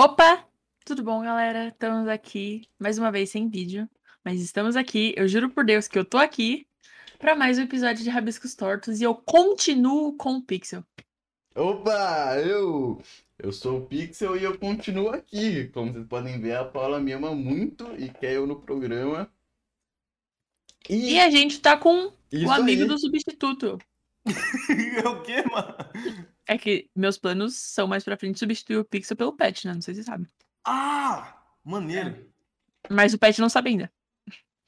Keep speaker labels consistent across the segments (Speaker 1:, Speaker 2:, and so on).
Speaker 1: Opa! Tudo bom, galera? Estamos aqui mais uma vez sem vídeo, mas estamos aqui. Eu juro por Deus que eu tô aqui para mais um episódio de Rabiscos Tortos e eu continuo com o Pixel.
Speaker 2: Opa, eu eu sou o Pixel e eu continuo aqui. Como vocês podem ver, a Paula me ama muito e quer eu no programa.
Speaker 1: E, a gente tá com
Speaker 2: isso
Speaker 1: o amigo
Speaker 2: aí.
Speaker 1: do substituto.
Speaker 3: É o quê, mano?
Speaker 1: É que meus planos são mais pra frente substituir o Pixel pelo Pet, né? Não sei se você sabe.
Speaker 3: Ah! Maneiro.
Speaker 1: Mas o Pet não sabe ainda.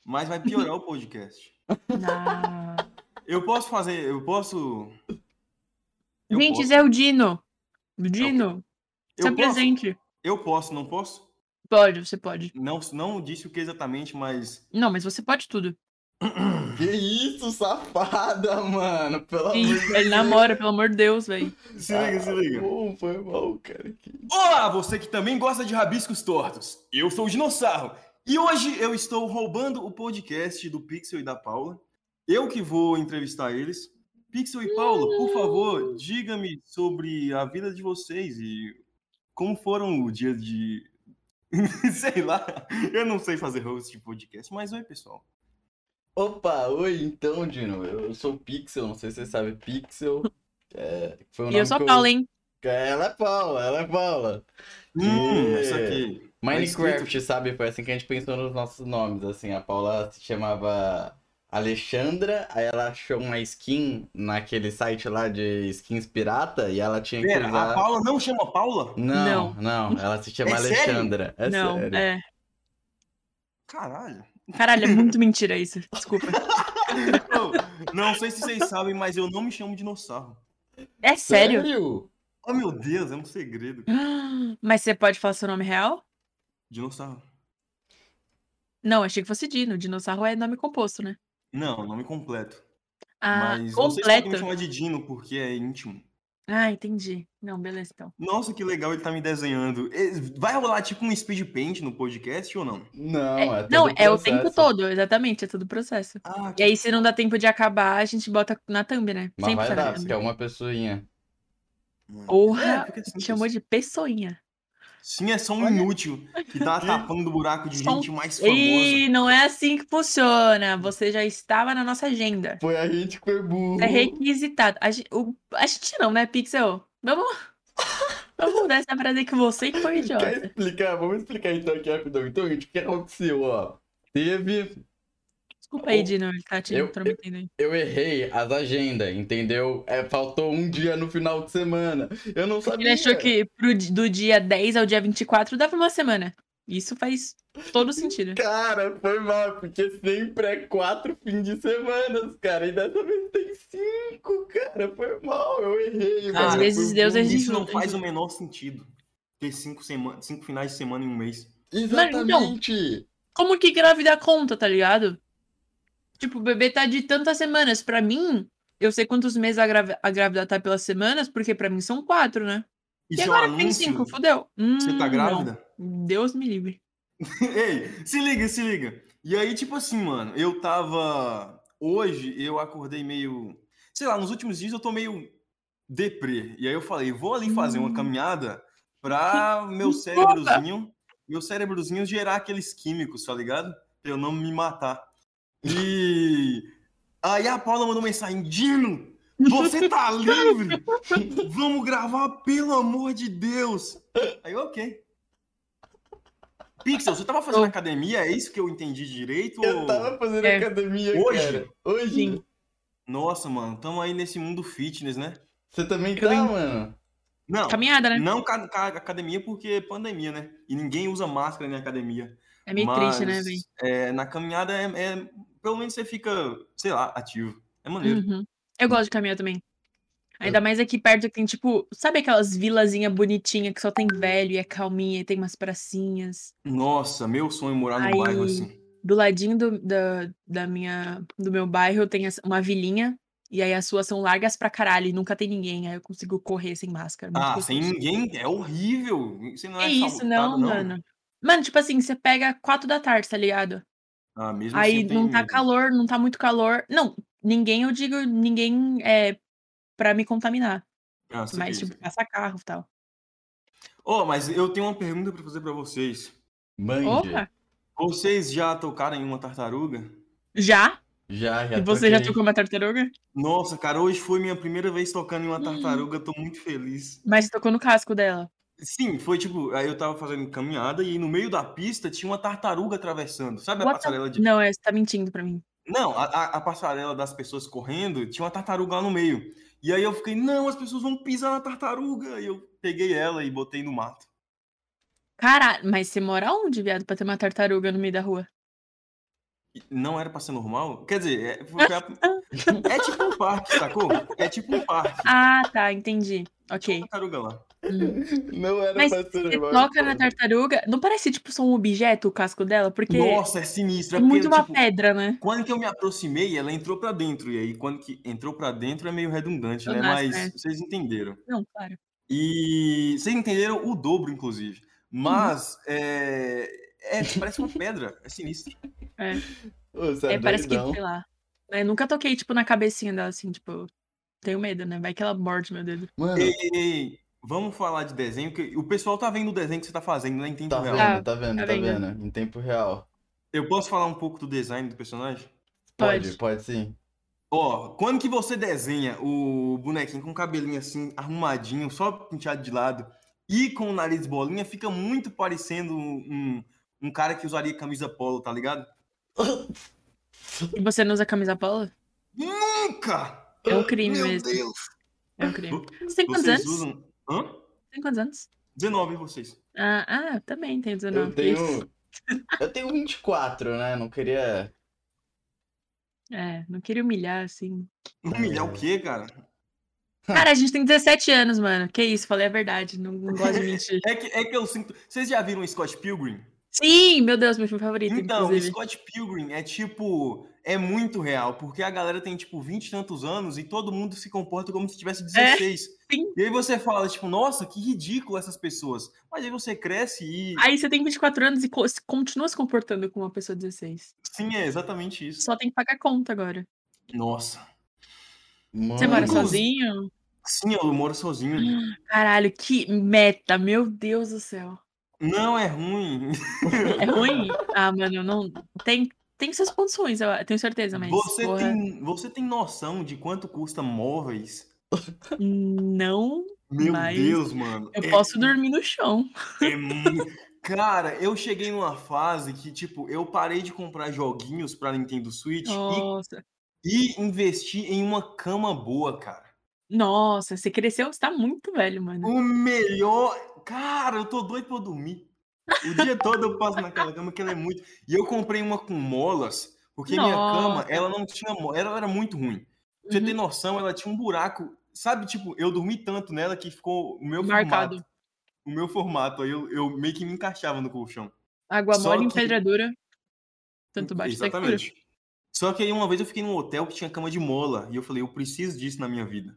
Speaker 3: Mas vai piorar o podcast.
Speaker 1: Ah.
Speaker 3: Eu posso fazer, eu posso. Eu
Speaker 1: gente, é
Speaker 3: posso.
Speaker 1: Zé o Dino. O Dino,
Speaker 3: eu
Speaker 1: se
Speaker 3: posso?
Speaker 1: apresente.
Speaker 3: Eu posso, não posso?
Speaker 1: Pode, você pode.
Speaker 3: Não, não disse o que exatamente, mas.
Speaker 1: Não, mas você pode tudo.
Speaker 2: Que isso, safada, mano. Pelo
Speaker 1: Sim,
Speaker 2: amor de
Speaker 1: ele namora, pelo amor de Deus, velho.
Speaker 3: Se liga, se liga.
Speaker 2: Pô, foi mal, cara. Que-
Speaker 3: Olá, você que também gosta de rabiscos tortos. Eu sou o Dinossauro e hoje eu estou roubando o podcast do Pixel e da Paula. Eu que vou entrevistar eles. Pixel e Paula, por favor, diga-me sobre a vida de vocês e como foram o dia de sei lá. Eu não sei fazer host de podcast, mas oi, pessoal.
Speaker 2: Opa, oi, então, Dino. Eu sou o Pixel, não sei se você sabe Pixel. É, foi o
Speaker 1: E eu
Speaker 2: nome
Speaker 1: sou
Speaker 2: que
Speaker 1: a Paula, hein?
Speaker 2: Ela é Paula, ela é Paula.
Speaker 3: Hum,
Speaker 2: É.
Speaker 3: isso aqui.
Speaker 2: Minecraft, sabe? Foi assim que a gente pensou nos nossos nomes, assim. A Paula se chamava Alexandra, aí ela achou uma skin naquele site lá de skins pirata e ela tinha que
Speaker 3: Pera, a
Speaker 2: usar.
Speaker 3: Paula não chama Paula?
Speaker 2: Não, não, ela se chama
Speaker 3: É sério?
Speaker 2: Alexandra. É
Speaker 1: não,
Speaker 2: sério.
Speaker 1: é.
Speaker 3: Caralho.
Speaker 1: Caralho, é muito mentira isso. Desculpa.
Speaker 3: Não, não sei se vocês sabem, mas eu não me chamo dinossauro.
Speaker 1: É sério?
Speaker 3: Oh, meu Deus, é um segredo.
Speaker 1: Mas você pode falar seu nome real?
Speaker 3: Dinossauro.
Speaker 1: Não, achei que fosse Dino. Dinossauro é nome composto, né?
Speaker 3: Não, nome completo.
Speaker 1: Ah,
Speaker 3: Mas vocês podem
Speaker 1: completo.
Speaker 3: me
Speaker 2: tipo
Speaker 3: chamar de Dino porque é íntimo.
Speaker 1: Ah, entendi. Não, beleza então.
Speaker 3: Nossa, que legal ele tá me desenhando. Eh, Vai rolar tipo um speed paint no podcast ou não?
Speaker 2: Não,
Speaker 1: É-
Speaker 2: é, todo
Speaker 1: não, é o tempo
Speaker 2: processo.
Speaker 1: todo, exatamente, é todo o processo.
Speaker 3: Ah, que...
Speaker 1: E aí, se não dá tempo de acabar, a gente bota na thumb, né?
Speaker 2: Mas vai
Speaker 1: tá
Speaker 2: dar, É,
Speaker 1: na
Speaker 2: porque
Speaker 1: thumb.
Speaker 2: é uma pessoinha.
Speaker 1: Porra,
Speaker 3: porque assim,
Speaker 1: Me ah, chamou de pessoinha.
Speaker 3: Sim, é só um
Speaker 2: Olha.
Speaker 3: inútil que tá tapando o buraco de
Speaker 1: Só um-
Speaker 3: gente mais famosa.
Speaker 1: E não é assim que funciona. Você já estava na nossa agenda.
Speaker 2: Foi a gente que foi burro.
Speaker 1: É requisitado. A gente, o, a gente não, né, Pixel? Vamos. Vamos mudar essa frase aí que você que foi
Speaker 2: Quer
Speaker 1: idiota.
Speaker 2: explicar? Vamos explicar então aqui rapidão. Então, gente, o que aconteceu, ó? Teve
Speaker 1: Desculpa aí, Dino, ele tá te
Speaker 2: Eu-
Speaker 1: intrometendo aí.
Speaker 2: Eu errei as agendas, entendeu? É, faltou um dia no final de semana. Eu não sabia.
Speaker 1: Ele achou que pro di- do dia 10 ao dia 24 dava uma semana. Isso faz todo sentido.
Speaker 2: Cara, foi mal, porque sempre é quatro fins de semana, cara. E dessa vez tem cinco, cara. Foi mal, eu errei, mano.
Speaker 1: Às
Speaker 2: Foi
Speaker 1: vezes Deus
Speaker 2: burro.
Speaker 1: é
Speaker 3: Isso não
Speaker 1: justo.
Speaker 3: faz o menor sentido. Ter cinco, sema... cinco finais de semana em um mês.
Speaker 1: então,
Speaker 2: Exatamente.
Speaker 1: Como que grávida conta, tá ligado? Tipo, o bebê tá de tantas semanas. Pra mim, eu sei quantos meses a, grávida, a grávida tá pelas semanas, porque pra mim são quatro, né?
Speaker 3: Isso
Speaker 1: e
Speaker 3: é um
Speaker 1: agora tem
Speaker 3: anúncio?
Speaker 1: cinco, fodeu.
Speaker 3: Você tá
Speaker 1: Hum,
Speaker 3: grávida?
Speaker 1: não. Deus me livre.
Speaker 3: Ei, se liga, se liga. E aí, tipo assim, mano, eu tava. Hoje eu acordei meio. Sei lá, nos últimos dias eu tô meio deprê. E aí eu falei, vou ali fazer uma
Speaker 1: Hum.
Speaker 3: caminhada pra meu cérebrozinho. Meu cérebrozinho gerar aqueles químicos, tá ligado? Pra eu não me matar. E. Aí a Paula mandou mensagem: Dino, você tá livre? Vamos gravar, pelo amor de Deus. Aí, eu, ok. Pixel, você tava fazendo
Speaker 1: Eu-
Speaker 3: academia? É isso que eu entendi direito?
Speaker 2: Eu
Speaker 3: ou-
Speaker 2: tava fazendo
Speaker 1: É.
Speaker 2: academia,
Speaker 3: Hoje?
Speaker 2: cara. Hoje?
Speaker 1: Sim.
Speaker 3: Nossa, mano, tamo aí nesse mundo fitness, né?
Speaker 2: Você também
Speaker 1: Eu
Speaker 2: tá,
Speaker 1: en-
Speaker 2: mano?
Speaker 3: Não,
Speaker 1: Caminhada, né?
Speaker 3: não ca- ca- academia porque é pandemia, né? E ninguém usa máscara na academia.
Speaker 1: É meio triste, né,
Speaker 3: Mas,
Speaker 1: velho?
Speaker 3: é, na caminhada, é, é- pelo menos você fica, sei lá, ativo. É maneiro. É.
Speaker 1: Uhum. Eu gosto de caminhar também. Ainda mais aqui perto que tem, tipo, sabe aquelas vilazinhas bonitinhas que só tem velho e é calminha e tem umas pracinhas?
Speaker 3: Nossa, meu sonho é morar num
Speaker 1: Aí-
Speaker 3: bairro assim.
Speaker 1: Do ladinho do, da, da minha, do meu bairro tem essa- uma vilinha. E aí as suas são largas pra caralho e nunca tem ninguém. Aí eu consigo correr sem máscara. é muito
Speaker 3: Ah,
Speaker 1: gostoso.
Speaker 3: sem ninguém é horrível. Você não
Speaker 1: É
Speaker 3: é
Speaker 1: isso, não,
Speaker 3: saudável,
Speaker 1: mano. Mano, tipo assim, você pega quatro da tarde, tá ligado?
Speaker 3: Ah, mesmo assim
Speaker 1: Aí
Speaker 3: eu
Speaker 1: não
Speaker 3: tenho
Speaker 1: tá
Speaker 3: medo.
Speaker 1: calor, não tá muito calor. Não, ninguém, eu digo, ninguém é pra me contaminar.
Speaker 3: Ah, sei que
Speaker 1: Mas,
Speaker 3: isso.
Speaker 1: tipo, passa carro e tal.
Speaker 3: Ó, mas eu tenho uma pergunta pra fazer pra vocês.
Speaker 2: Mande.
Speaker 1: Opa!
Speaker 3: Vocês já tocaram em uma tartaruga?
Speaker 1: Já?
Speaker 2: Já, já
Speaker 1: E você já
Speaker 2: toquei.
Speaker 1: tocou uma tartaruga?
Speaker 3: Nossa, cara, hoje foi minha primeira vez tocando
Speaker 1: Hum.
Speaker 3: em uma tartaruga, eu tô muito feliz.
Speaker 1: Mas você tocou no casco dela.
Speaker 3: Sim, foi tipo, aí eu tava fazendo caminhada e no meio da pista tinha uma tartaruga atravessando. Sabe a
Speaker 1: What the-
Speaker 3: passarela de.
Speaker 1: Não, é, você tá mentindo pra mim.
Speaker 3: Não, a, a- a passarela das pessoas correndo tinha uma tartaruga lá no meio. E aí eu fiquei, não, as pessoas vão pisar na tartaruga. E eu peguei ela e botei no mato.
Speaker 1: Caralho, mas você mora onde, viado, pra ter uma tartaruga no meio da rua?
Speaker 3: E Não era pra ser normal? Quer dizer, é, foi a- é tipo um parque, sacou? É tipo um parque. tipo
Speaker 1: Ah, tá, entendi. Ok.
Speaker 3: Tartaruga lá.
Speaker 1: Hum.
Speaker 2: Não era
Speaker 1: Mas
Speaker 2: pra ser
Speaker 1: Você
Speaker 2: normal.
Speaker 1: toca na tartaruga. Não parece tipo só um objeto o casco dela? Porque
Speaker 3: Nossa, é sinistro.
Speaker 1: é
Speaker 3: é porque,
Speaker 1: muito uma
Speaker 3: tipo,
Speaker 1: pedra, né?
Speaker 3: Quando que eu me aproximei, ela entrou pra dentro. E aí, quando que entrou pra dentro, é meio redundante, né?
Speaker 1: Redundante,
Speaker 3: Mas
Speaker 1: né?
Speaker 3: vocês entenderam.
Speaker 1: Não, claro.
Speaker 3: E vocês entenderam o dobro, inclusive. Mas
Speaker 1: Uhum.
Speaker 3: é, é, parece uma pedra, é sinistro.
Speaker 2: Ô, Você é,
Speaker 1: É, parece que,
Speaker 2: doidão.
Speaker 1: sei lá. né, nunca toquei, tipo, na cabecinha dela, assim, tipo. Tenho medo, né? Vai que ela morde meu dedo.
Speaker 2: Mano, tá
Speaker 3: Ei, ei, ei, vamos falar de desenho, que o pessoal tá vendo o desenho que você tá fazendo, né? Em tempo
Speaker 2: tá
Speaker 3: real.
Speaker 2: vendo,
Speaker 1: Ah,
Speaker 2: tá vendo,
Speaker 1: tá
Speaker 2: tá
Speaker 1: vendo.
Speaker 2: vendo. Em tempo real.
Speaker 3: Eu posso falar um pouco do design do personagem?
Speaker 2: Pode,
Speaker 1: Pode.
Speaker 2: pode sim.
Speaker 3: Ó, quando que você desenha o bonequinho com o cabelinho assim, arrumadinho, só penteado de lado e com o nariz bolinha, fica muito parecendo um, um cara que usaria camisa polo, tá ligado?
Speaker 1: E você não usa camisa polo?
Speaker 3: Nunca!
Speaker 1: É um crime
Speaker 3: Ah, Meu
Speaker 1: mesmo.
Speaker 3: Deus!
Speaker 1: É um crime. Você tem quantos
Speaker 3: Vocês
Speaker 1: anos?
Speaker 3: usam. Hã?
Speaker 1: Você Tem quantos anos?
Speaker 3: 19, hein, vocês?
Speaker 1: Ah, ah, também tenho 19.
Speaker 2: Eu tenho.
Speaker 1: Ixi,
Speaker 2: Eu tenho 24, né? Não queria.
Speaker 1: É, não queria humilhar, assim.
Speaker 3: Humilhar
Speaker 2: É.
Speaker 3: Um o quê, cara?
Speaker 1: Cara, a gente tem 17 anos, mano. Que isso, falei a verdade. Não, não gosto de mentir.
Speaker 3: É que, é que eu sinto. Vocês já viram o Scott Pilgrim?
Speaker 1: Sim, meu Deus, meu filme favorito,
Speaker 3: Então, o
Speaker 1: inclusive.
Speaker 3: Scott Pilgrim é tipo. É muito real, porque a galera tem tipo 20 e tantos anos e todo mundo se comporta como se tivesse 16.
Speaker 1: É, sim.
Speaker 3: E aí você fala, tipo, nossa, que ridículo essas pessoas. Mas aí você cresce e.
Speaker 1: Aí você tem 24 anos e co- se- continua se comportando como uma pessoa de 16.
Speaker 3: Sim, é exatamente isso.
Speaker 1: Só tem que pagar conta agora.
Speaker 3: Nossa.
Speaker 1: Você mora
Speaker 2: Mano,
Speaker 3: Inclusive-
Speaker 1: sozinho?
Speaker 3: Sim, eu moro sozinho.
Speaker 1: Caralho, que meta, meu Deus do céu.
Speaker 3: Não é ruim.
Speaker 1: É ruim? Ah, mano, não. Tem, tem seus pontos ruins, eu tenho certeza, mas.
Speaker 3: Você
Speaker 1: porra,
Speaker 3: tem, você tem noção de quanto custa móveis?
Speaker 1: Não,
Speaker 3: Meu
Speaker 1: Mas
Speaker 3: Deus, mano.
Speaker 1: eu
Speaker 3: é
Speaker 1: posso dormir no chão.
Speaker 3: É mu- Cara, eu cheguei numa fase que, tipo, eu parei de comprar joguinhos pra Nintendo Switch e-
Speaker 1: Nossa.
Speaker 3: e, investi em uma cama boa, cara.
Speaker 1: Nossa, você cresceu, você tá muito velho, mano.
Speaker 3: O melhor. Cara, eu tô doido pra dormir. O dia todo eu passo naquela cama que ela é muito. E eu comprei uma com molas, porque minha cama,
Speaker 1: Nossa.
Speaker 3: ela não tinha. mo- Ela era muito ruim.
Speaker 1: Uhum.
Speaker 3: Pra você ter noção, ela tinha um buraco. Sabe, tipo, eu dormi tanto nela que ficou o meu
Speaker 1: Uhum, Marcado.
Speaker 3: formato. O meu formato. Aí eu, eu meio que me encaixava no colchão.
Speaker 1: Água
Speaker 3: Só
Speaker 1: mole em
Speaker 3: que-
Speaker 1: pedra dura. Tanto bate até que cura.
Speaker 3: Exatamente. Só que aí uma vez eu fiquei num hotel que tinha cama de mola. E eu falei, eu preciso disso na minha vida.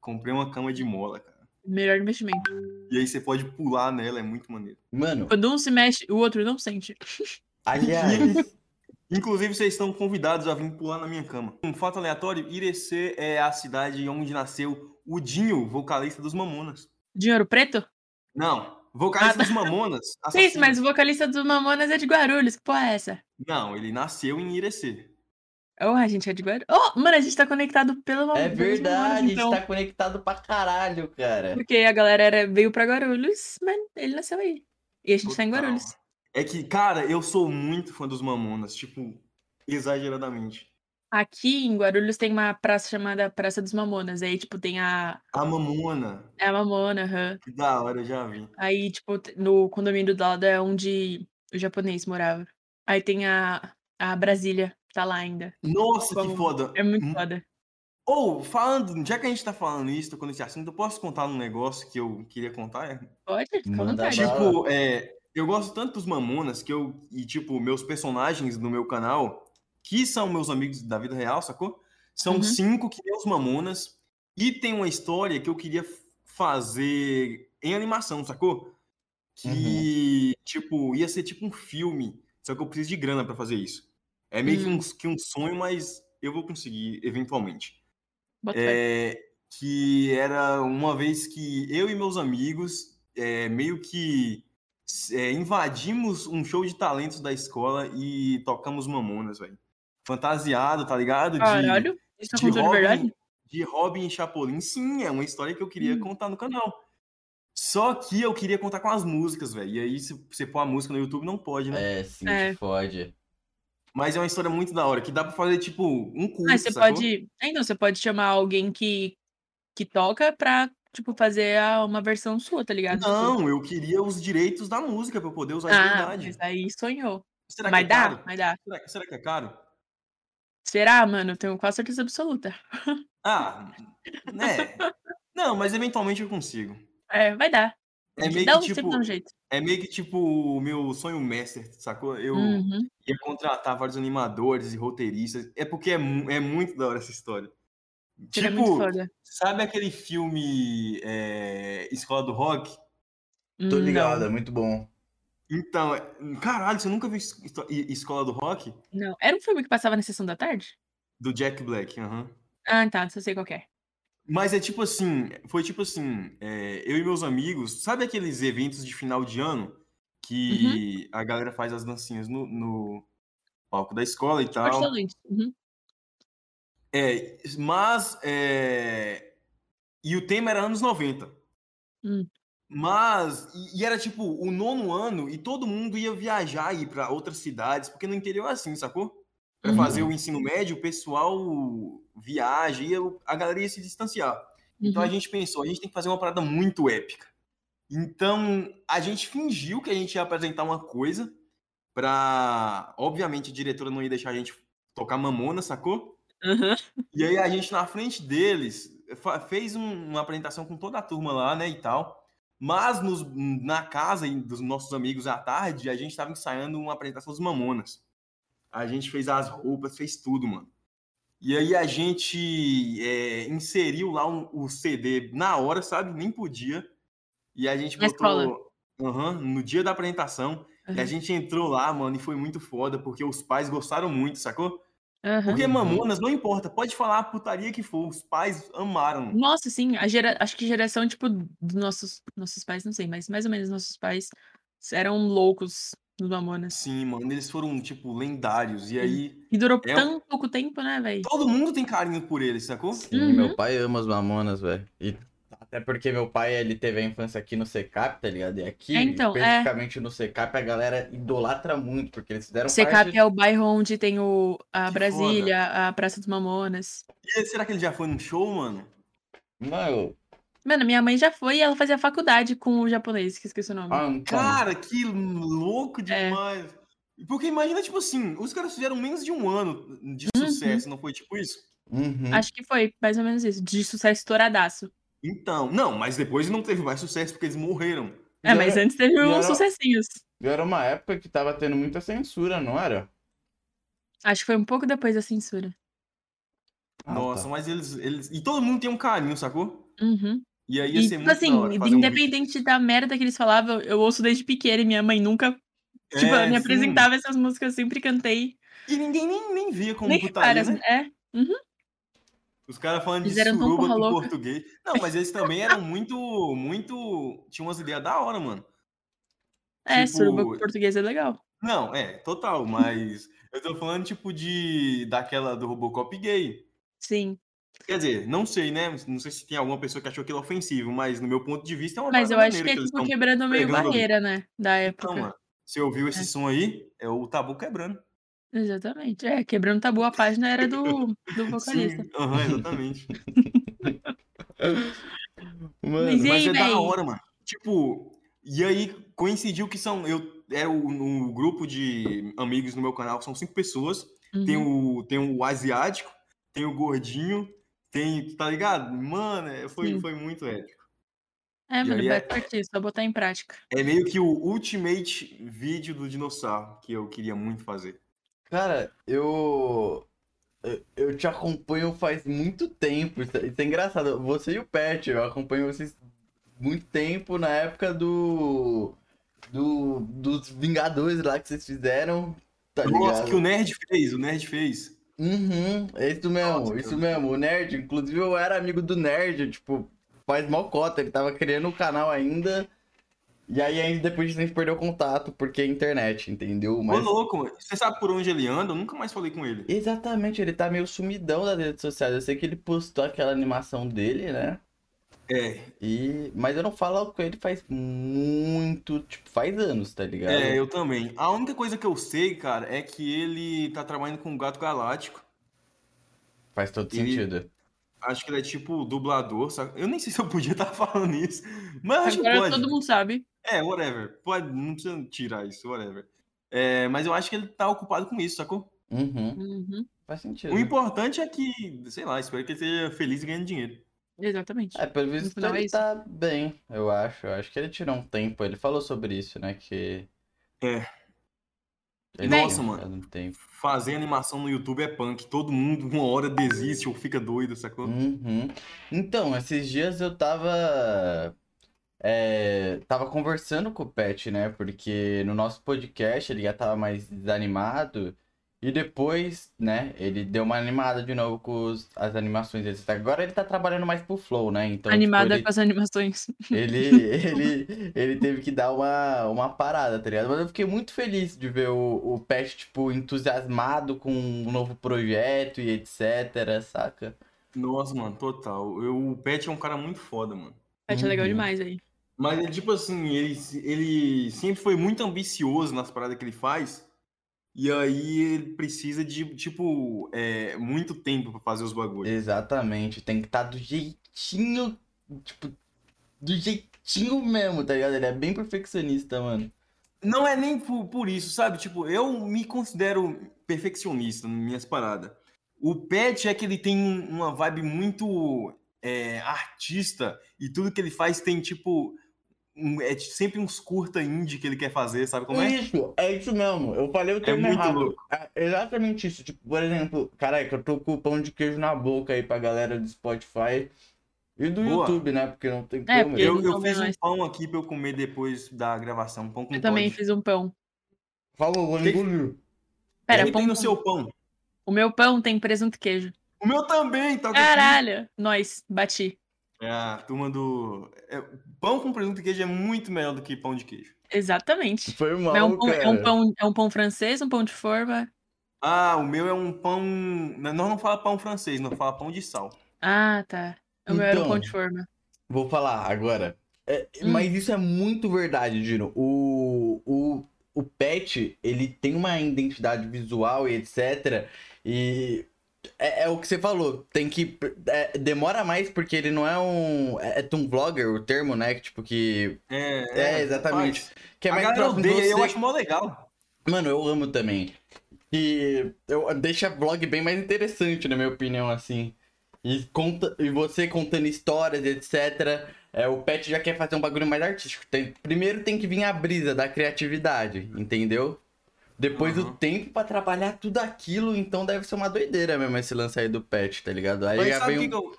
Speaker 3: Comprei uma cama de mola, cara.
Speaker 1: Melhor investimento.
Speaker 3: E aí você pode pular nela, é muito maneiro.
Speaker 2: mano,
Speaker 1: Quando um se mexe, o outro não sente.
Speaker 2: aliás,
Speaker 3: Inclusive, vocês estão convidados a vir pular na minha cama. Um fato aleatório, Irecê é a cidade onde nasceu o Dinho, vocalista dos Mamonas.
Speaker 1: Dinheiro preto?
Speaker 3: Não, vocalista dos Mamonas.
Speaker 1: Sim,
Speaker 3: assassino.
Speaker 1: Ah, mas o vocalista dos Mamonas é de Guarulhos. Que porra é essa?
Speaker 3: Não, ele nasceu em Irecê.
Speaker 1: Oh, a gente é de Guarulhos. Oh, mano, a gente tá conectado pelo pelos
Speaker 2: é
Speaker 1: Mamonas,
Speaker 2: verdade, a gente
Speaker 1: então.
Speaker 2: tá conectado pra caralho, cara.
Speaker 1: Porque a galera era- veio pra Guarulhos, mas ele nasceu aí. E a gente tá em
Speaker 3: Total.
Speaker 1: Guarulhos.
Speaker 3: É que, cara, eu sou muito fã dos Mamonas. Tipo, exageradamente.
Speaker 1: Aqui em Guarulhos tem uma praça chamada Praça dos Mamonas. Aí, tipo, tem a,
Speaker 3: A Mamona.
Speaker 1: é a Mamona, aham.
Speaker 3: Que da hora, eu já vi.
Speaker 1: Aí, tipo, t- no condomínio do lado é onde o japonês morava. Aí tem a, a Brasília, tá lá ainda.
Speaker 3: Nossa,
Speaker 1: Vamos.
Speaker 3: que foda.
Speaker 1: É muito
Speaker 3: Hum.
Speaker 1: foda.
Speaker 3: Ou, falando, já que a gente tá falando isso, tocando esse assunto, eu posso contar um negócio que eu queria contar? É?
Speaker 1: Pode? Fica à
Speaker 2: Manda
Speaker 1: vontade.
Speaker 2: bala.
Speaker 3: Tipo, é, eu gosto tanto dos Mamonas que eu. E, tipo, meus personagens no meu canal, que são meus amigos da vida real, sacou? São
Speaker 1: Uhum.
Speaker 3: cinco que tem os Mamonas. E tem uma história que eu queria f- fazer em animação, sacou? Que,
Speaker 1: Uhum.
Speaker 3: tipo, ia ser tipo um filme. Só que eu preciso de grana pra fazer isso. É meio que
Speaker 1: Hum.
Speaker 3: um- que um sonho, mas eu vou conseguir eventualmente
Speaker 1: Bota fé.
Speaker 3: é, que era uma vez que eu e meus amigos é, meio que é, invadimos um show de talentos da escola e tocamos mamonas, velho. Fantasiado, tá ligado? De-
Speaker 1: Caralho, isso
Speaker 3: de
Speaker 1: aconteceu de
Speaker 3: Robin.
Speaker 1: verdade?
Speaker 3: de Robin e Chapolin, sim, é uma história que eu queria
Speaker 1: Hum.
Speaker 3: contar no canal. Só que eu queria contar com as músicas, velho. E aí, se você pôr a música no YouTube, não pode, né?
Speaker 2: É, sim,
Speaker 1: É.
Speaker 2: te fode.
Speaker 3: Mas é uma história muito da hora, que dá pra fazer, tipo, um curso,
Speaker 1: Mas você
Speaker 3: sacou?
Speaker 1: pode. Ah, Então, você pode chamar alguém que, que toca pra, tipo, fazer a- uma versão sua, tá ligado?
Speaker 3: Não, eu queria os direitos da música pra eu poder usar de
Speaker 1: Ah,
Speaker 3: verdade.
Speaker 1: mas aí sonhou.
Speaker 3: Será que
Speaker 1: mas
Speaker 3: é
Speaker 1: dá,
Speaker 3: caro?
Speaker 1: mas dá.
Speaker 3: Será, será que é caro?
Speaker 1: Será, mano? Tenho quase certeza absoluta.
Speaker 3: Ah, né? não, mas eventualmente eu consigo.
Speaker 1: É, vai dar.
Speaker 3: É meio
Speaker 1: dá um,
Speaker 3: que
Speaker 1: sempre dá
Speaker 3: tipo,
Speaker 1: um jeito.
Speaker 3: é meio que tipo o meu sonho master, sacou? Eu
Speaker 1: Uhum.
Speaker 3: ia contratar vários animadores e roteiristas. É porque é, mu- é muito da hora essa história.
Speaker 1: Seria é muito
Speaker 3: tipo,
Speaker 1: foda.
Speaker 3: sabe aquele filme é, Escola do Rock?
Speaker 2: Tô
Speaker 1: Hum,
Speaker 2: ligado, é muito bom.
Speaker 3: Então, é- caralho, você nunca viu Es- Esto- E- Escola do Rock?
Speaker 1: Não. não. Era um filme que passava na sessão da tarde?
Speaker 3: Do Jack Black, aham.
Speaker 1: Ah, tá. Só sei qual que é.
Speaker 3: Mas é tipo assim, foi tipo assim, é, eu e meus amigos, sabe aqueles eventos de final de ano
Speaker 1: Uhum.
Speaker 3: que a galera faz as dancinhas no, no palco da escola e
Speaker 1: Esporte
Speaker 3: tal?
Speaker 1: da noite. Uhum.
Speaker 3: É, mas é, e o tema era anos 90.
Speaker 1: Hum.
Speaker 3: Mas e, e era tipo o nono ano e todo mundo ia viajar e ir para outras cidades, porque no interior é assim, sacou? Para
Speaker 1: Uhum.
Speaker 3: fazer o ensino médio, o pessoal viaja e eu- a galera ia se distanciar. Então a
Speaker 1: Uhum.
Speaker 3: gente pensou, a gente tem que fazer uma parada muito épica. Então a gente fingiu que a gente ia apresentar uma coisa pra. Obviamente a diretora não ia deixar a gente tocar mamona, sacou?
Speaker 1: Uhum.
Speaker 3: E aí a gente na frente deles fa- fez um- uma apresentação com toda a turma lá, né, e tal. Mas nos- na casa em- dos nossos amigos à tarde, a gente tava ensaiando uma apresentação dos Mamonas. A gente fez as roupas, fez tudo, mano. E aí a gente é, inseriu lá um- o CD na hora, sabe? Nem podia. E a gente
Speaker 1: Na escola.
Speaker 3: botou Aham, no dia da apresentação. E a
Speaker 1: Aham.
Speaker 3: gente entrou lá, mano, e foi muito foda, porque os pais gostaram muito, sacou?
Speaker 1: Aham.
Speaker 3: Porque
Speaker 2: Uhum.
Speaker 3: Mamonas não importa, pode falar a putaria que for, os pais amaram.
Speaker 1: Nossa, sim, a gera... acho que geração, tipo, dos nossos... nossos pais, não sei, mas mais ou menos nossos pais eram loucos nos Mamonas.
Speaker 3: Sim, mano, eles foram, tipo, lendários. E aí,
Speaker 1: E durou
Speaker 3: É um- Então,
Speaker 1: tão pouco tempo, né, velho?
Speaker 3: todo mundo tem carinho por eles, sacou?
Speaker 2: Sim,
Speaker 1: Uhum.
Speaker 2: meu pai ama os mamonas, velho. E até porque meu pai, ele teve a infância aqui no Secap, tá ligado? E aqui,
Speaker 1: É, então, é.
Speaker 2: especificamente no Secap, a galera idolatra muito, porque eles fizeram
Speaker 1: CCAP
Speaker 2: parte...
Speaker 1: é o bairro onde tem o... a
Speaker 3: Que
Speaker 1: Brasília, a Praça dos Mamonas.
Speaker 3: E será que ele já foi num show, mano?
Speaker 2: Mano,
Speaker 1: Mano, minha mãe já foi e ela fazia faculdade com o japonês, que esqueci o nome.
Speaker 2: ah, então,
Speaker 3: Cara, que louco
Speaker 1: É.
Speaker 3: demais. Porque imagina, tipo assim, os caras fizeram menos de um ano de
Speaker 1: Uhum.
Speaker 3: sucesso, não foi tipo isso?
Speaker 2: uhum.
Speaker 1: Acho que foi mais ou menos isso, de sucesso estouradaço.
Speaker 3: Então, não, mas depois não teve mais sucesso porque eles morreram.
Speaker 1: É, mas antes teve
Speaker 2: e
Speaker 1: uns
Speaker 2: era-
Speaker 1: sucessinhos.
Speaker 2: E Era uma época que tava tendo muita censura, não era?
Speaker 1: Acho que foi um pouco depois da censura.
Speaker 2: Ah,
Speaker 3: Nossa,
Speaker 2: tá.
Speaker 3: mas eles, eles. E todo mundo tem um carinho, sacou?
Speaker 1: Uhum.
Speaker 3: E aí ia
Speaker 1: E,
Speaker 3: ser
Speaker 1: tipo
Speaker 3: muito
Speaker 1: assim,
Speaker 3: da hora fazer um vídeo.
Speaker 1: independente da merda que eles falavam, eu ouço desde pequena e minha mãe nunca tipo, ela
Speaker 3: É,
Speaker 1: me
Speaker 3: sim.
Speaker 1: apresentava essas músicas, eu sempre cantei.
Speaker 3: E ninguém nem, nem via como
Speaker 1: Nem
Speaker 3: putaria,
Speaker 1: repara, é.
Speaker 3: né? Os caras falando
Speaker 1: Eles
Speaker 3: de
Speaker 1: eram tão
Speaker 3: suruba
Speaker 1: porra
Speaker 3: com
Speaker 1: louca.
Speaker 3: português. Não, mas eles também eram muito, muito. Tinham umas ideias da hora, mano.
Speaker 1: É,
Speaker 3: Tipo-
Speaker 1: suruba com português é legal.
Speaker 3: Não, é, total, mas eu tô falando, tipo, de. daquela do Robocop gay.
Speaker 1: Sim.
Speaker 3: Quer dizer, não sei, né? Não sei se tem alguma pessoa que achou aquilo ofensivo, mas no meu ponto de vista é uma
Speaker 1: Mas eu
Speaker 3: parada
Speaker 1: acho que é
Speaker 3: maneira eles
Speaker 1: tipo
Speaker 3: tão-
Speaker 1: quebrando meio
Speaker 3: pregando ali.
Speaker 1: barreira, né? Da época.
Speaker 3: Então, mano, você ouviu esse
Speaker 1: É.
Speaker 3: som aí? É o tabu quebrando.
Speaker 1: Exatamente. É, quebrando tabu, a página era do, do vocalista.
Speaker 3: Sim, aham, exatamente.
Speaker 1: Mas
Speaker 2: Mano,
Speaker 1: e
Speaker 3: Mas
Speaker 1: aí,
Speaker 3: é da
Speaker 1: véi?
Speaker 3: hora, mano. Tipo, e aí coincidiu que são. Eu era um, um grupo de amigos no meu canal, são cinco pessoas. Tem, um
Speaker 1: Uhum.
Speaker 3: o, tem o asiático, tem o gordinho, tem. Tá ligado? Mano, é- foi,
Speaker 1: Sim.
Speaker 3: foi muito épico.
Speaker 1: É,
Speaker 3: e
Speaker 1: mano,
Speaker 3: aí
Speaker 1: vai
Speaker 3: é-
Speaker 1: partir, só botar em prática.
Speaker 3: É meio que o ultimate vídeo do dinossauro que eu queria muito fazer.
Speaker 2: cara, eu... eu- Eu te acompanho faz muito tempo. Isso é isso é engraçado. Você e o Pet, eu acompanho vocês muito tempo na época do... do... dos Vingadores lá que vocês fizeram, tá
Speaker 3: Nossa,
Speaker 2: ligado?
Speaker 3: que o Nerd fez, o Nerd fez.
Speaker 2: Uhum, é isso mesmo,
Speaker 3: Nossa,
Speaker 2: isso
Speaker 3: cara.
Speaker 2: mesmo. O Nerd, inclusive eu era amigo do Nerd, tipo, faz mó cota, ele tava criando o canal ainda. E aí, ainda depois disso, a gente perdeu o contato, porque é internet, entendeu?
Speaker 3: Ô,
Speaker 2: Mas.
Speaker 3: louco, mano. Você sabe por onde ele anda? Eu nunca mais falei com ele.
Speaker 2: Exatamente, ele tá meio sumidão das redes sociais. Eu sei que ele postou aquela animação dele, né?
Speaker 3: É,
Speaker 2: E... Mas eu não falo com ele faz muito. Tipo, faz anos, tá ligado?
Speaker 3: é, eu também. A única coisa que eu sei, cara, é que ele tá trabalhando com o Gato Galáctico.
Speaker 2: Faz todo
Speaker 3: E-
Speaker 2: sentido.
Speaker 3: Acho que ele é tipo dublador, saca? Eu nem sei se eu podia estar falando isso, mas acho né? que
Speaker 1: Agora
Speaker 3: pode.
Speaker 1: todo mundo sabe.
Speaker 3: É, whatever. Pode, não precisa tirar isso, whatever. É, mas eu acho que ele tá ocupado com isso, sacou?
Speaker 2: Uhum,
Speaker 1: Uhum,
Speaker 2: faz sentido.
Speaker 3: O importante é que, sei lá, espero que ele seja feliz ganhando dinheiro.
Speaker 1: Exatamente.
Speaker 3: Então,
Speaker 2: É, pelo visto
Speaker 1: final é
Speaker 2: ele
Speaker 1: isso.
Speaker 2: tá bem, eu acho. Eu acho que ele tirou um tempo. Ele falou sobre isso, né? Que.
Speaker 3: É.
Speaker 1: Bem-
Speaker 2: Ele tinha
Speaker 3: Nossa, mano.
Speaker 2: tirado um tempo.
Speaker 3: Fazer animação no YouTube é punk. Todo mundo, uma hora, desiste ou fica doido, sacou?
Speaker 2: Uhum. Então, esses dias eu tava. é, tava conversando com o Pet, né? Porque no nosso podcast ele já tava mais desanimado. E depois, né, ele deu uma animada de novo com os- as animações dele. Agora ele tá trabalhando mais pro Flow, né? Então, tipo,
Speaker 1: Animada
Speaker 2: ele-
Speaker 1: com as animações.
Speaker 2: Ele, ele, ele teve que dar uma, uma parada, tá ligado? Mas eu fiquei muito feliz de ver o, o Pet, tipo, entusiasmado com um novo projeto e etc, saca?
Speaker 3: Nossa, mano, total. Eu- o Pet é um cara muito foda, mano.
Speaker 1: Pet é legal
Speaker 2: Uhum.
Speaker 1: demais aí.
Speaker 3: Mas ele, tipo assim, ele, se- ele sempre foi muito ambicioso nas paradas que ele faz. E aí ele precisa de, tipo, é, muito tempo pra fazer os bagulhos.
Speaker 2: Exatamente, tem que estar do jeitinho, tipo, do jeitinho mesmo, tá ligado? Ele é bem perfeccionista, mano.
Speaker 3: Não é nem por, por isso, sabe? Tipo, eu me considero perfeccionista nas minhas paradas. O Pet é que ele tem um- uma vibe muito é, artista e tudo que ele faz tem, tipo, um- é sempre uns curta indie que ele quer fazer, sabe como é?
Speaker 2: Isso, é isso mesmo. Eu falei o termo
Speaker 3: muito
Speaker 2: errado.
Speaker 3: louco.
Speaker 2: É exatamente isso. Tipo, por exemplo, caraca, eu tô com o pão de queijo na boca aí pra galera do Spotify e do
Speaker 3: Boa.
Speaker 2: YouTube, né? Porque não tem
Speaker 1: É,
Speaker 2: como.
Speaker 1: porque-
Speaker 3: Eu,
Speaker 1: não
Speaker 3: eu
Speaker 1: come
Speaker 3: fiz um
Speaker 1: mais.
Speaker 3: pão aqui pra eu comer depois da gravação. Pão com
Speaker 1: Eu também
Speaker 3: Todd.
Speaker 1: fiz um pão.
Speaker 2: Falou, vou
Speaker 3: Que-
Speaker 2: engolir.
Speaker 1: Pera,
Speaker 3: O que
Speaker 1: pão
Speaker 3: tem no
Speaker 1: com-
Speaker 3: seu pão?
Speaker 1: O meu pão tem presunto e queijo.
Speaker 3: O meu também, tá?
Speaker 1: Caralho! Nós, bati.
Speaker 3: É, a turma do. é, pão com presunto e queijo é muito melhor do que pão de queijo.
Speaker 1: Exatamente.
Speaker 2: Foi mal,
Speaker 1: é, um pão,
Speaker 2: cara.
Speaker 1: é, um pão, é um pão francês, um pão de forma.
Speaker 3: Ah, o meu é um pão. Não, não fala pão francês, não fala pão de sal.
Speaker 1: Ah, tá. O meu era um
Speaker 2: Então.
Speaker 1: pão de forma.
Speaker 2: Vou falar agora. É,
Speaker 1: Hum.
Speaker 2: Mas isso é muito verdade, Dino. O, o, o Pet, ele tem uma identidade visual e etc. E é, é o que você falou. Tem que. é, demora mais porque ele não é um. É, é um vlogger, o termo, né? Que, tipo, que.
Speaker 3: É,
Speaker 2: É, exatamente.
Speaker 3: faz.
Speaker 2: Que é
Speaker 3: a
Speaker 2: mais
Speaker 3: galera
Speaker 2: próximo
Speaker 3: odeia,
Speaker 2: de
Speaker 3: eu
Speaker 2: você.
Speaker 3: acho mó legal.
Speaker 2: Mano, eu amo também. E eu, deixa vlog bem mais interessante, na minha opinião, assim. E, conta, e você contando histórias, etc. É, o Pet já quer fazer um bagulho mais artístico. Tem- primeiro tem que vir a brisa da criatividade, entendeu? Depois
Speaker 3: Aham.
Speaker 2: o tempo pra trabalhar tudo aquilo, então deve ser uma doideira mesmo esse lance aí do Pet, tá ligado? Aí
Speaker 3: Mas
Speaker 2: já
Speaker 3: sabe o
Speaker 2: vem
Speaker 3: que,
Speaker 2: um...
Speaker 3: que eu.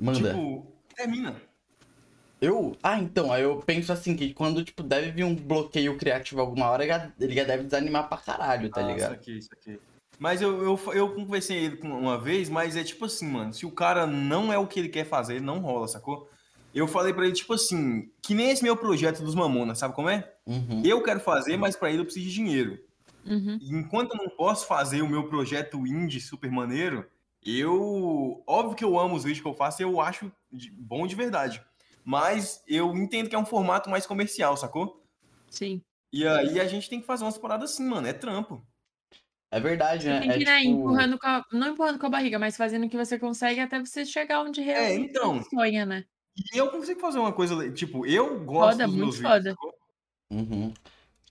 Speaker 2: Manda.
Speaker 3: Tipo, termina.
Speaker 2: Eu? Ah, então, aí eu penso assim, que quando, tipo, deve vir um bloqueio criativo alguma hora, ele já- ele já deve desanimar pra caralho, tá
Speaker 3: Ah,
Speaker 2: ligado?
Speaker 3: Isso aqui, isso aqui. Mas eu, eu, eu conversei ele com- uma vez, mas é tipo assim, mano, se o cara não é o que ele quer fazer, não rola, sacou? Eu falei pra ele, tipo assim, que nem esse meu projeto dos Mamonas, sabe como é?
Speaker 2: Uhum.
Speaker 3: Eu quero fazer, mas pra ele eu preciso de dinheiro.
Speaker 1: Uhum.
Speaker 3: E enquanto eu não posso fazer o meu projeto indie super maneiro, eu. Óbvio que eu amo os vídeos que eu faço, eu acho de- bom de verdade. Mas eu entendo que é um formato mais comercial, sacou?
Speaker 1: Sim.
Speaker 3: E aí a gente tem que fazer umas paradas assim, mano. É trampo.
Speaker 2: É verdade, né?
Speaker 1: Tem que ir
Speaker 2: é,
Speaker 1: né,
Speaker 2: tipo,
Speaker 1: empurrando com a... Não empurrando com a barriga, mas fazendo o que você consegue até você chegar onde realmente
Speaker 3: então.
Speaker 1: você sonha, né?
Speaker 3: E eu consigo fazer uma coisa. le- Tipo, eu gosto
Speaker 1: Foda,
Speaker 3: dos
Speaker 1: muito
Speaker 3: meus
Speaker 1: foda.
Speaker 3: vídeos. sacou?
Speaker 2: Uhum.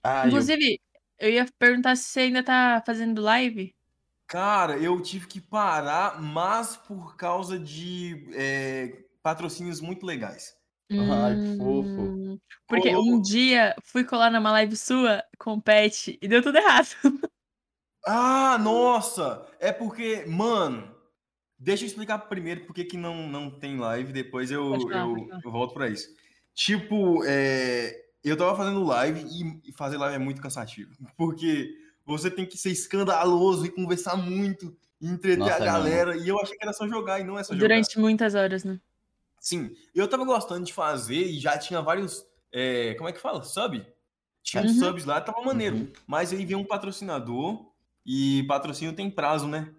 Speaker 2: Ah,
Speaker 1: Inclusive, eu ia perguntar se você ainda tá fazendo live.
Speaker 3: Cara, eu tive que parar, mas por causa de é, patrocínios muito legais.
Speaker 2: Ai, que fofo.
Speaker 1: Hum, Porque
Speaker 3: Ô,
Speaker 1: um dia fui colar numa live sua com o Pet e deu tudo errado.
Speaker 3: Ah, nossa! É porque, mano. Deixa eu explicar primeiro por que que não, não tem live, depois eu,
Speaker 1: Pode falar,
Speaker 3: eu-
Speaker 1: pode falar.
Speaker 3: eu volto pra isso. Tipo, é, eu tava fazendo live e- e fazer live é muito cansativo. Porque você tem que ser escandaloso e conversar muito, e entreter
Speaker 2: Nossa,
Speaker 3: a
Speaker 2: mano.
Speaker 3: galera. E eu achei que era só jogar e não é só jogar.
Speaker 1: Durante muitas horas, né?
Speaker 3: Sim, eu tava gostando de fazer e já tinha vários é, como é que fala? Sub. Tinha
Speaker 1: Uhum.
Speaker 3: uns subs lá, tava é maneiro.
Speaker 2: Uhum.
Speaker 3: Mas aí veio um patrocinador e patrocínio tem prazo, né?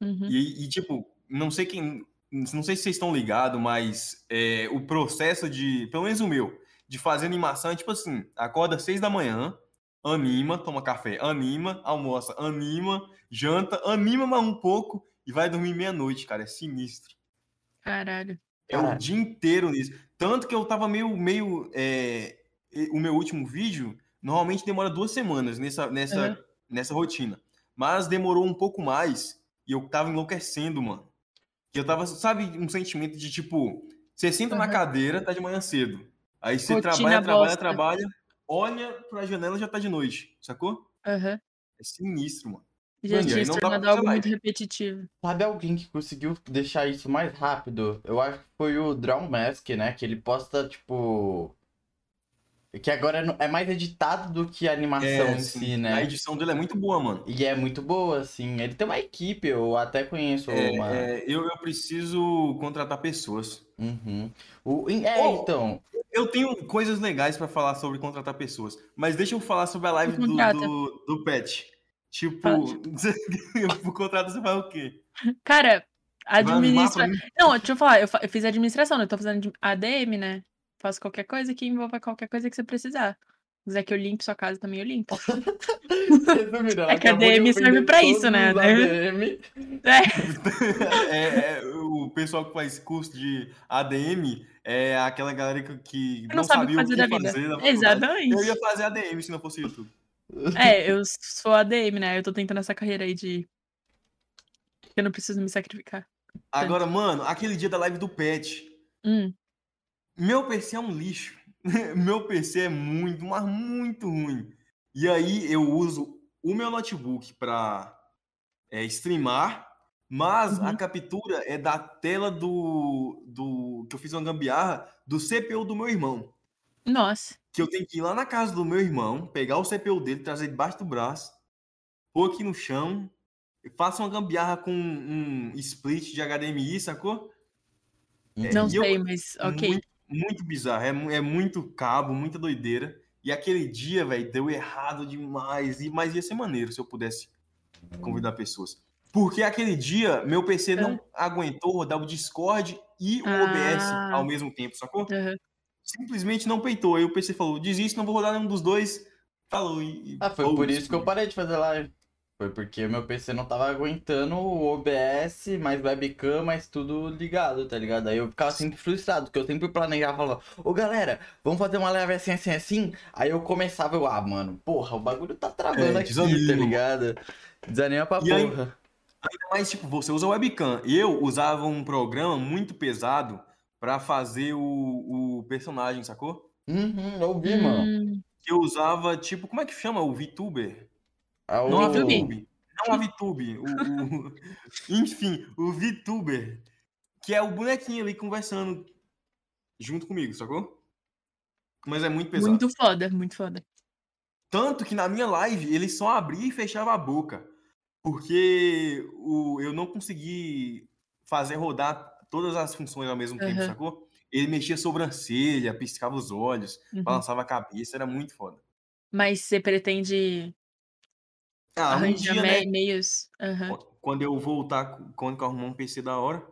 Speaker 1: Uhum.
Speaker 3: E, e, tipo, não sei quem. Não sei se vocês estão ligados, mas é, o processo de. Pelo menos o meu, de fazer animação é tipo assim: acorda às seis da manhã, anima, toma café, anima, almoça, anima, janta, anima mais um pouco e vai dormir meia-noite, cara. É sinistro.
Speaker 1: Caralho.
Speaker 3: É o dia inteiro nisso. Tanto que eu tava meio. meio é, e- o meu último vídeo normalmente demora duas semanas nessa, nessa,
Speaker 1: Aham.
Speaker 3: nessa rotina. Mas demorou um pouco mais e eu tava enlouquecendo, mano. E eu tava, sabe, um sentimento de tipo: você senta na
Speaker 1: Aham.
Speaker 3: cadeira, tá de manhã cedo. Aí você
Speaker 1: Rotina
Speaker 3: trabalha, trabalha,
Speaker 1: bosta.
Speaker 3: trabalha, olha pra janela já tá de noite, sacou?
Speaker 1: Aham.
Speaker 3: É sinistro, mano.
Speaker 1: Já
Speaker 3: Mano, e
Speaker 1: tinha
Speaker 3: aí
Speaker 1: se
Speaker 3: não dá
Speaker 1: tornado
Speaker 3: pra
Speaker 1: algo
Speaker 3: falar.
Speaker 1: muito repetitivo.
Speaker 2: Sabe alguém que conseguiu deixar isso mais rápido? Eu acho que foi o Drawn Mask, né? Que ele posta, tipo. Que agora não- é mais editado do que a animação em
Speaker 3: assim,
Speaker 2: si,
Speaker 3: A
Speaker 2: né?
Speaker 3: edição dele é muito boa, mano.
Speaker 2: E é muito boa, assim. Ele tem uma equipe, eu até conheço
Speaker 3: É,
Speaker 2: uma.
Speaker 3: é, eu, eu preciso contratar pessoas.
Speaker 2: Uhum. O... É,
Speaker 3: Oh!
Speaker 2: então.
Speaker 3: Eu tenho coisas legais pra falar sobre contratar pessoas, mas deixa eu falar sobre a live do,
Speaker 1: Contrata.
Speaker 3: do, do Pet. Tipo, o contrato você faz o quê?
Speaker 1: Cara,
Speaker 3: Vai animar pra
Speaker 1: administra.
Speaker 3: mim?
Speaker 1: Não, deixa eu falar, eu, fa- eu fiz administração, né? Eu tô fazendo de- ADM, né? Faço qualquer coisa que envolva qualquer coisa que você precisar. Se quiser que eu limpe sua casa, também eu limpo.
Speaker 2: Resumindo, ela
Speaker 1: É que a
Speaker 2: acabou de
Speaker 1: DM serve
Speaker 2: ofender
Speaker 1: pra isso,
Speaker 2: todos
Speaker 1: né?
Speaker 2: os ADM.
Speaker 1: É,
Speaker 3: É, é, o pessoal que faz curso de ADM é aquela galera que, que
Speaker 1: não sabe o que
Speaker 3: sabia
Speaker 1: fazer da
Speaker 3: o que
Speaker 1: vida.
Speaker 3: fazer. na faculdade. Eu
Speaker 1: Exatamente.
Speaker 3: ia fazer ADM se não fosse YouTube.
Speaker 1: É, eu sou ADM, né? Eu tô tentando essa carreira aí de. Eu não preciso me sacrificar.
Speaker 3: Agora, mano, aquele dia da live do Pet,
Speaker 1: Hum,
Speaker 3: Meu PC é um lixo. Meu PC é muito, mas muito ruim. E aí eu uso o meu notebook para streamar, mas a
Speaker 1: Uhum.
Speaker 3: captura é da tela do, do. que eu fiz uma gambiarra do CPU do meu irmão.
Speaker 1: Nossa.
Speaker 3: Que eu tenho que ir lá na casa do meu irmão, pegar o CPU dele, trazer debaixo do braço, pôr aqui no chão, e faço uma gambiarra com um split de HDMI, sacou? É,
Speaker 2: Uhum.
Speaker 1: Não
Speaker 3: e eu-
Speaker 1: sei, mas ok.
Speaker 3: Muito, muito bizarro. É, mu- é muito cabo, muita doideira. E aquele dia, velho, deu errado demais. E, mas ia ser maneiro se eu pudesse convidar pessoas. Porque aquele dia, meu PC
Speaker 1: É.
Speaker 3: não aguentou rodar o Discord e o OBS
Speaker 1: Ah.
Speaker 3: ao mesmo tempo, sacou?
Speaker 1: Aham.
Speaker 3: Simplesmente não peitou. Aí o PC falou: desisto, não vou rodar nenhum dos dois. Falou. E, e-
Speaker 2: Ah, foi
Speaker 3: ou-
Speaker 2: por isso que eu parei de fazer live. Foi porque meu PC não tava aguentando o OBS, mais webcam, mais tudo ligado, tá ligado? Aí eu ficava sempre frustrado, porque eu sempre planejava, falava, ô galera, vamos fazer uma live assim, assim, assim? Aí eu começava, eu, ah, mano, porra, o bagulho tá travando
Speaker 3: É,
Speaker 2: aqui,
Speaker 3: desanima.
Speaker 2: tá ligado? Desanima pra
Speaker 3: E aí-
Speaker 2: porra.
Speaker 3: Mas, tipo, você usa webcam. Eu usava um programa muito pesado pra fazer o- o personagem, sacou?
Speaker 2: Uhum, eu vi, mano.
Speaker 1: Hum,
Speaker 3: que eu usava, tipo, como é que chama? O VTuber?
Speaker 2: Ah,
Speaker 3: Não a
Speaker 2: o-
Speaker 3: VTube. Não a VTube. O, o- Enfim, o VTuber. Que é o bonequinho ali conversando junto comigo, sacou? Mas é muito pesado.
Speaker 1: muito foda, muito foda.
Speaker 3: Tanto que na minha live ele só abria e fechava a boca. Porque o, eu não consegui fazer rodar todas as funções ao mesmo tempo,
Speaker 1: Aham.
Speaker 3: sacou? Ele mexia a sobrancelha, piscava os olhos,
Speaker 1: Uhum.
Speaker 3: balançava a cabeça, era muito foda.
Speaker 1: Mas você pretende
Speaker 3: Ah, um
Speaker 1: arranjar
Speaker 3: dia, né,
Speaker 1: me- meios. Aham.
Speaker 3: Qu- Quando eu voltar, cu- quando que eu arrumar um PC da hora.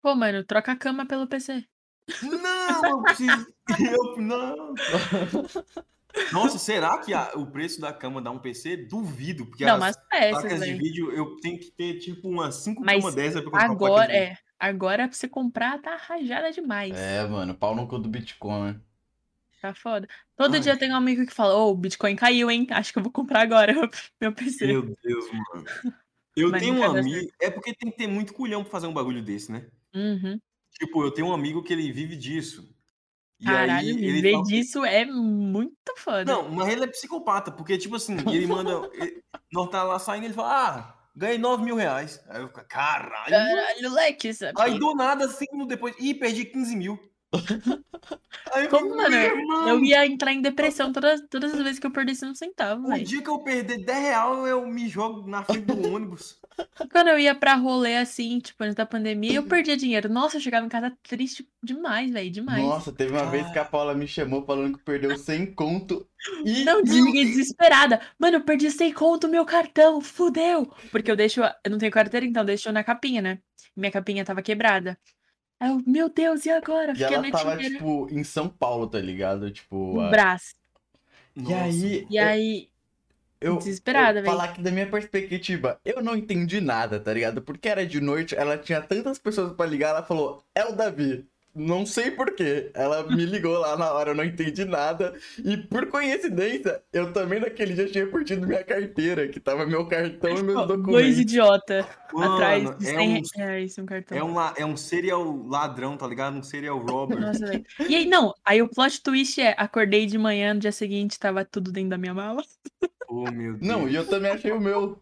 Speaker 1: Pô, mano, troca a cama pelo PC.
Speaker 3: Não, eu preciso. eu- não. Nossa, será que a- o preço da cama dá um PC? Duvido, porque
Speaker 1: Não,
Speaker 3: as
Speaker 1: mas peças,
Speaker 3: placas de
Speaker 1: velho.
Speaker 3: vídeo eu tenho que ter tipo umas 5
Speaker 1: Mas
Speaker 3: cama dessa pra comprar um uma placa
Speaker 1: Agora,
Speaker 3: de vídeo.
Speaker 1: é. Agora pra você comprar tá rajada demais.
Speaker 2: É, mano, pau no cu do Bitcoin, né?
Speaker 1: Tá foda. Todo
Speaker 3: Ai.
Speaker 1: dia tem um amigo que fala: Ô, o Bitcoin caiu, hein? Acho que eu vou comprar agora meu PC.
Speaker 3: Meu Deus, mano. Eu
Speaker 1: é. Mas
Speaker 3: tenho um
Speaker 1: nunca dá
Speaker 3: amigo. É porque tem que ter muito culhão pra fazer um bagulho desse, né?
Speaker 1: Uhum.
Speaker 3: Tipo, eu tenho um amigo que ele vive disso. E
Speaker 1: Caralho,
Speaker 3: aí ele
Speaker 1: viver
Speaker 3: fala-
Speaker 1: disso é muito foda.
Speaker 3: Não, mas ele é psicopata, porque, tipo assim, ele manda. ele- Nós tá lá saindo ele fala, ah, ganhei 9 mil reais. Aí eu fico, caralho.
Speaker 1: Caralho, leque, sabe?
Speaker 3: assim, Aí do nada, cinco minutos depois, ih, perdi 15 mil. Aí eu
Speaker 1: Como,
Speaker 3: falei,
Speaker 1: mano?
Speaker 3: "Mano,
Speaker 1: Eu ia entrar em depressão todas, todas as vezes que eu perdesse um centavo,
Speaker 3: O
Speaker 1: velho.
Speaker 3: dia que eu perder 10 real, eu me jogo na frente do ônibus.
Speaker 1: Quando eu ia pra rolê assim, tipo, antes da pandemia,
Speaker 3: Uhum.
Speaker 1: eu perdia dinheiro. Nossa, eu chegava em casa triste demais, velho, demais.
Speaker 2: Nossa, teve uma vez que a Paula me chamou falando que perdeu 100 conto. E
Speaker 1: Não, desliguei desesperada. Mano, eu perdi sem conto meu cartão, fudeu. Porque eu deixo, eu não tenho carteira, então eu deixo na capinha, né? Minha capinha tava quebrada. Aí eu, meu Deus, e agora?
Speaker 2: E
Speaker 1: Fiquei a
Speaker 2: ela
Speaker 1: noite
Speaker 2: tava,
Speaker 1: inteira
Speaker 2: tipo, em São Paulo, tá ligado? Tipo.
Speaker 1: no
Speaker 2: a-
Speaker 1: braço.
Speaker 2: E aí,
Speaker 1: E aí,
Speaker 2: eu,
Speaker 1: desesperada,
Speaker 2: eu
Speaker 1: velho.
Speaker 2: falar que da minha perspectiva, eu não entendi nada, tá ligado? Porque era de noite, ela tinha tantas pessoas pra ligar, ela falou, é o Davi. Não sei porquê. Ela me ligou lá na hora, eu não entendi nada. E por coincidência, eu também naquele dia tinha perdido minha carteira, que tava meu cartão e meus
Speaker 1: dois
Speaker 2: documentos.
Speaker 1: idiota
Speaker 3: Mano,
Speaker 1: atrás de
Speaker 3: é
Speaker 1: 100
Speaker 3: um,
Speaker 1: reais um cartão.
Speaker 3: é, um, la- é um serial ladrão, tá ligado? Um serial robber.
Speaker 1: Nossa, velho. E aí, não, aí o plot twist é: acordei de manhã, no dia seguinte tava tudo dentro da minha mala.
Speaker 3: oh, meu Deus.
Speaker 2: Não, e eu também achei o meu.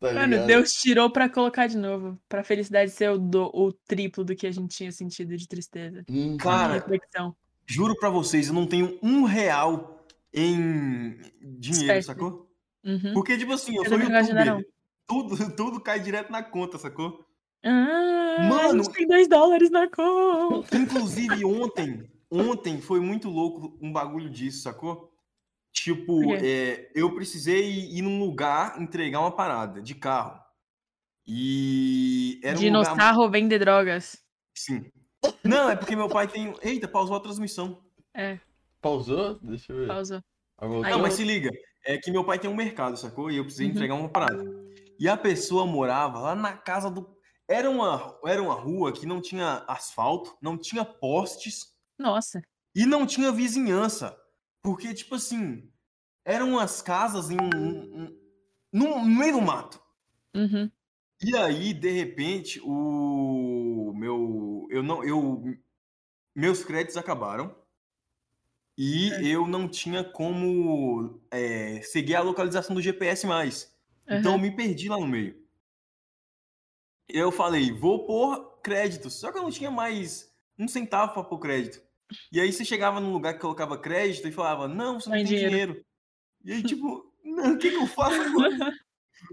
Speaker 2: Tá
Speaker 1: Mano,
Speaker 2: ligado?
Speaker 1: Deus tirou pra colocar de novo. Pra felicidade ser o, do- o triplo do que a gente tinha sentido de tristeza.
Speaker 2: Hum,
Speaker 3: Cara,
Speaker 1: Reflexão.
Speaker 3: juro pra vocês, eu não tenho um real em dinheiro,
Speaker 1: Espécie.
Speaker 3: sacou?
Speaker 1: Uhum.
Speaker 3: Porque, tipo assim, eu
Speaker 1: Eu
Speaker 3: sou
Speaker 1: também não gosto de nada,
Speaker 3: youtuber. Tudo, tudo cai direto na conta, sacou?
Speaker 1: Ah, a
Speaker 3: Mano-
Speaker 1: gente tem dois dólares na conta.
Speaker 3: Inclusive, ontem, ontem foi muito louco um bagulho disso, sacou? Tipo,
Speaker 1: Por quê?
Speaker 3: é, eu precisei ir num lugar entregar uma parada de carro. E era um lugar
Speaker 1: Dinossauro vende drogas.
Speaker 3: Sim. Não, é porque meu pai tem. Eita, pausou a transmissão.
Speaker 2: pausou? Deixa eu ver.
Speaker 1: Pausa.
Speaker 2: Ah, voltou?
Speaker 1: Aí
Speaker 3: Não,
Speaker 1: eu-
Speaker 3: mas se liga. É que meu pai tem um mercado, sacou? E eu precisei
Speaker 1: Uhum.
Speaker 3: entregar uma parada. E a pessoa morava lá na casa do. Era uma, era uma rua que não tinha asfalto, não tinha postes
Speaker 1: Nossa.
Speaker 3: e não tinha vizinhança. Porque, tipo assim, eram umas casas em um. um- um- no meio do mato.
Speaker 1: Uhum.
Speaker 3: E aí, de repente, o meu, eu não, eu, meus créditos acabaram e eu não tinha como é, seguir a localização do GPS mais. Então, eu
Speaker 1: aham.
Speaker 3: me perdi lá no meio. Eu falei, vou pôr crédito, só que eu não tinha mais um centavo para pôr crédito. E aí você chegava num lugar que colocava crédito e falava, não, você não
Speaker 1: Não
Speaker 3: tem
Speaker 1: tem
Speaker 3: dinheiro. E aí, tipo, não, o que, que eu faço agora?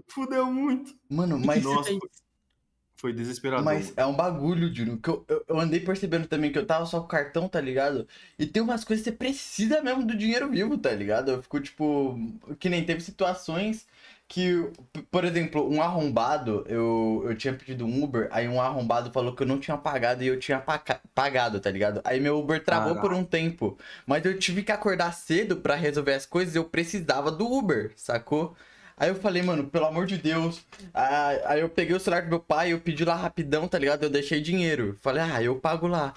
Speaker 3: Fudeu muito.
Speaker 2: Mano,
Speaker 1: O que
Speaker 2: mas.
Speaker 1: que você
Speaker 3: nossa,
Speaker 1: fez?
Speaker 3: Foi desesperador.
Speaker 2: Mas é um bagulho, Júnior, que eu, eu, eu andei percebendo também que eu tava só com cartão, tá ligado? E tem umas coisas que você precisa mesmo do dinheiro vivo, tá ligado? Eu fico, tipo, que nem teve situações que, p- por exemplo, um arrombado, eu, eu tinha pedido um Uber, aí um arrombado falou que eu não tinha pagado e eu tinha paca- pagado, tá ligado? Aí meu Uber travou
Speaker 3: Caraca.
Speaker 2: por um tempo, mas eu tive que acordar cedo pra resolver as coisas e eu precisava do Uber, sacou? Aí eu falei, mano, pelo amor de Deus, ah, Aí eu peguei o celular do meu pai, eu pedi lá rapidão, tá ligado? Eu deixei dinheiro. Falei, ah, eu pago lá.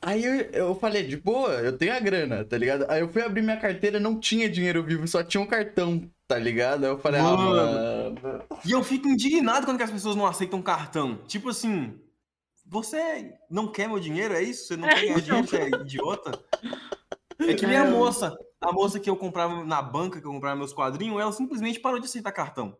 Speaker 2: Aí eu, eu falei, de boa, eu tenho a grana, tá ligado? Aí eu fui abrir minha carteira, não tinha dinheiro vivo, só tinha um cartão, tá ligado? Aí eu falei, ah,
Speaker 3: Mano.
Speaker 2: mano.
Speaker 3: E eu fico indignado quando que as pessoas não aceitam cartão. Tipo assim, você não quer meu dinheiro, é isso? Você não quer minha
Speaker 1: então.
Speaker 3: gente, é idiota? É que
Speaker 1: É,
Speaker 3: minha
Speaker 1: eu-
Speaker 3: moça, a moça que eu comprava na banca, que eu comprava meus quadrinhos, ela simplesmente parou de aceitar cartão.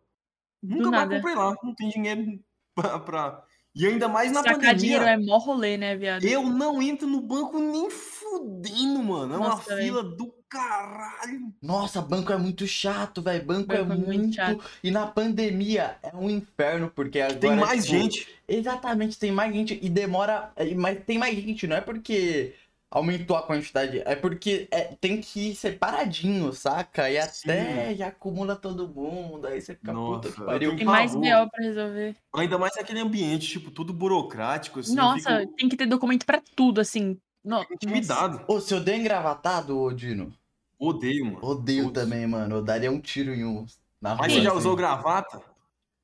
Speaker 3: Nunca mais
Speaker 1: nada.
Speaker 3: comprei lá, não tem dinheiro pra... pra- E ainda mais na
Speaker 1: Sacar dinheiro
Speaker 3: pandemia,
Speaker 1: é mó rolê, né, viado?
Speaker 3: eu não entro no banco nem fudendo, mano. É uma
Speaker 1: Nossa, velho.
Speaker 3: fila do caralho.
Speaker 2: Nossa, banco é muito chato, velho. Banco, é
Speaker 1: Banco é
Speaker 2: muito.
Speaker 1: muito chato.
Speaker 2: E na pandemia é um inferno, porque agora.
Speaker 3: Tem mais
Speaker 2: tipo,
Speaker 3: gente.
Speaker 2: Exatamente, tem mais gente e demora. e- Mas tem mais gente, não é porque aumentou a quantidade, é porque é- tem que ir separadinho, saca? E
Speaker 3: Sim.
Speaker 2: até já acumula todo mundo, aí você fica puta que
Speaker 3: Nossa,
Speaker 2: pariu.
Speaker 3: eu
Speaker 1: Tem mais
Speaker 3: pavor.
Speaker 1: BO pra resolver.
Speaker 3: Ainda mais naquele ambiente, tipo, tudo burocrático, assim. eu
Speaker 1: Nossa,
Speaker 3: fico
Speaker 1: tem que ter documento pra tudo, assim. No...
Speaker 3: intimidado.
Speaker 2: Ô, se eu dei engravatado, ô Dino,
Speaker 3: Odeio, mano.
Speaker 2: odeio
Speaker 3: Putz.
Speaker 2: também, mano. Eu daria um tiro em um. Na rua,
Speaker 3: Mas você já
Speaker 2: assim.
Speaker 3: usou gravata?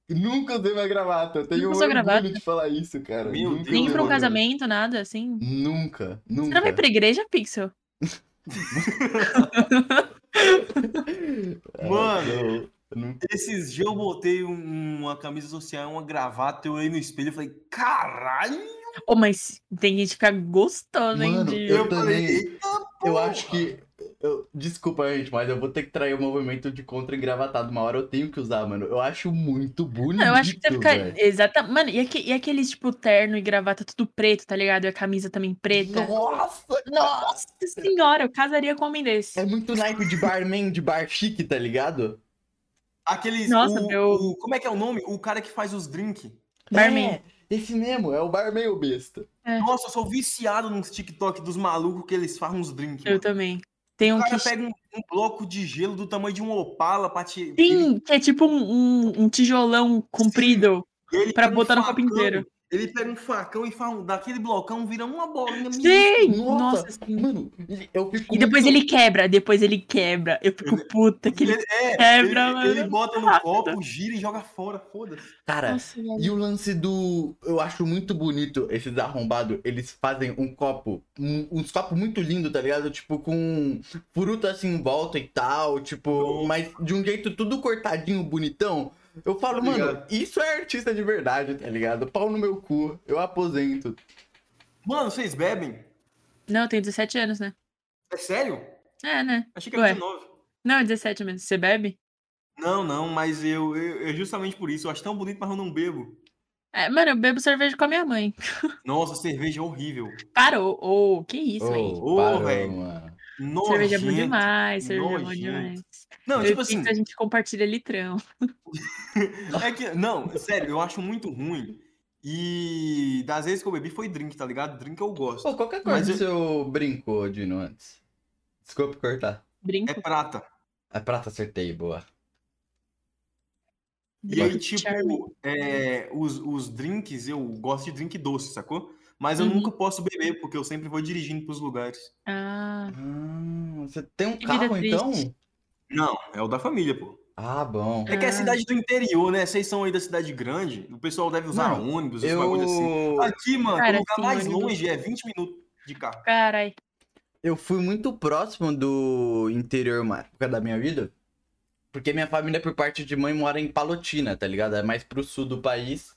Speaker 2: Nunca usei minha gravata. Eu tenho
Speaker 1: Nunca
Speaker 2: um
Speaker 1: usou gravata.
Speaker 2: orgulho de falar isso, cara.
Speaker 3: Meu
Speaker 2: Nunca
Speaker 3: Deus,
Speaker 1: Nem
Speaker 2: usei
Speaker 1: pra um
Speaker 2: gravata.
Speaker 1: casamento, nada, assim.
Speaker 2: Nunca, nunca.
Speaker 1: Você não vai pra igreja, Pixel?
Speaker 2: Ah,
Speaker 3: Mano.
Speaker 2: eu- eu nunca-
Speaker 3: Esses dias eu botei um- uma camisa social, uma gravata, eu olhei no espelho e falei, caralho!
Speaker 1: Ô, mas tem gente que fica gostosa, hein?
Speaker 2: Mano,
Speaker 1: de-
Speaker 2: Eu
Speaker 3: falei,
Speaker 2: também.
Speaker 3: "Eita
Speaker 2: Eu
Speaker 3: porra!"
Speaker 2: acho que eu- eu- desculpa, gente, mas eu vou ter que trair o movimento de contra engravatado. Uma hora eu tenho que usar, mano. Eu acho muito bonito.
Speaker 1: Não, eu acho que você fica.
Speaker 2: velho.
Speaker 1: Exata... Mano, e, aque- e aqueles, tipo, terno e gravata tudo preto, tá ligado? E a camisa também preta.
Speaker 2: Nossa!
Speaker 1: Nossa senhora, eu casaria com um homem desse.
Speaker 2: É muito naipe de barman, de bar chique, tá ligado?
Speaker 3: Aqueles.
Speaker 1: Nossa,
Speaker 3: o-
Speaker 1: meu-
Speaker 3: o- como é que é o nome? O cara que faz os drinks.
Speaker 1: Barman.
Speaker 2: É, esse mesmo, é o barman, o besta.
Speaker 3: Nossa, eu sou viciado nos TikTok dos malucos que eles farram os drinks.
Speaker 1: Eu
Speaker 3: mano.
Speaker 1: também. Tem
Speaker 3: O
Speaker 1: um que.
Speaker 3: cara pega um, um bloco de gelo do tamanho de um opala pra te. ele-
Speaker 1: Sim, que é tipo um, um- um tijolão comprido.
Speaker 3: ele
Speaker 1: pra
Speaker 3: pega um
Speaker 1: botar no copo
Speaker 3: facão,
Speaker 1: inteiro.
Speaker 3: Ele pega um facão e faz um, daquele blocão vira uma bolinha. minúscula.
Speaker 1: Sim!
Speaker 2: Nossa.
Speaker 1: Nossa, sim.
Speaker 2: Mano, eu fico.
Speaker 1: E depois
Speaker 2: muito-
Speaker 1: ele quebra, depois ele quebra. Eu fico puta que ele.
Speaker 3: Ele- é,
Speaker 1: quebra,
Speaker 3: ele-
Speaker 1: mano.
Speaker 3: ele bota no copo, gira e joga fora, foda-se.
Speaker 2: Cara,
Speaker 1: Nossa, velho.
Speaker 2: E o lance do. Eu acho muito bonito esses arrombados. Eles fazem um copo. Um, uns copos muito lindo, tá ligado? Tipo, com fruta assim em volta e tal. Tipo, mas de um jeito tudo cortadinho, bonitão. Eu falo,
Speaker 3: Tá
Speaker 2: mano,
Speaker 3: ligado.
Speaker 2: isso é artista de verdade, tá ligado? Pau no meu cu, eu aposento.
Speaker 3: Mano, vocês bebem?
Speaker 1: Não, eu tenho 17 anos, né?
Speaker 3: É sério?
Speaker 1: É, né?
Speaker 3: Achei que era
Speaker 1: Ué.
Speaker 3: 19.
Speaker 1: Não, é 17 mesmo. Você bebe?
Speaker 3: Não, não, mas eu, eu, é justamente por isso. Eu acho tão bonito, mas eu não bebo.
Speaker 1: É, mano, eu bebo cerveja com a minha mãe.
Speaker 3: Nossa, cerveja é horrível.
Speaker 1: Parou. Ô, que isso, aí.
Speaker 2: Ô,
Speaker 3: Ô,
Speaker 2: parou,
Speaker 3: velho.
Speaker 2: mano.
Speaker 1: Cerveja é bom
Speaker 3: Nojento.
Speaker 1: demais, cerveja é bom
Speaker 3: nojento.
Speaker 1: demais.
Speaker 3: Não,
Speaker 1: Eu e
Speaker 3: tipo assim,
Speaker 1: Pix, a gente compartilha litrão.
Speaker 3: é que. Não, sério, eu acho muito ruim. E das vezes que eu bebi foi drink, tá ligado? Drink eu gosto.
Speaker 2: Pô, qualquer
Speaker 3: Mas
Speaker 2: coisa
Speaker 3: eu-
Speaker 2: que eu... brincou, Dino, antes. Desculpa cortar.
Speaker 1: Brinco.
Speaker 3: É prata.
Speaker 2: A prata acertei, boa.
Speaker 3: E aí,
Speaker 1: brinco de charme.
Speaker 3: tipo, é, os, os drinks, eu gosto de drink doce, sacou? Mas eu
Speaker 1: Uhum.
Speaker 3: nunca posso beber, porque eu sempre vou dirigindo pros lugares.
Speaker 1: Ah,
Speaker 2: Ah, você tem um
Speaker 1: Que
Speaker 2: carro
Speaker 1: vida triste.
Speaker 2: então?
Speaker 3: Não, é o da família, pô.
Speaker 2: Ah, bom.
Speaker 3: É que é
Speaker 1: Ah.
Speaker 3: a cidade do interior, né? Vocês são aí da cidade grande, o pessoal deve usar
Speaker 2: Não,
Speaker 3: ônibus, esse bagulho assim.
Speaker 2: Eu,
Speaker 3: Aqui, mano,
Speaker 1: Cara,
Speaker 3: o lugar
Speaker 1: sim,
Speaker 3: mais
Speaker 1: ônibus.
Speaker 3: longe é 20 minutos de carro.
Speaker 1: carai.
Speaker 2: eu fui muito próximo do interior uma época da minha vida. Porque minha família, por parte de mãe, mora em Palotina, tá ligado? É mais pro sul do país.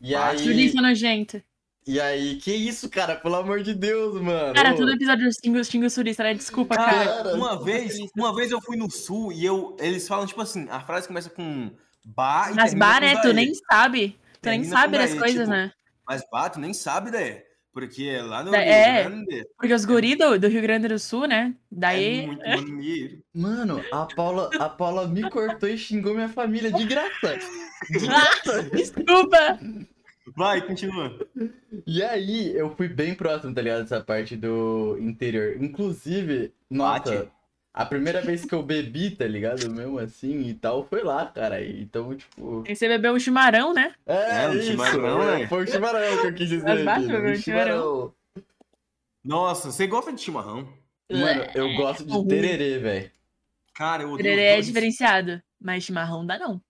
Speaker 2: E
Speaker 3: Ah,
Speaker 2: aí,
Speaker 1: Juliça nojenta.
Speaker 2: e aí, que isso, cara? Pelo amor de Deus, mano.
Speaker 1: Cara,
Speaker 2: Ô,
Speaker 1: todo episódio eu xingo, xingo o surista, né? Desculpa,
Speaker 3: Cara,
Speaker 1: cara.
Speaker 2: cara,
Speaker 3: uma
Speaker 2: desculpa,
Speaker 3: vez,
Speaker 2: Felipe.
Speaker 3: uma vez eu fui no sul e eu, eles falam tipo assim, a frase começa com bar e
Speaker 1: Mas
Speaker 3: termina
Speaker 1: bar,
Speaker 3: com
Speaker 1: né? Tu
Speaker 3: daê.
Speaker 1: nem sabe. Tu nem
Speaker 3: Termina
Speaker 1: sabe
Speaker 3: com
Speaker 1: das
Speaker 3: daê,
Speaker 1: coisas,
Speaker 3: tipo,
Speaker 1: né?
Speaker 3: Mas bar, tu nem sabe daí, porque é lá no
Speaker 1: Da-
Speaker 3: Rio né?
Speaker 1: é.
Speaker 3: Grande,
Speaker 1: Porque os guri do, do Rio Grande do Sul, né?
Speaker 3: é
Speaker 1: Daí.
Speaker 3: muito maneiro.
Speaker 2: Mano, a Paula, a Paula me cortou e xingou minha família de graça. De
Speaker 1: Ah!
Speaker 2: graça.
Speaker 1: Desculpa!
Speaker 3: Vai, continua.
Speaker 2: E aí, eu fui bem próximo, tá ligado? Dessa parte do interior. Inclusive, nossa,
Speaker 3: Bate.
Speaker 2: a primeira vez que eu bebi, tá ligado? Mesmo assim e tal, foi lá, cara. Então, tipo.
Speaker 1: Tem que você beber um chimarrão, né?
Speaker 2: É,
Speaker 3: É, um
Speaker 2: isso,
Speaker 3: chimarrão,
Speaker 2: é,
Speaker 3: né?
Speaker 2: Foi o chimarão que eu quis dizer.
Speaker 1: Mas bate,
Speaker 2: Dino,
Speaker 1: meu,
Speaker 2: um chimarão.
Speaker 3: Nossa, você gosta de chimarrão? é
Speaker 2: Mano,
Speaker 1: É.
Speaker 2: eu gosto de tererê, velho.
Speaker 3: Cara, eu odeio
Speaker 1: Tererê é
Speaker 3: dois.
Speaker 1: diferenciado. Mas chimarrão dá não.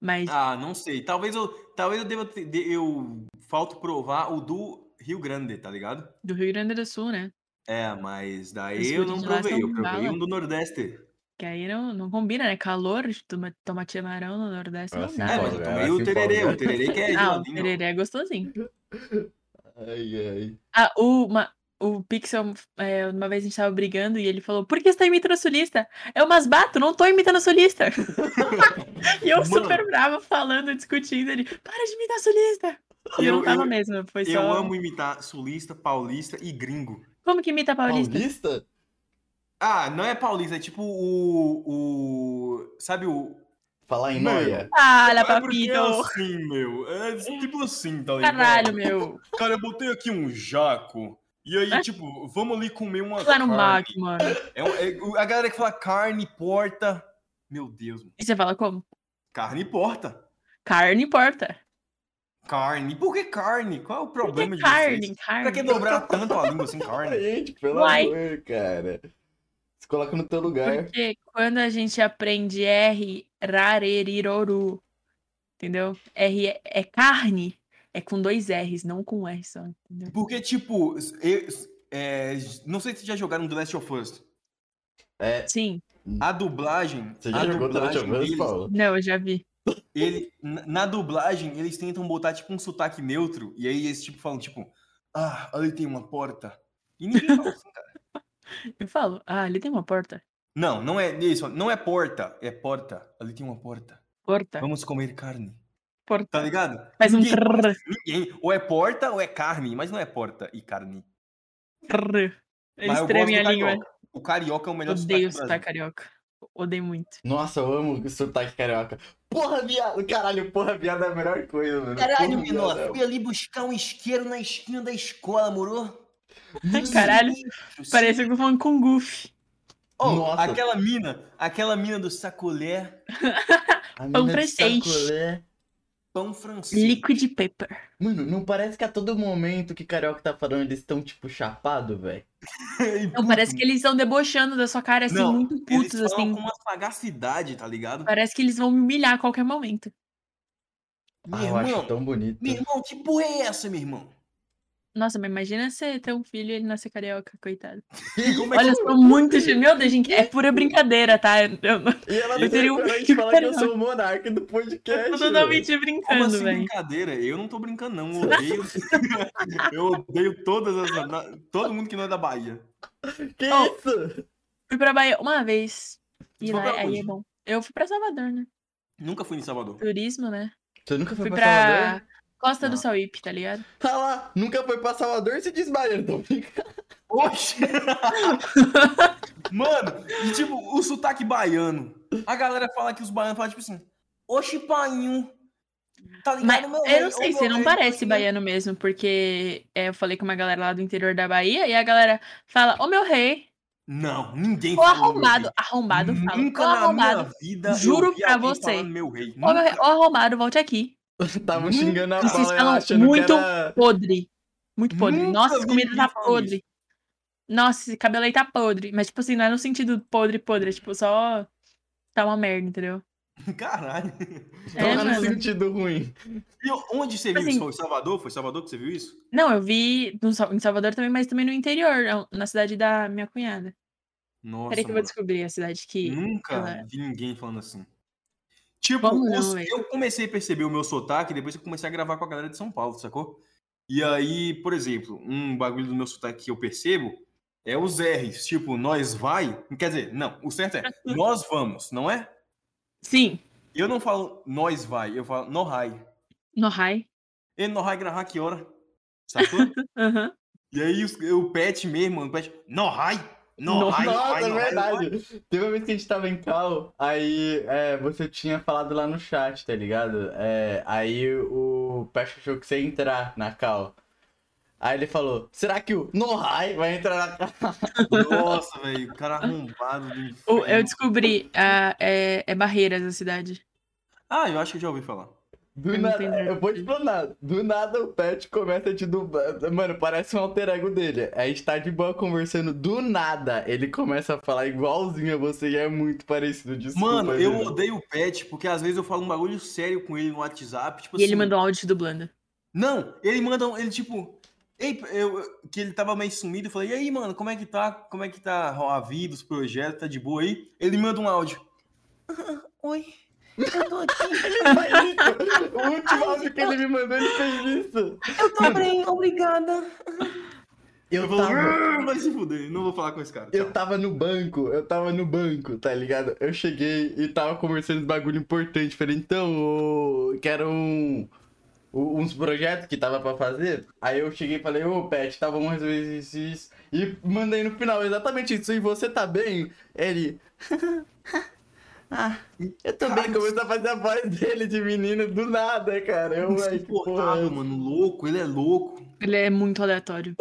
Speaker 1: Mas.
Speaker 3: Ah, não sei. Talvez eu, talvez eu deva ter- de- eu falto provar o do Rio Grande, tá ligado?
Speaker 1: Do Rio Grande do Sul, né?
Speaker 3: É, mas daí
Speaker 1: Os
Speaker 3: eu
Speaker 1: guri
Speaker 3: não
Speaker 1: de lá
Speaker 3: provei,
Speaker 1: são
Speaker 3: eu provei
Speaker 1: bala.
Speaker 3: um do Nordeste.
Speaker 1: Que aí não, não combina, né? Calor, toma, toma chimarrão no Nordeste não
Speaker 2: Assim,
Speaker 1: dá.
Speaker 3: É,
Speaker 1: né?
Speaker 3: mas eu
Speaker 2: Empolga,
Speaker 3: tomei
Speaker 2: ela
Speaker 3: o
Speaker 2: se
Speaker 3: tererê,
Speaker 2: empolga.
Speaker 3: o tererê que é
Speaker 1: Ah, o
Speaker 3: geladinho. ó.
Speaker 1: tererê é gostosinho.
Speaker 2: Ai, ai.
Speaker 1: Ah, o, uma, o Pixel, é, uma vez a gente tava brigando e ele falou, por que você tá imitando sulista? Eu, mas bato, não tô imitando sulista. e eu
Speaker 3: Mano.
Speaker 1: super brava falando, discutindo, ele, para de imitar sulista. E eu,
Speaker 3: Eu-
Speaker 1: não tava
Speaker 3: eu-
Speaker 1: mesmo, foi
Speaker 3: Eu
Speaker 1: só...
Speaker 3: amo imitar sulista, paulista e gringo.
Speaker 1: Como que imita paulista?
Speaker 2: Paulista?
Speaker 3: Ah, não é paulista, é tipo o. o sabe o.
Speaker 2: Falar em
Speaker 3: Mano.
Speaker 2: noia.
Speaker 1: Fala,
Speaker 3: é porque é
Speaker 1: papito!
Speaker 3: assim, meu. É tipo assim, tá ligado?
Speaker 1: Caralho, meu. Ah.
Speaker 3: Cara, eu botei aqui um jaco. E aí, tipo, vamos ali comer uma.
Speaker 1: Lá no
Speaker 3: carne.
Speaker 1: Mac, mano.
Speaker 3: É um- é o- a galera que fala carne, porta. Meu Deus, mano.
Speaker 1: E você fala como?
Speaker 3: Carne, porta.
Speaker 1: Carne importa.
Speaker 3: Carne. Por que carne? Qual é o
Speaker 1: Por
Speaker 3: problema
Speaker 1: que
Speaker 3: de
Speaker 1: carne,
Speaker 3: vocês?
Speaker 1: carne?
Speaker 3: Pra que dobrar tanto a língua assim, carne?
Speaker 2: Gente, pelo
Speaker 1: Uai.
Speaker 2: amor, cara. Se coloca no teu lugar.
Speaker 1: Porque quando a gente aprende R, rareriroru, entendeu? R é, é carne, é com dois R's, não com um R só, entendeu?
Speaker 3: Porque, tipo, eu- é, não sei se já jogaram The Last of Us.
Speaker 2: É,
Speaker 1: Sim,
Speaker 3: A dublagem.
Speaker 2: você
Speaker 3: a
Speaker 2: já jogou durante a
Speaker 3: dublagem
Speaker 2: vez,
Speaker 3: deles-
Speaker 2: Paula?
Speaker 1: não, eu já vi.
Speaker 3: ele, na na dublagem, eles tentam botar, tipo, um sotaque neutro, e aí eles, tipo, falam, tipo, ah, ali tem uma porta. E ninguém fala assim, cara.
Speaker 1: Eu falo, ah, ali tem uma porta.
Speaker 3: Não, não é isso. Não é porta, é porta. Ali tem uma porta.
Speaker 1: Porta.
Speaker 3: Vamos comer carne.
Speaker 1: Porta.
Speaker 3: Tá ligado?
Speaker 1: Faz um
Speaker 3: Ninguém-
Speaker 1: trrr,
Speaker 3: Ninguém. Ou é porta ou é carne, mas não é porta e carne.
Speaker 1: trrr. Ele
Speaker 3: mas eu gosto
Speaker 1: espreme a
Speaker 3: do
Speaker 1: língua.
Speaker 3: carioca. O carioca é o melhor
Speaker 1: Odeio
Speaker 3: do
Speaker 1: sotaque
Speaker 3: Brasil.
Speaker 1: carioca. Odeio muito.
Speaker 2: Nossa, eu amo o sotaque carioca. Porra, viado. Caralho, porra, viado é a melhor coisa, mano.
Speaker 3: Caralho,
Speaker 2: Porra,
Speaker 3: menor,
Speaker 2: viado.
Speaker 3: fui ali buscar um isqueiro na esquina da escola, moro?
Speaker 1: Caralho,
Speaker 3: Sinistro,
Speaker 1: Parece que eu tô falando com Goofy.
Speaker 3: Oh,
Speaker 2: Nossa.
Speaker 3: aquela mina, aquela mina do sacolé,
Speaker 1: um
Speaker 2: A mina de
Speaker 1: francês.
Speaker 2: sacolé.
Speaker 3: pão francês.
Speaker 1: Liquid paper.
Speaker 2: Mano, não parece que a todo momento que carioca tá falando eles estão, tipo, chapado, velho?
Speaker 1: Não, parece que eles estão debochando da sua cara, assim,
Speaker 3: Não,
Speaker 1: muito
Speaker 3: eles
Speaker 1: putos,
Speaker 3: falam
Speaker 1: assim.
Speaker 3: com uma sagacidade, tá ligado?
Speaker 1: Parece que eles vão me humilhar a qualquer momento.
Speaker 3: Meu
Speaker 2: Ah, eu
Speaker 3: irmão,
Speaker 2: acho tão bonito.
Speaker 3: meu irmão, que porra é essa, meu irmão?
Speaker 1: Nossa, mas imagina você ter um filho e ele nascer carioca, coitado.
Speaker 3: Como é
Speaker 1: Olha, eu sou muito. gen- Meu Deus, gente, é pura brincadeira, tá? Eu, eu,
Speaker 2: E ela
Speaker 1: Eu teria um
Speaker 2: literalmente
Speaker 1: vídeo
Speaker 2: fala que eu
Speaker 1: carioca.
Speaker 2: sou o monarca do podcast.
Speaker 1: tô
Speaker 2: velho.
Speaker 1: totalmente
Speaker 3: Como
Speaker 1: brincando,
Speaker 3: assim
Speaker 1: velho.
Speaker 3: brincadeira? Eu não tô brincando, não. Eu odeio, eu odeio todas as. na- Todo mundo que não é da Bahia.
Speaker 2: Que
Speaker 1: Ó,
Speaker 2: isso?
Speaker 1: Fui pra Bahia uma vez. E
Speaker 3: Foi
Speaker 1: lá,
Speaker 3: pra
Speaker 1: aí
Speaker 3: onde?
Speaker 1: é bom. Eu fui pra Salvador, né?
Speaker 3: Nunca fui em Salvador.
Speaker 1: Turismo, né?
Speaker 2: Você nunca foi
Speaker 1: fui
Speaker 2: pra,
Speaker 1: pra
Speaker 2: Salvador?
Speaker 1: Costa do
Speaker 3: Não.
Speaker 1: Sauípe, tá ligado?
Speaker 2: Tá lá, nunca foi pra Salvador e se desmaiando. Tô brincando.
Speaker 3: Oxe! Mano, e tipo, o sotaque baiano. A galera fala que os baianos falam tipo assim, oxe, painho. Tá ligado,
Speaker 1: Mas
Speaker 3: meu
Speaker 1: eu
Speaker 3: velho?
Speaker 1: não sei
Speaker 3: Ô,
Speaker 1: se não
Speaker 3: meu velho, tipo assim,
Speaker 1: parece
Speaker 3: painho."
Speaker 1: baiano mesmo, porque é, eu falei com uma galera lá do interior da Bahia e a galera fala, ô meu rei,
Speaker 3: Não, ninguém
Speaker 1: ô
Speaker 3: fala meu
Speaker 1: arrombado,
Speaker 3: rei.
Speaker 1: arrombado, fala,
Speaker 3: Nunca
Speaker 1: ô
Speaker 3: na
Speaker 1: arrombado,
Speaker 3: minha vida
Speaker 1: Juro
Speaker 3: eu vi
Speaker 1: pra
Speaker 3: alguém
Speaker 1: você.
Speaker 3: falando meu rei.
Speaker 1: ô meu rei,
Speaker 3: Nunca.
Speaker 1: ô arrombado, volte aqui.
Speaker 2: Estavam xingando a
Speaker 1: Vocês
Speaker 2: Paula, ela
Speaker 1: falam
Speaker 2: achando que
Speaker 1: muito-
Speaker 2: era...
Speaker 1: Podre, muito podre.
Speaker 3: Nunca
Speaker 1: Nossa,
Speaker 3: vi
Speaker 1: essa comida
Speaker 3: ninguém
Speaker 1: tá
Speaker 3: falando
Speaker 1: podre. Nossa, esse cabelo aí tá podre. Mas, tipo assim, não é no sentido podre, podre, é tipo só tá uma merda, entendeu?
Speaker 3: Caralho.
Speaker 1: É,
Speaker 2: Tava Então, tá no
Speaker 1: mano.
Speaker 2: sentido ruim.
Speaker 3: E onde você viu
Speaker 1: Assim-
Speaker 3: isso? Foi em Salvador? Foi em Salvador que você viu isso?
Speaker 1: Não, eu vi no, Sa- em Salvador também, mas também no interior, na- na cidade da minha cunhada.
Speaker 3: Nossa,
Speaker 1: Peraí que eu vou
Speaker 3: mano. Hum?
Speaker 1: descobrir a cidade que.
Speaker 3: Nunca
Speaker 1: Ela-
Speaker 3: vi ninguém falando assim. Tipo,
Speaker 1: Como não,
Speaker 3: os-
Speaker 1: velho?
Speaker 3: eu comecei a perceber o meu sotaque depois que eu comecei a gravar com a galera de São Paulo, sacou? E aí, por exemplo, um bagulho do meu sotaque que eu percebo é os R's. Tipo, nós vai. Quer dizer, não, o certo é
Speaker 2: Uhum.
Speaker 3: nós vamos, não é?
Speaker 1: Sim,
Speaker 3: Eu não falo nós vai, eu falo nohai.
Speaker 1: Nohai.
Speaker 3: E nohai gravar que hora? Sacou?
Speaker 1: Aham.
Speaker 3: e aí os- o pet mesmo, o pet, nohai!
Speaker 2: Nossa,
Speaker 3: Nohai! nohai,
Speaker 2: é
Speaker 3: nohai, nohai."
Speaker 2: verdade. Teve uma vez que a gente tava em cal, aí é, você tinha falado lá no chat, tá ligado? É, aí o Peixe achou que você ia entrar na cal. Aí ele falou, será que o Nohai vai entrar na cal?
Speaker 3: Nossa, velho, cara arrombado do
Speaker 1: Ou Eu
Speaker 3: inferno.
Speaker 1: descobri. a- é, é Barreiras a cidade.
Speaker 3: Ah, eu acho que eu já ouvi falar.
Speaker 2: Do
Speaker 1: Eu não
Speaker 2: nada,
Speaker 1: entendi.
Speaker 2: eu vou te planar. Do nada o Pet começa a te dublar. Mano, parece um alter ego dele. A gente tá de boa conversando. Do nada, ele começa a falar igualzinho a você e é muito parecido disso.
Speaker 3: Mano, eu odeio o Pet, porque às vezes eu falo um bagulho sério com ele no WhatsApp, tipo
Speaker 1: E ele
Speaker 3: assim,
Speaker 1: mandou um áudio dublando.
Speaker 3: Não, ele manda, um- ele tipo... Ei, eu, eu- que ele tava meio sumido, eu falei, e aí, mano, como é que tá? Como é que tá a vida, os projetos, tá de boa aí? Ele manda um áudio. "Ah, Oi, eu tô aqui,
Speaker 2: O último áudio que ele me mandou, ele fez isso.
Speaker 3: eu tô bem, obrigada.
Speaker 2: Eu
Speaker 3: Eu falo,
Speaker 2: tava,
Speaker 3: "Ah, vai se fuder, não vou falar com esse cara.
Speaker 2: eu
Speaker 3: tchau."
Speaker 2: tava no banco, eu tava no banco, tá ligado? Eu cheguei e tava conversando de bagulho importante. Falei, então, ô, que era um, u- uns projetos que tava pra fazer. Aí eu cheguei e falei, ô Pet, tá, vamos resolver isso, isso. E mandei no final exatamente isso. E você tá bem? Ele. ah, eu tô bem.
Speaker 3: Cara,
Speaker 2: Começou a fazer a voz dele de menino do nada, cara. Eu, ai, que porra. é
Speaker 3: Insuportável, mano, louco, ele é louco.
Speaker 1: Ele é muito aleatório.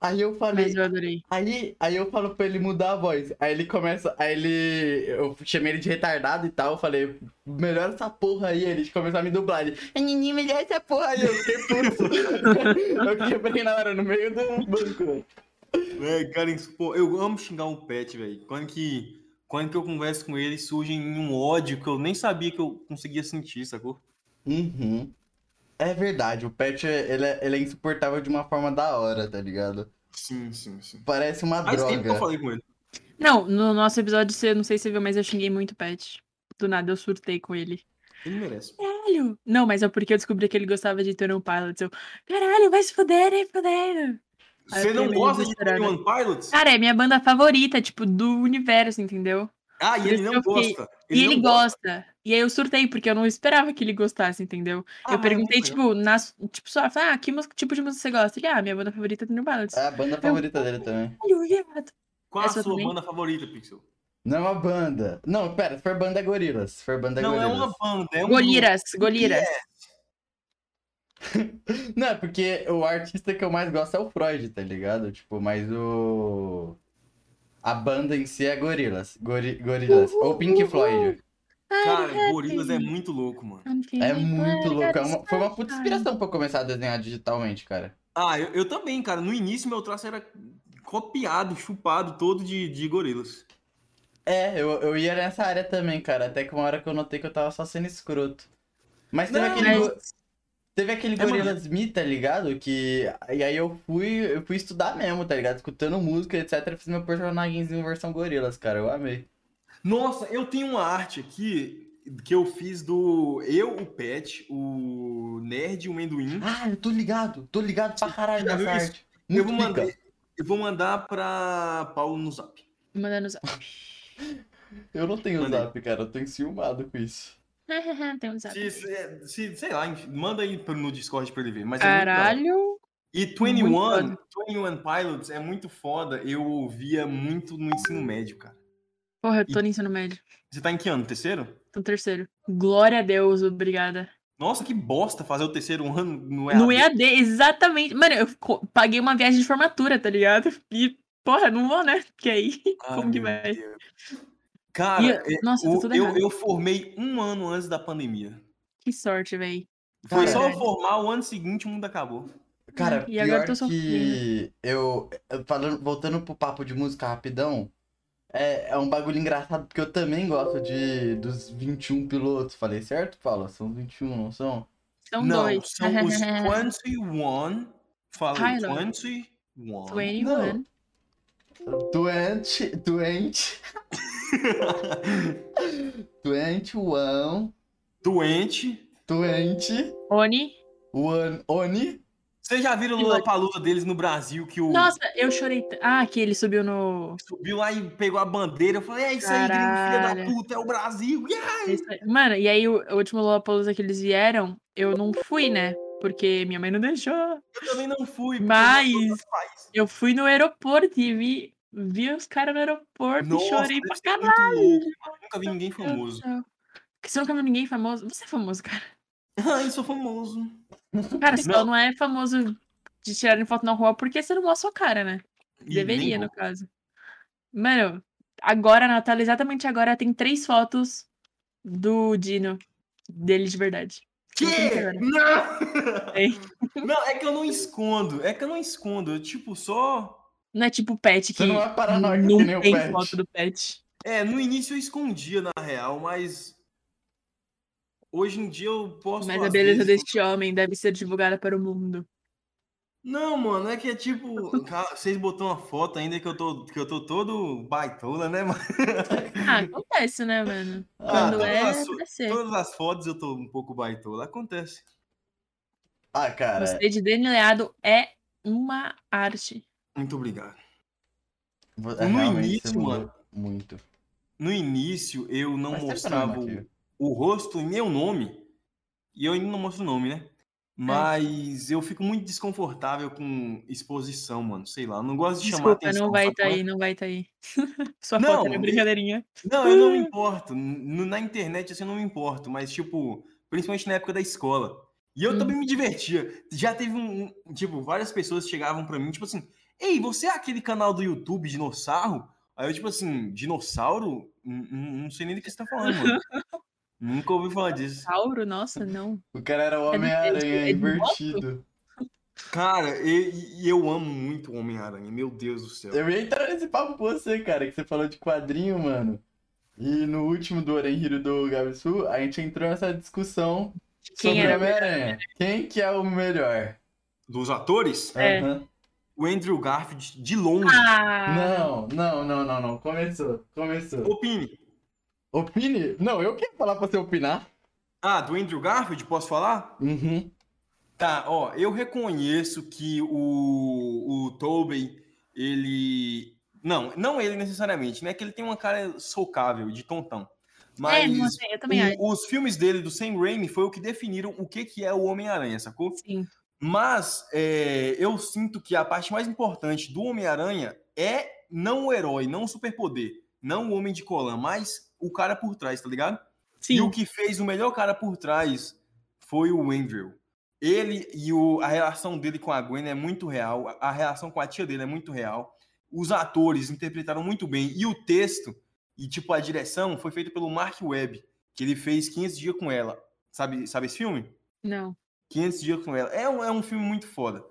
Speaker 2: Aí eu falei,
Speaker 1: Mas eu adorei.
Speaker 2: Aí, aí eu falo pra ele mudar a voz. Aí ele começa. Aí ele. Eu chamei ele de retardado e tal. Eu falei, melhora essa porra aí. Ele começou a me dublar. Ele, "Ah, Nini, melhora essa porra aí. Eu fiquei puto. eu quebrei na hora no meio do banco, né? velho.
Speaker 3: É, cara, insupor- eu amo xingar um pet, velho. Quando que, quando que eu converso com ele, surge em um ódio que eu nem sabia que eu conseguia sentir, sacou?
Speaker 2: Uhum. É verdade, o Pet é- ele é, ele é insuportável de uma forma da hora, tá ligado?
Speaker 3: Sim, sim, sim.
Speaker 2: Parece uma
Speaker 3: Mas tempo que eu
Speaker 2: droga.
Speaker 3: falei com ele.
Speaker 1: Não, no nosso episódio, você não sei se você viu, mas eu xinguei muito o Pet. Do nada eu surtei com ele. é
Speaker 3: Ele merece.
Speaker 1: Caralho! Não, mas é porque eu descobri que ele gostava de Turn Pilots. Eu, caralho, vai se fuder, hein, fuder. Aí eu
Speaker 3: Você não
Speaker 1: fiquei meio
Speaker 3: gosta de
Speaker 1: desesperada.
Speaker 3: One Pilots?
Speaker 1: Cara, é minha banda favorita, tipo, do universo, entendeu?
Speaker 3: Ah, e
Speaker 1: por
Speaker 3: ele
Speaker 1: isso
Speaker 3: não
Speaker 1: eu fiquei-
Speaker 3: gosta.
Speaker 1: e ele
Speaker 3: não
Speaker 1: gosta. E aí eu surtei, porque eu não esperava que ele gostasse, entendeu?
Speaker 3: Ah,
Speaker 1: eu perguntei,
Speaker 3: mas é muito
Speaker 1: tipo, nas, tipo, só, ah, que música- tipo de música você gosta? Ele, ah, minha banda favorita é New Balance.
Speaker 2: É a banda favorita dele também.
Speaker 1: Caralho, viado.
Speaker 3: Qual a
Speaker 1: essa
Speaker 3: sua
Speaker 1: também?
Speaker 3: banda favorita, Pixel?
Speaker 2: Não é uma banda. Não, pera, se for banda é gorilas. Se for banda é
Speaker 3: não
Speaker 2: gorilas.
Speaker 3: é uma banda, é um.
Speaker 1: Goliras, Goliras.
Speaker 2: Não, é porque o artista que eu mais gosto é o Freud, tá ligado? Tipo, mas o. A banda em si é gorilas. Gori... Gorilas. Ou Pink Floyd.
Speaker 3: grupo. Cara, Gorilas é muito louco, mano.
Speaker 2: É muito louco. É uma- Foi uma puta inspiração pra eu começar a desenhar digitalmente, cara.
Speaker 3: Ah, eu, eu também, cara. No início, meu traço era copiado, chupado todo de, de Gorilas.
Speaker 2: É, eu, eu ia nessa área também, cara. Até que uma hora que eu notei que eu tava só sendo escroto. Mas teve
Speaker 3: Não,
Speaker 2: aquele.
Speaker 1: Mas,
Speaker 2: go- Teve aquele
Speaker 3: É, mano.
Speaker 2: Gorillaz Me, tá ligado? Que. E aí eu fui, eu fui estudar mesmo, tá ligado? Escutando música, etc. Fiz meu personagemzinho versão Gorilas, cara. Eu amei.
Speaker 3: Nossa, eu tenho uma arte aqui que eu fiz do eu, o Pet, o Nerd, o Mendoim.
Speaker 2: Ah, eu tô ligado. Tô ligado pra
Speaker 1: Ah,
Speaker 2: caralho
Speaker 3: Já viu
Speaker 2: nessa
Speaker 3: isso?
Speaker 2: arte.
Speaker 3: Eu
Speaker 2: Muito
Speaker 3: vou
Speaker 2: pica.
Speaker 3: mandar, eu vou mandar pra Paulo no zap.
Speaker 1: mandando os...
Speaker 2: Eu não tenho
Speaker 3: Mandei.
Speaker 2: zap, cara. Eu tô enciumado com isso.
Speaker 1: Tem um zap.
Speaker 3: Se, se- se- sei lá, enfim, manda aí pro- no Discord pra ele ver. Mas é muito da hora.
Speaker 1: Caralho.
Speaker 3: E
Speaker 1: Muito
Speaker 3: 21, 21 Pilots é muito foda. Eu ouvia muito no ensino médio, cara.
Speaker 1: Porra, eu tô no ensino médio.
Speaker 3: Você tá em que ano? Terceiro?
Speaker 1: Tô no terceiro. Glória a Deus, obrigada.
Speaker 3: Nossa, que bosta fazer o terceiro ano no EAD.
Speaker 1: No EAD, exatamente. Mano, eu co- paguei uma viagem de formatura, tá ligado? E, porra, não vou, né? Porque aí,
Speaker 3: Ah,
Speaker 1: como que
Speaker 3: meu
Speaker 1: vai?
Speaker 3: Deus. Cara,
Speaker 1: E
Speaker 3: é,
Speaker 1: Nossa,
Speaker 3: o-
Speaker 1: tá tudo
Speaker 3: eu,
Speaker 1: errado.
Speaker 3: eu formei um ano antes da pandemia.
Speaker 1: Que sorte, véi.
Speaker 3: Foi
Speaker 2: Cara,
Speaker 3: só eu
Speaker 1: Verdade.
Speaker 3: formar, o ano seguinte o mundo acabou.
Speaker 2: Cara,
Speaker 1: E agora eu tô né?
Speaker 2: pior que eu, eu falando, voltando pro papo de música rapidão, é, é um bagulho engraçado, porque eu também gosto de dos 21 pilotos. Falei certo, Paula? São 21, não são?
Speaker 1: São
Speaker 3: Não,
Speaker 1: dois.
Speaker 3: são os 21. Falei,
Speaker 1: Ai, não.
Speaker 3: 21.
Speaker 1: 21.
Speaker 2: Doente, doente, doente, one,
Speaker 3: Doente.
Speaker 2: doente,
Speaker 1: Oni.
Speaker 2: one, oni.
Speaker 3: Vocês já viram o
Speaker 1: E
Speaker 3: Lula Palusa deles no Brasil que o
Speaker 1: Nossa, eu chorei. t- Ah, que ele subiu no.
Speaker 3: subiu lá e pegou a bandeira. Eu falei, é isso aí, gringo, filha da
Speaker 1: Caralho.
Speaker 3: puta, é o Brasil. Yeah!
Speaker 1: Mano, e aí o, o último Lollapalooza que eles vieram, eu não fui, né? Porque minha mãe não deixou.
Speaker 3: Eu também não fui. porque eu
Speaker 1: Mas
Speaker 3: não sou do país.
Speaker 1: eu fui no aeroporto e vi, vi os caras no aeroporto e chorei
Speaker 3: deve
Speaker 1: pra
Speaker 3: ser
Speaker 2: é
Speaker 1: caralho.
Speaker 3: muito louco, mano. Nunca vi ninguém
Speaker 1: Meu Deus do
Speaker 3: famoso.
Speaker 1: céu. Porque Você nunca viu ninguém famoso? Você é famoso, cara.
Speaker 3: Ai, Ah, sou famoso.
Speaker 1: Cara, você
Speaker 3: Não.
Speaker 1: só não é famoso de tirarem foto na rua porque você não mostra a sua cara, né?
Speaker 3: Ih,
Speaker 1: Deveria,
Speaker 3: nem
Speaker 1: no caso. Mano, agora, Natal, exatamente agora, tem três fotos do Dino. Dele de verdade.
Speaker 3: Que? Não!
Speaker 1: Tem.
Speaker 3: não, é que eu não escondo. É que eu não escondo. Eu, tipo, só.
Speaker 1: Não é tipo o Pet que
Speaker 2: Você não é paranoico
Speaker 1: não
Speaker 2: que nem o
Speaker 1: tem
Speaker 2: Pet.
Speaker 1: foto do Pet.
Speaker 3: É, no início eu escondia, na real, mas. Hoje em dia eu posso.
Speaker 1: Mas a
Speaker 3: às
Speaker 1: beleza
Speaker 3: vezes,
Speaker 1: deste homem deve ser divulgada para o mundo.
Speaker 3: Não, mano, é que é tipo. cara, vocês botam uma foto ainda que eu tô, que eu tô todo baitola, né, mano?
Speaker 1: Ah, acontece, né, mano?
Speaker 2: Ah,
Speaker 1: Quando
Speaker 3: todas
Speaker 1: é,
Speaker 3: as-
Speaker 1: pra ser.
Speaker 3: Todas as fotos eu tô um pouco baitola. Acontece.
Speaker 2: ah, cara,
Speaker 1: Gostei de delineado é uma arte.
Speaker 3: Muito obrigado.
Speaker 2: vo-
Speaker 3: No
Speaker 2: realmente
Speaker 3: início,
Speaker 2: você mudou
Speaker 3: mano.
Speaker 2: muito.
Speaker 3: No início eu não
Speaker 2: Faz tempo que eu não
Speaker 3: mostrava
Speaker 2: amo
Speaker 3: o-
Speaker 2: aqui.
Speaker 3: o rosto e meu nome. E eu ainda não mostro o nome, né? Mas eu fico muito desconfortável com exposição, mano. Sei lá, eu não gosto de chamar
Speaker 1: Desculpa,
Speaker 3: atenção.
Speaker 1: não vai
Speaker 3: sabe
Speaker 1: estar
Speaker 3: qual é?
Speaker 1: aí, não vai estar aí. Sua
Speaker 3: Não,
Speaker 1: foto é
Speaker 3: eu-
Speaker 1: brincadeirinha.
Speaker 3: Não, eu
Speaker 1: É.
Speaker 3: não me importo. N- Na internet, assim, eu não me importo. Mas, tipo, principalmente na época da escola. E eu
Speaker 1: Hum.
Speaker 3: também me divertia. Já teve um, um- Tipo, várias pessoas chegavam pra mim, tipo assim... Ei, você é aquele canal do YouTube, Dinossauro? Aí eu, tipo assim, dinossauro? N- n- Não sei nem do que você tá falando, mano. Nunca ouvi falar disso.
Speaker 1: Tauro, nossa, não.
Speaker 2: O cara era o
Speaker 1: É do Pet,
Speaker 2: Homem-Aranha
Speaker 1: é de
Speaker 3: um
Speaker 1: moto?
Speaker 2: invertido.
Speaker 3: Cara, e, e eu amo muito o Homem-Aranha, meu Deus do céu.
Speaker 2: Eu ia entrar nesse papo com você, cara, que você falou de quadrinho, mano. E no último do Orenhiro do Gabisu, a gente entrou nessa discussão
Speaker 1: Quem é?
Speaker 2: sobre
Speaker 1: era?
Speaker 2: Homem-Aranha. Quem que é o melhor?
Speaker 3: Dos atores,
Speaker 1: É.
Speaker 2: Aham.
Speaker 3: o Andrew Garfield, de longe.
Speaker 1: Ah,
Speaker 2: Não, não, não, não, não. Começou, começou.
Speaker 3: Opine.
Speaker 2: Opine? Não, eu queria falar pra você opinar.
Speaker 3: Ah, do Andrew Garfield, posso falar?
Speaker 2: Uhum.
Speaker 3: Tá, ó, eu reconheço que o, o Tobey, ele. Não, não ele necessariamente, né? Que ele tem uma cara socável, de tontão.
Speaker 1: É,
Speaker 3: Mas
Speaker 1: não sei, eu também acho.
Speaker 3: o- os filmes dele do Sam Raimi foi o que definiram o que, que é o Homem-Aranha, sacou?
Speaker 1: Sim.
Speaker 3: Mas é, eu sinto que a parte mais importante do Homem-Aranha é não o herói, não o superpoder, não o homem de colã, mas o cara por trás, tá ligado? E o
Speaker 1: Sim.
Speaker 3: que fez o melhor cara por trás foi o Andrew. Ele e o- a relação dele com a Gwen é muito real, a- a relação com a tia dele é muito real. Os atores interpretaram muito bem e o texto e tipo a direção foi feito pelo Mark Webb, que ele fez 500 dias com ela. Sabe, sabe esse filme?
Speaker 1: Não.
Speaker 3: 500 dias com ela. É um, é um filme muito foda.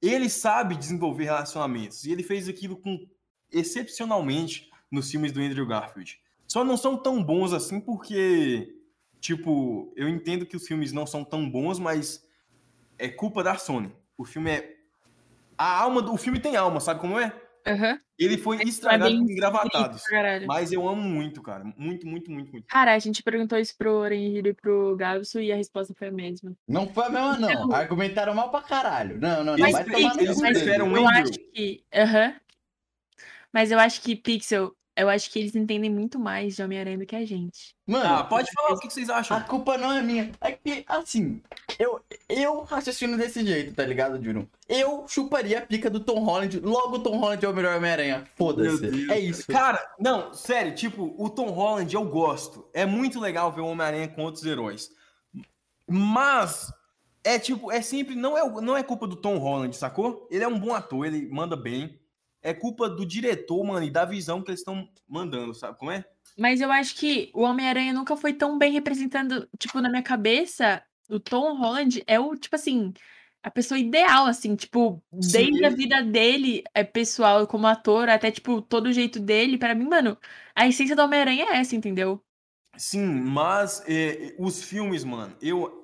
Speaker 3: Ele sabe desenvolver relacionamentos. E ele fez aquilo com excepcionalmente nos filmes do Andrew Garfield. Só não são tão bons assim porque, tipo, eu entendo que os filmes não são tão bons, mas é culpa da Sony. O filme é. A alma do. O filme tem alma, sabe como é?
Speaker 1: Aham.
Speaker 3: Ele foi estragado
Speaker 1: É bem-
Speaker 3: com engravatados.
Speaker 1: Bonito, caralho.
Speaker 3: Mas eu amo muito, cara. Muito, muito, muito, muito.
Speaker 1: Cara, a gente perguntou isso pro Orangiro e pro Gabso e a resposta foi a mesma.
Speaker 2: Não foi a mesma, não. Argumentaram mal pra caralho. Não, não, não.
Speaker 3: Então- Mas
Speaker 2: vai
Speaker 3: eles-
Speaker 2: tomar no
Speaker 3: eles
Speaker 2: cu
Speaker 1: mas
Speaker 2: dele.
Speaker 3: fizeram um
Speaker 1: eu
Speaker 3: Andrew.
Speaker 1: acho que. Aham. Mas eu acho que Pixel, eu acho que eles entendem muito mais de Homem-Aranha do que a gente.
Speaker 3: Ah,
Speaker 2: Mano,
Speaker 3: pode falar o que que vocês acham.
Speaker 2: a culpa não é minha. É que, assim, eu, eu raciocino desse jeito, tá ligado, Juno? Eu chuparia a pica do Tom Holland. Logo, o Tom Holland é o melhor Homem-Aranha.
Speaker 3: Meu Deus,
Speaker 2: Foda-se. É isso.
Speaker 3: Cara, não, sério, tipo, o Tom Holland eu gosto. É muito legal ver o Homem-Aranha com outros heróis. Mas é tipo, é sempre não é não é culpa do Tom Holland, sacou? Ele é um bom ator, ele manda bem. É culpa do diretor, mano, e da visão que eles estão mandando, sabe como é?
Speaker 1: Mas eu acho que o Homem-Aranha nunca foi tão bem representando. Tipo, na minha cabeça, o Tom Holland é o, tipo assim, a pessoa ideal, assim, tipo,
Speaker 3: Sim,
Speaker 1: desde a
Speaker 3: ele-
Speaker 1: vida dele, é pessoal, como ator, até, tipo, todo o jeito dele. Pra mim, mano, a essência do Homem-Aranha é essa, entendeu?
Speaker 3: Sim, mas é, os filmes, mano, eu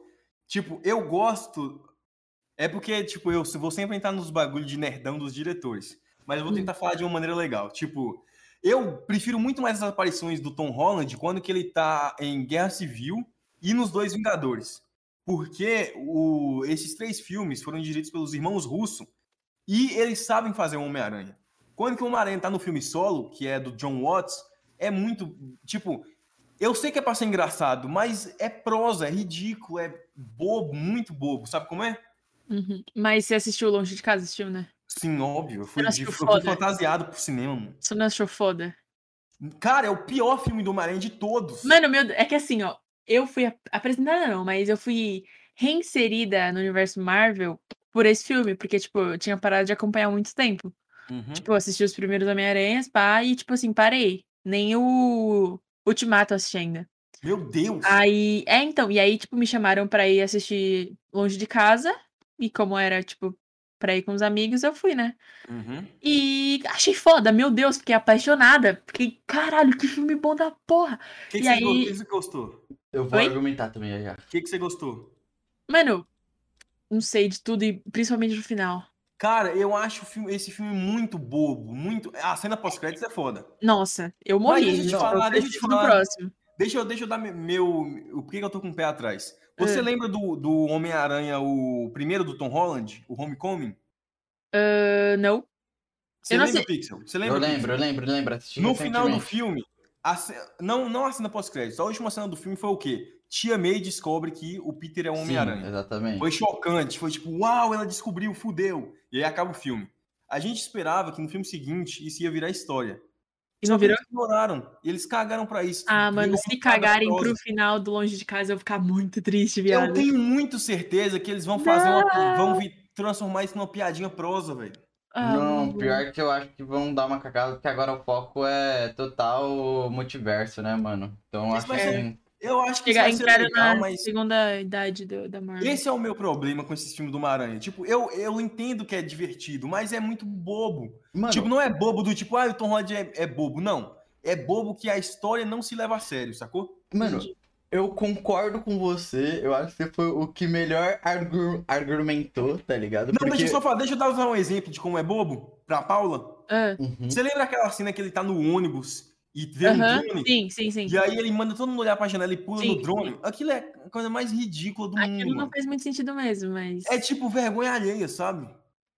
Speaker 3: tipo, eu gosto é porque tipo, eu vou sempre entrar nos bagulhos de nerdão dos diretores. mas eu vou
Speaker 1: Hum.
Speaker 3: tentar falar de uma maneira legal. Tipo, eu prefiro muito mais as aparições do Tom Holland quando que ele tá em Guerra Civil e nos Dois Vingadores. Porque o- esses três filmes foram dirigidos pelos irmãos Russo e eles sabem fazer o Homem-Aranha. Quando que o Homem-Aranha tá no filme solo, que é do John Watts, é muito, tipo, eu sei que é pra ser engraçado, mas é prosa, é ridículo, é bobo, muito bobo, sabe como é?
Speaker 1: Uhum. Mas você assistiu Longe de Casa, assistiu, né?
Speaker 3: Sim, óbvio, eu fui,
Speaker 1: não
Speaker 3: de- eu
Speaker 1: achou
Speaker 3: fui
Speaker 1: foda?
Speaker 3: fantasiado pro cinema, mano.
Speaker 1: Você não achou foda?
Speaker 3: Cara, é o pior filme do Homem-Aranha de todos.
Speaker 1: Mano, meu, é que assim, ó, eu fui ap- apresentada não, mas eu fui reinserida no universo Marvel por esse filme, porque, tipo, eu tinha parado de acompanhar há muito tempo.
Speaker 3: Uhum.
Speaker 1: Tipo, eu assisti os primeiros Homem-Aranhas, pá, e, tipo assim, parei. Nem o Ultimato eu assisti ainda.
Speaker 3: Meu Deus.
Speaker 1: Aí, é, então, e aí, tipo, me chamaram pra ir assistir longe de casa, e como era, tipo, pra ir com os amigos, eu fui, né?
Speaker 3: Uhum.
Speaker 1: E achei foda, meu Deus, fiquei apaixonada. Fiquei, caralho, que filme bom da porra.
Speaker 3: O que,
Speaker 1: E
Speaker 3: que, você
Speaker 1: aí-
Speaker 3: go- que que você gostou? O
Speaker 2: Eu vou
Speaker 1: Oi?
Speaker 2: argumentar também já, já.
Speaker 3: que, que você gostou?
Speaker 1: Mano, não sei de tudo e principalmente no final.
Speaker 3: Cara, eu acho o filme- esse filme muito bobo, muito. A cena pós-créditos é foda.
Speaker 1: Nossa, eu morri.
Speaker 3: deixa eu te
Speaker 1: não,
Speaker 3: falar,
Speaker 1: eu
Speaker 3: deixa eu te
Speaker 1: prefiro no
Speaker 3: falar.
Speaker 1: próximo.
Speaker 3: Deixa eu, deixa eu dar me- meu. O que, que eu tô com o pé atrás? Você
Speaker 1: Ah.
Speaker 3: lembra do, do Homem-Aranha, o primeiro do Tom Holland, o Homecoming?
Speaker 1: Ah, não.
Speaker 3: Você
Speaker 1: Eu não
Speaker 3: lembra,
Speaker 1: sei-
Speaker 3: Pixel? Você
Speaker 2: Eu
Speaker 3: lembra?
Speaker 2: lembro, eu lembro, eu lembro. Assisti
Speaker 3: No final do
Speaker 2: recentemente.
Speaker 3: filme, a ce- não, não a cena pós-créditos, a última cena do filme foi o quê? Tia May descobre que o Peter é o
Speaker 2: Sim,
Speaker 3: Homem-Aranha.
Speaker 2: Exatamente.
Speaker 3: Foi chocante, foi tipo, uau, ela descobriu, fudeu. E aí acaba o filme. A gente esperava que no filme seguinte isso ia virar história.
Speaker 1: E
Speaker 3: Só
Speaker 1: não
Speaker 3: que
Speaker 1: virou?
Speaker 3: Eles ignoraram. Eles cagaram pra isso.
Speaker 1: Ah,
Speaker 3: Virou
Speaker 1: mano,
Speaker 3: uma
Speaker 1: se
Speaker 3: cagada
Speaker 1: cagarem
Speaker 3: horrorosa.
Speaker 1: pro né? final do Longe de Casa, eu vou ficar muito triste,
Speaker 3: Eu
Speaker 1: viado.
Speaker 3: tenho muito certeza que eles vão fazer uma. vão vi- transformar isso numa piadinha prosa, velho.
Speaker 1: Ah,
Speaker 2: não,
Speaker 1: mano.
Speaker 2: pior que eu acho que vão dar uma cagada, porque agora o foco é total multiverso, né, mano? Então
Speaker 3: Mas
Speaker 2: acho
Speaker 3: vai
Speaker 2: que.
Speaker 3: ser- Eu acho que
Speaker 1: Chega,
Speaker 3: isso vai ser
Speaker 1: entraram
Speaker 3: legal,
Speaker 1: na
Speaker 3: mas.
Speaker 1: segunda idade do- da Marvel.
Speaker 3: Esse é o meu problema com esses filmes do Maranhão. Tipo, eu, eu entendo que é divertido, mas é muito bobo.
Speaker 2: Mano,
Speaker 3: Tipo, não é bobo do tipo, ah, o Tom Holland é, é bobo. Não. É bobo que a história não se leva a sério, sacou?
Speaker 2: mano, eu concordo com você. Eu acho que você foi o que melhor argu- argumentou, tá ligado?
Speaker 3: Não, tipo, deixa eu só falar, deixa eu dar só um exemplo de como é bobo pra Paula.
Speaker 1: Ah,
Speaker 2: Uhum.
Speaker 3: Você lembra aquela cena que ele tá no ônibus e vê
Speaker 1: Aham,
Speaker 3: um drone.
Speaker 1: Sim, sim, sim.
Speaker 3: E aí ele manda todo mundo olhar pra janela e pula
Speaker 1: Sim.
Speaker 3: no drone. Aquilo é a coisa mais ridícula do
Speaker 1: Aquilo
Speaker 3: mundo.
Speaker 1: não
Speaker 3: mano.
Speaker 1: faz muito sentido mesmo, mas.
Speaker 3: É tipo vergonha alheia, sabe?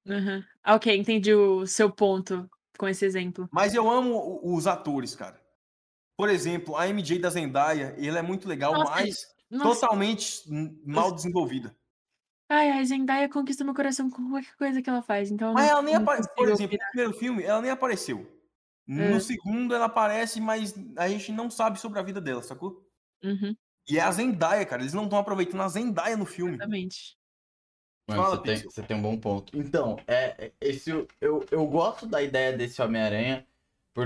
Speaker 1: Aham. Ah, Ok, entendi o seu ponto com esse exemplo.
Speaker 3: Mas eu amo o- os atores, cara. Por exemplo, a MJ da Zendaya, ela é muito legal,
Speaker 1: Nossa,
Speaker 3: mas
Speaker 1: Nossa,
Speaker 3: totalmente hum, mal desenvolvida.
Speaker 1: ai, a Zendaya conquista meu coração com qualquer coisa que ela faz. Então eu
Speaker 3: Mas
Speaker 1: não-
Speaker 3: ela nem
Speaker 1: não
Speaker 3: apareceu. Por
Speaker 1: consigo
Speaker 3: exemplo, no primeiro filme, ela nem apareceu. No
Speaker 1: É.
Speaker 3: segundo, ela aparece, mas a gente não sabe sobre a vida dela, sacou?
Speaker 1: opinar. Uhum,
Speaker 3: E é a Zendaya, cara. Eles não estão aproveitando a Zendaya no filme.
Speaker 1: exatamente.
Speaker 2: Mano,
Speaker 3: Fala,
Speaker 2: você tem,
Speaker 3: Pixel.
Speaker 2: você tem um bom ponto. Então, é, é- esse, eu, eu gosto da ideia desse Homem-Aranha,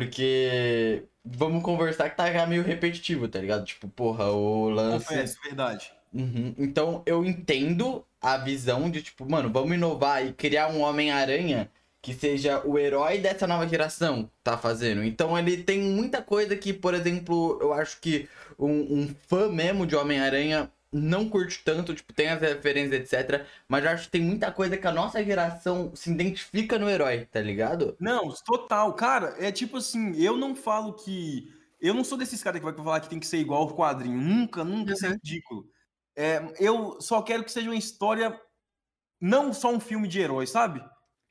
Speaker 2: porque vamos conversar que tá já meio repetitivo, tá ligado? Tipo, porra, o lance.
Speaker 3: Confesso, verdade.
Speaker 2: Uhum. Então, eu entendo a visão de, tipo, mano, vamos inovar e criar um Homem-Aranha que seja o herói dessa nova geração, tá fazendo. Então, ele tem muita coisa que, por exemplo, eu acho que um, um fã mesmo de Homem-Aranha não curte tanto, tipo, tem as referências, etc. Mas eu acho que tem muita coisa que a nossa geração se identifica no herói, tá ligado?
Speaker 3: Não, total. Cara, é tipo assim, eu não falo que. Eu não sou desses caras que vai falar que tem que ser igual ao quadrinho. Nunca, nunca isso é
Speaker 1: Uhum.
Speaker 3: ridículo. É, eu só quero que seja uma história, não só um filme de herói, sabe?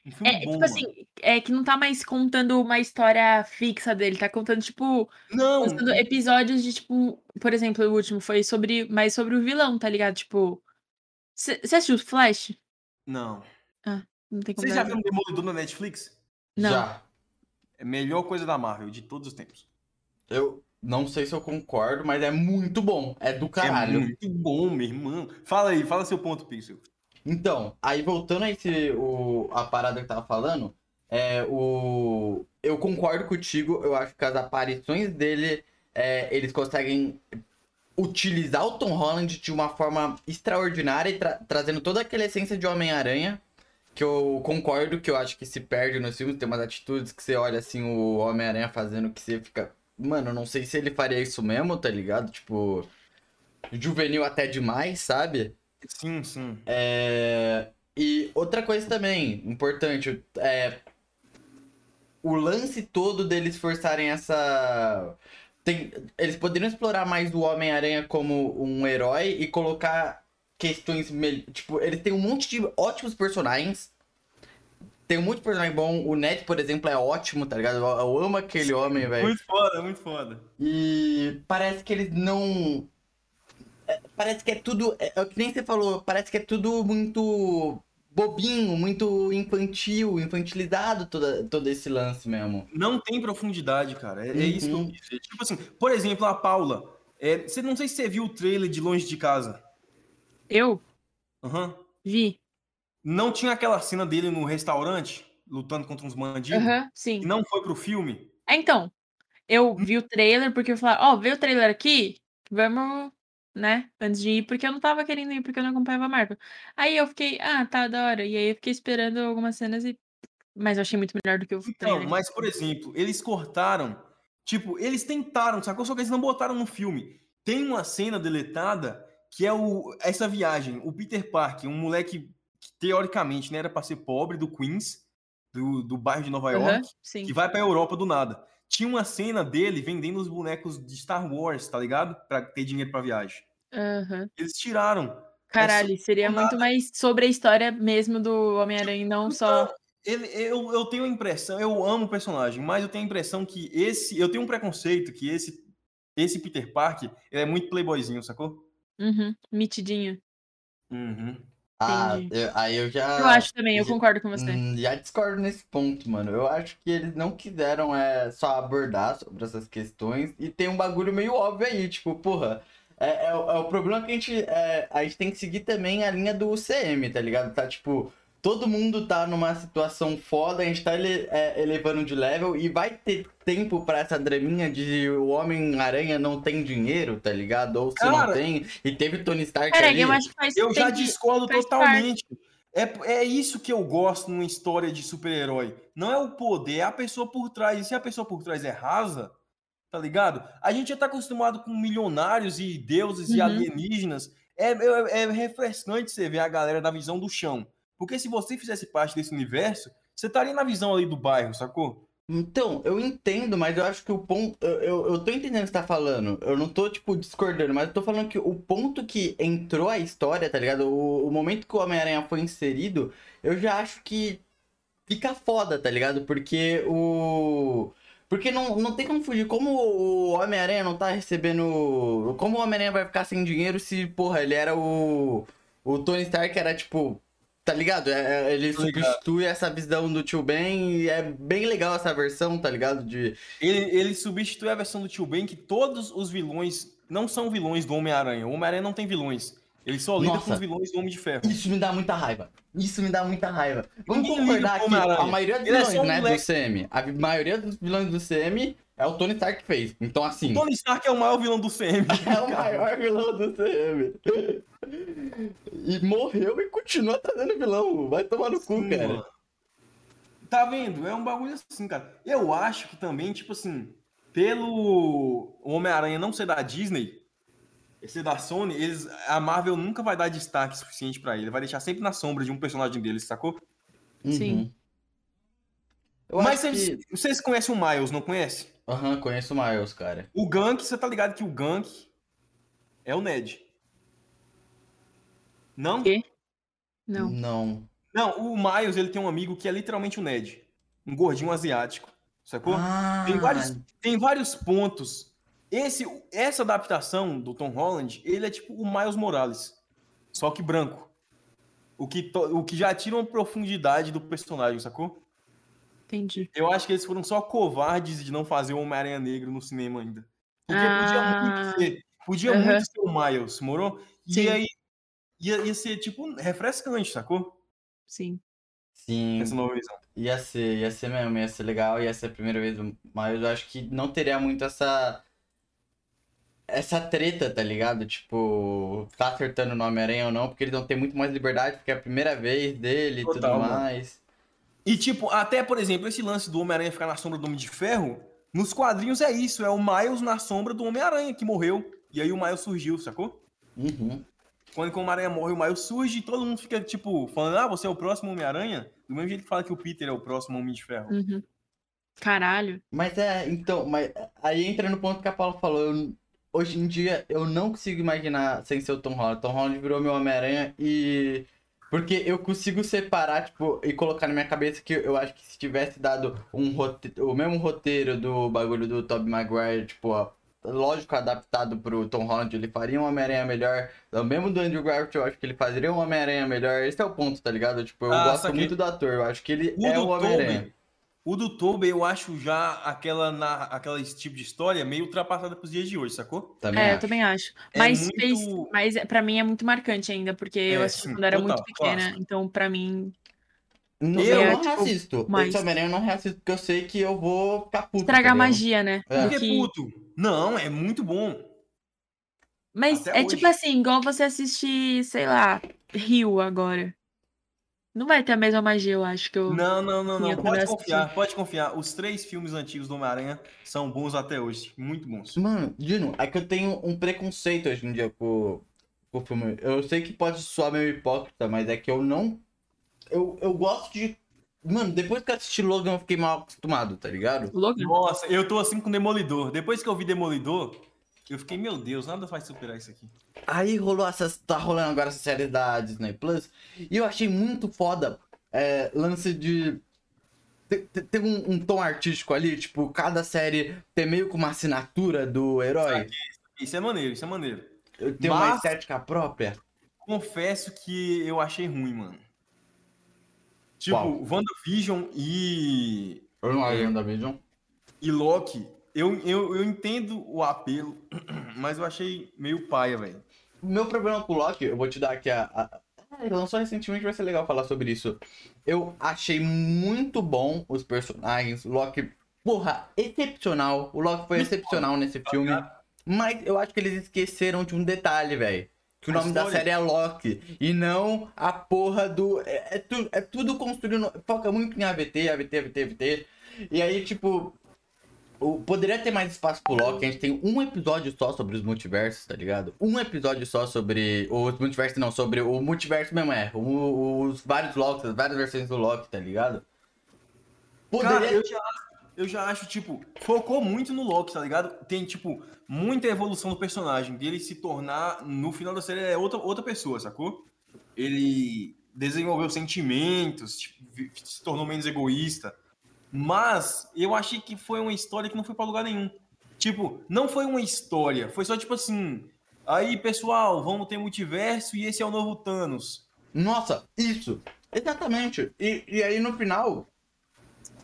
Speaker 3: Um filme
Speaker 1: É,
Speaker 3: bom.
Speaker 1: tipo
Speaker 3: mano.
Speaker 1: assim, é que não tá mais contando uma história fixa dele, tá contando, tipo,
Speaker 3: não,
Speaker 1: contando episódios de, tipo, por exemplo, o último foi sobre, mais sobre o vilão, tá ligado? Tipo, você assistiu Flash?
Speaker 3: não.
Speaker 1: Tipo, Não tem como
Speaker 3: Vocês
Speaker 1: dar-
Speaker 3: já viram Demolidor na Netflix?
Speaker 1: Não.
Speaker 2: Já.
Speaker 3: É a melhor coisa da Marvel de todos os tempos.
Speaker 2: Eu não sei se eu concordo, mas é muito bom. É do
Speaker 3: É
Speaker 2: caralho.
Speaker 3: muito bom, meu irmão. Fala aí, fala seu ponto, Pixel.
Speaker 2: Então, aí voltando a esse, o, a parada que eu tava falando, é, o, eu concordo contigo, eu acho que as aparições dele, é, eles conseguem utilizar o Tom Holland de uma forma extraordinária e tra- trazendo toda aquela essência de Homem-Aranha, que eu concordo, que eu acho que se perde nos filmes, tem umas atitudes que você olha assim, o Homem-Aranha fazendo que você fica, mano, eu não sei se ele faria isso mesmo, tá ligado? Tipo, juvenil até demais, sabe?
Speaker 3: Sim, sim.
Speaker 2: É, E outra coisa também importante é o lance todo deles forçarem essa. tem- Eles poderiam explorar mais o Homem-Aranha como um herói e colocar questões. mel- Tipo, ele tem um monte de ótimos personagens. Tem um monte de personagem bom. O Ned, por exemplo, é ótimo, tá ligado? Eu, eu amo aquele homem, velho.
Speaker 3: Muito foda, muito foda.
Speaker 2: E parece que eles não. é, Parece que é tudo. É, é o que nem você falou, parece que é tudo muito bobinho, muito infantil, infantilizado toda, todo esse lance mesmo.
Speaker 3: Não tem profundidade, cara. É, é isso que eu
Speaker 2: Uhum.
Speaker 3: quis dizer. Tipo assim, por exemplo, a Paula. É, você não sei se você viu o trailer de Longe de Casa.
Speaker 1: Eu
Speaker 3: Aham.
Speaker 1: vi.
Speaker 3: Não tinha aquela cena dele no restaurante, lutando contra uns bandidos,
Speaker 1: Aham, sim.
Speaker 3: e não foi pro filme.
Speaker 1: É, Então,
Speaker 3: Hum.
Speaker 1: eu vi o trailer porque eu falei, ó, vê o trailer aqui, vamos, né, antes de ir, porque eu não tava querendo ir, porque eu não acompanhava a Marvel. Aí eu fiquei, ah, tá, da hora. E aí eu fiquei esperando algumas cenas e... Mas eu achei muito melhor do que o
Speaker 3: Então,
Speaker 1: trailer.
Speaker 3: mas, por exemplo, eles cortaram. Tipo, eles tentaram, sacou? Só que eles não botaram no filme. Tem uma cena deletada que é o, essa viagem. O Peter Parker, um moleque que, teoricamente, né, era pra ser pobre do Queens, do, do bairro de Nova
Speaker 1: Aham,
Speaker 3: York.
Speaker 1: sim.
Speaker 3: que vai pra Europa do nada. Tinha uma cena dele vendendo os bonecos de Star Wars, tá ligado? Pra ter dinheiro pra viagem.
Speaker 1: Aham.
Speaker 3: Eles tiraram.
Speaker 1: Caralho, seria
Speaker 3: do
Speaker 1: muito mais sobre a história mesmo do Homem-Aranha e não só...
Speaker 3: Então Ele, eu, eu tenho a impressão, eu amo o personagem, mas eu tenho a impressão que esse. Eu tenho um preconceito que esse, esse Peter Parker ele é muito playboyzinho, sacou?
Speaker 1: Uhum, mitidinho.
Speaker 3: Uhum.
Speaker 2: Ah,
Speaker 1: Entendi.
Speaker 2: eu- aí eu já.
Speaker 3: Ah,
Speaker 1: Eu acho também, eu
Speaker 2: já-
Speaker 1: concordo com você.
Speaker 2: hum, já discordo nesse ponto, mano. Eu acho que eles não quiseram é, só abordar sobre essas questões. E tem um bagulho meio óbvio aí, tipo, porra. É, é o é o problema que a gente, é, a gente tem que seguir também a linha do UCM, tá ligado? Tá tipo, todo mundo tá numa situação foda, a gente tá ele- é, elevando de level e vai ter tempo pra essa draminha de o Homem-Aranha não tem dinheiro, tá ligado? Ou se
Speaker 3: Cara-
Speaker 2: não tem, e teve Tony Stark
Speaker 1: Cara,
Speaker 2: ali.
Speaker 1: eu acho que faz
Speaker 3: Eu já
Speaker 1: tem que-
Speaker 3: discordo
Speaker 1: faz
Speaker 3: totalmente. É, é isso que eu gosto numa história de super-herói. Não é o poder, é a pessoa por trás. E se a pessoa por trás é rasa, tá ligado? A gente já tá acostumado com milionários e deuses e
Speaker 1: Uhum.
Speaker 3: alienígenas. É, é, é refrescante você ver a galera da visão do chão. Porque se você fizesse parte desse universo, você estaria na visão ali do bairro, sacou?
Speaker 2: Então, eu entendo, mas eu acho que o ponto. Eu, eu, eu tô entendendo o que você tá falando. Eu não tô, tipo, discordando, mas eu tô falando que o ponto que entrou a história, tá ligado? O, o momento que o Homem-Aranha foi inserido, eu já acho que fica foda, tá ligado? Porque o. Porque não, não tem como fugir. Como o Homem-Aranha não tá recebendo. Como o Homem-Aranha vai ficar sem dinheiro se, porra, ele era o. O Tony Stark era tipo. Tá ligado? É- é- Ele
Speaker 3: Tô ligado.
Speaker 2: substitui essa visão do tio Ben e é bem legal essa versão, tá ligado? De.
Speaker 3: Ele, ele substitui a versão do Tio Ben que todos os vilões não são vilões do Homem-Aranha. O Homem-Aranha não tem vilões. Ele só lida
Speaker 2: Nossa.
Speaker 3: com os vilões do Homem de Ferro.
Speaker 2: Isso me dá muita raiva. Isso me dá muita raiva. Vamos
Speaker 3: Ninguém
Speaker 2: concordar
Speaker 3: liga pro
Speaker 2: que a
Speaker 3: Homem-Aranha.
Speaker 2: maioria dos
Speaker 3: Ele é
Speaker 2: vilões,
Speaker 3: só um
Speaker 2: né, do
Speaker 3: moleque.
Speaker 2: CM. A maioria dos vilões do CM é o Tony Stark que fez. Então, assim.
Speaker 3: Tony Stark é o maior vilão do CM.
Speaker 2: É o
Speaker 3: cara.
Speaker 2: maior vilão do CM. E morreu e continua trazendo vilão. Vai tomar no cu,
Speaker 3: Sim,
Speaker 2: cara.
Speaker 3: mano. Tá vendo? É um bagulho assim, cara. Eu acho que também, tipo assim, pelo Homem-Aranha não ser da Disney, ser da Sony, eles, a Marvel nunca vai dar destaque suficiente pra ele. Vai deixar sempre na sombra de um personagem deles, sacou?
Speaker 1: Sim.
Speaker 2: Uhum. Eu
Speaker 3: Mas
Speaker 2: acho
Speaker 3: vocês,
Speaker 2: que...
Speaker 3: vocês conhecem o Miles, não conhece?
Speaker 2: Aham, conheço o Miles, cara.
Speaker 3: O Gank, você tá ligado que o Gank é o Ned. Não?
Speaker 1: Quê? Não.
Speaker 2: Não.
Speaker 3: Não, o Miles, ele tem um amigo que é literalmente o Ned. Um gordinho asiático, sacou?
Speaker 1: Ah.
Speaker 3: Tem vários, tem vários pontos. Esse, essa adaptação do Tom Holland, ele é tipo o Miles Morales, só que branco. O que, to- o que já tira uma profundidade do personagem, sacou?
Speaker 1: Entendi.
Speaker 3: Eu acho que eles foram só covardes de não fazer o Homem-Aranha Negro no cinema ainda. Porque podia
Speaker 1: Ah.
Speaker 3: muito ser, podia
Speaker 1: Aham.
Speaker 3: muito ser o Miles, morou? E
Speaker 1: Sim.
Speaker 3: aí ia, ia ser tipo refrescante, sacou?
Speaker 1: Sim.
Speaker 2: Sim,
Speaker 3: Essa nova visão.
Speaker 2: ia ser, ia ser mesmo, ia ser legal, ia ser a primeira vez do Miles. Eu acho que não teria muito essa. Essa treta, tá ligado? Tipo, tá acertando o nome Aranha ou não, porque eles vão ter muito mais liberdade, porque é a primeira vez dele e tudo
Speaker 3: Total, mano.
Speaker 2: mais.
Speaker 3: E tipo, até por exemplo, esse lance do Homem-Aranha ficar na sombra do Homem de Ferro, nos quadrinhos é isso, é o Miles na sombra do Homem-Aranha que morreu. E aí o Miles surgiu, sacou?
Speaker 2: Uhum.
Speaker 3: Quando que o Homem-Aranha morre, o Miles surge e todo mundo fica tipo falando: "Ah, você é o próximo Homem-Aranha?" Do mesmo jeito que fala que o Peter é o próximo Homem de Ferro.
Speaker 1: Uhum. Caralho.
Speaker 2: Mas é, então, mas aí entra no ponto que a Paula falou. eu- hoje em dia eu não consigo imaginar sem ser o Tom Holland. Tom Holland virou meu Homem-Aranha e. Porque eu consigo separar, tipo, e colocar na minha cabeça que eu acho que se tivesse dado um rote- o mesmo roteiro do bagulho do Tobey Maguire, tipo, ó, lógico, adaptado pro Tom Holland, ele faria um Homem-Aranha melhor. O mesmo do Andrew Garfield, eu acho que ele faria um Homem-Aranha melhor. Esse é o ponto, tá ligado? Tipo, eu
Speaker 3: Ah,
Speaker 2: gosto
Speaker 3: saquei.
Speaker 2: muito do ator, eu acho que ele
Speaker 3: O
Speaker 2: é
Speaker 3: do
Speaker 2: o Homem-Aranha.
Speaker 3: Tobey, o do Tobey eu acho já aquela na aquela esse tipo de história meio ultrapassada pros dias de hoje, sacou?
Speaker 2: Também
Speaker 1: É, eu
Speaker 2: acho.
Speaker 1: também acho.
Speaker 3: É
Speaker 1: Mas,
Speaker 3: muito-
Speaker 1: fez, mas é- pra mim é muito marcante ainda, porque eu
Speaker 3: É,
Speaker 1: assisti
Speaker 3: sim,
Speaker 1: quando era
Speaker 3: total,
Speaker 1: muito pequena.
Speaker 3: clássico.
Speaker 1: Então, pra mim,
Speaker 2: Não,
Speaker 3: Eu,
Speaker 2: eu não
Speaker 1: tipo,
Speaker 2: reassisto.
Speaker 1: mas-
Speaker 2: Esse Homem-Aranha eu não reassisto, porque eu sei que eu vou ficar puto.
Speaker 1: estragar a
Speaker 2: tá ligado?
Speaker 1: magia, né?
Speaker 2: É.
Speaker 1: Do
Speaker 3: Porque
Speaker 1: que-
Speaker 3: puto. Não, é muito bom.
Speaker 1: Mas
Speaker 3: Até
Speaker 1: é tipo
Speaker 3: hoje.
Speaker 1: assim, igual você assistir, sei lá, Rio agora. Não vai ter a mesma magia, eu acho que eu.
Speaker 3: Não, não, não,
Speaker 1: Sim, eu
Speaker 3: não.
Speaker 1: também
Speaker 3: Pode
Speaker 1: assisti.
Speaker 3: confiar, pode confiar. Os três filmes antigos do Homem-Aranha são bons até hoje. Muito bons.
Speaker 2: Mano, Dino, é que eu tenho um preconceito hoje em dia com, com o filme. Eu sei que pode soar meio hipócrita, mas é que eu não. Eu, eu gosto de. Mano, depois que eu assisti Logan, eu fiquei mal acostumado, tá ligado?
Speaker 1: Logan?
Speaker 3: Nossa, eu tô assim com Demolidor. Depois que eu vi Demolidor, eu fiquei, meu Deus, nada vai superar isso aqui.
Speaker 2: Aí rolou essas. Tá rolando agora essa série da Disney Plus. E eu achei muito foda. é, lance de. te- te- Tem um, um tom artístico ali, tipo, cada série tem meio que uma assinatura do herói.
Speaker 3: Isso é maneiro, isso é maneiro.
Speaker 2: Eu tenho uma
Speaker 3: Mas-
Speaker 2: estética própria.
Speaker 3: Confesso que eu achei ruim, mano. Tipo,
Speaker 2: Qual?
Speaker 3: WandaVision e
Speaker 2: Eu não ainda Vision.
Speaker 3: E Loki, eu, eu, eu entendo o apelo, mas eu achei meio paia, velho.
Speaker 2: Meu problema com o Loki, eu vou te dar aqui a. a... Ah, ele lançou recentemente, vai ser legal falar sobre isso. Eu achei muito bom os personagens. O Loki, porra, excepcional. O Loki foi excepcional nesse filme. Mas eu acho que eles esqueceram de um detalhe, velho. Que o
Speaker 3: A
Speaker 2: nome da
Speaker 3: história.
Speaker 2: série é Loki. E não a porra do. É, é tu- é tudo construído. no- Foca muito em AVT, AVT, AVT, AVT. E aí, tipo, o- Poderia ter mais espaço pro Loki, a gente tem um episódio só sobre os multiversos, tá ligado? Um episódio só sobre. Os multiversos não, sobre o multiverso mesmo é. o- os vários Locks, as várias versões do Loki, tá ligado? Poderia.
Speaker 3: Cara, eu já, eu já acho, tipo, focou muito no Loki, tá ligado? Tem, tipo, muita evolução do personagem, dele se tornar, no final da série, é outra, outra pessoa, sacou? Ele desenvolveu sentimentos, tipo, vi- se tornou menos egoísta. Mas eu achei que foi uma história que não foi pra lugar nenhum. Tipo, não foi uma história, foi só tipo assim. Aí, pessoal, vamos ter multiverso e esse é o novo Thanos.
Speaker 2: Nossa, isso! Exatamente! E, e aí no final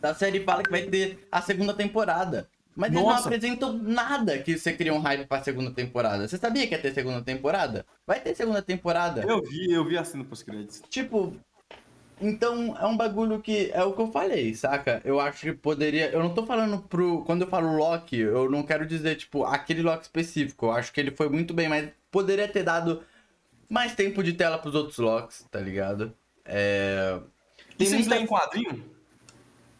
Speaker 2: da série fala que vai ter a segunda temporada. Mas eles não
Speaker 3: Nossa.
Speaker 2: apresentam nada que você cria um hype pra segunda temporada. Você sabia que ia ter segunda temporada? Vai ter segunda temporada.
Speaker 3: Eu vi, eu vi a cena pós-créditos.
Speaker 2: Tipo, então é um bagulho que é o que eu falei, saca? Eu acho que poderia. Eu não tô falando pro. Quando eu falo Loki, eu não quero dizer, tipo, aquele Loki específico. Eu acho que ele foi muito bem, mas poderia ter dado mais tempo de tela pros outros Locks, tá ligado? É.
Speaker 3: E vocês
Speaker 2: muita-
Speaker 3: leem quadrinho?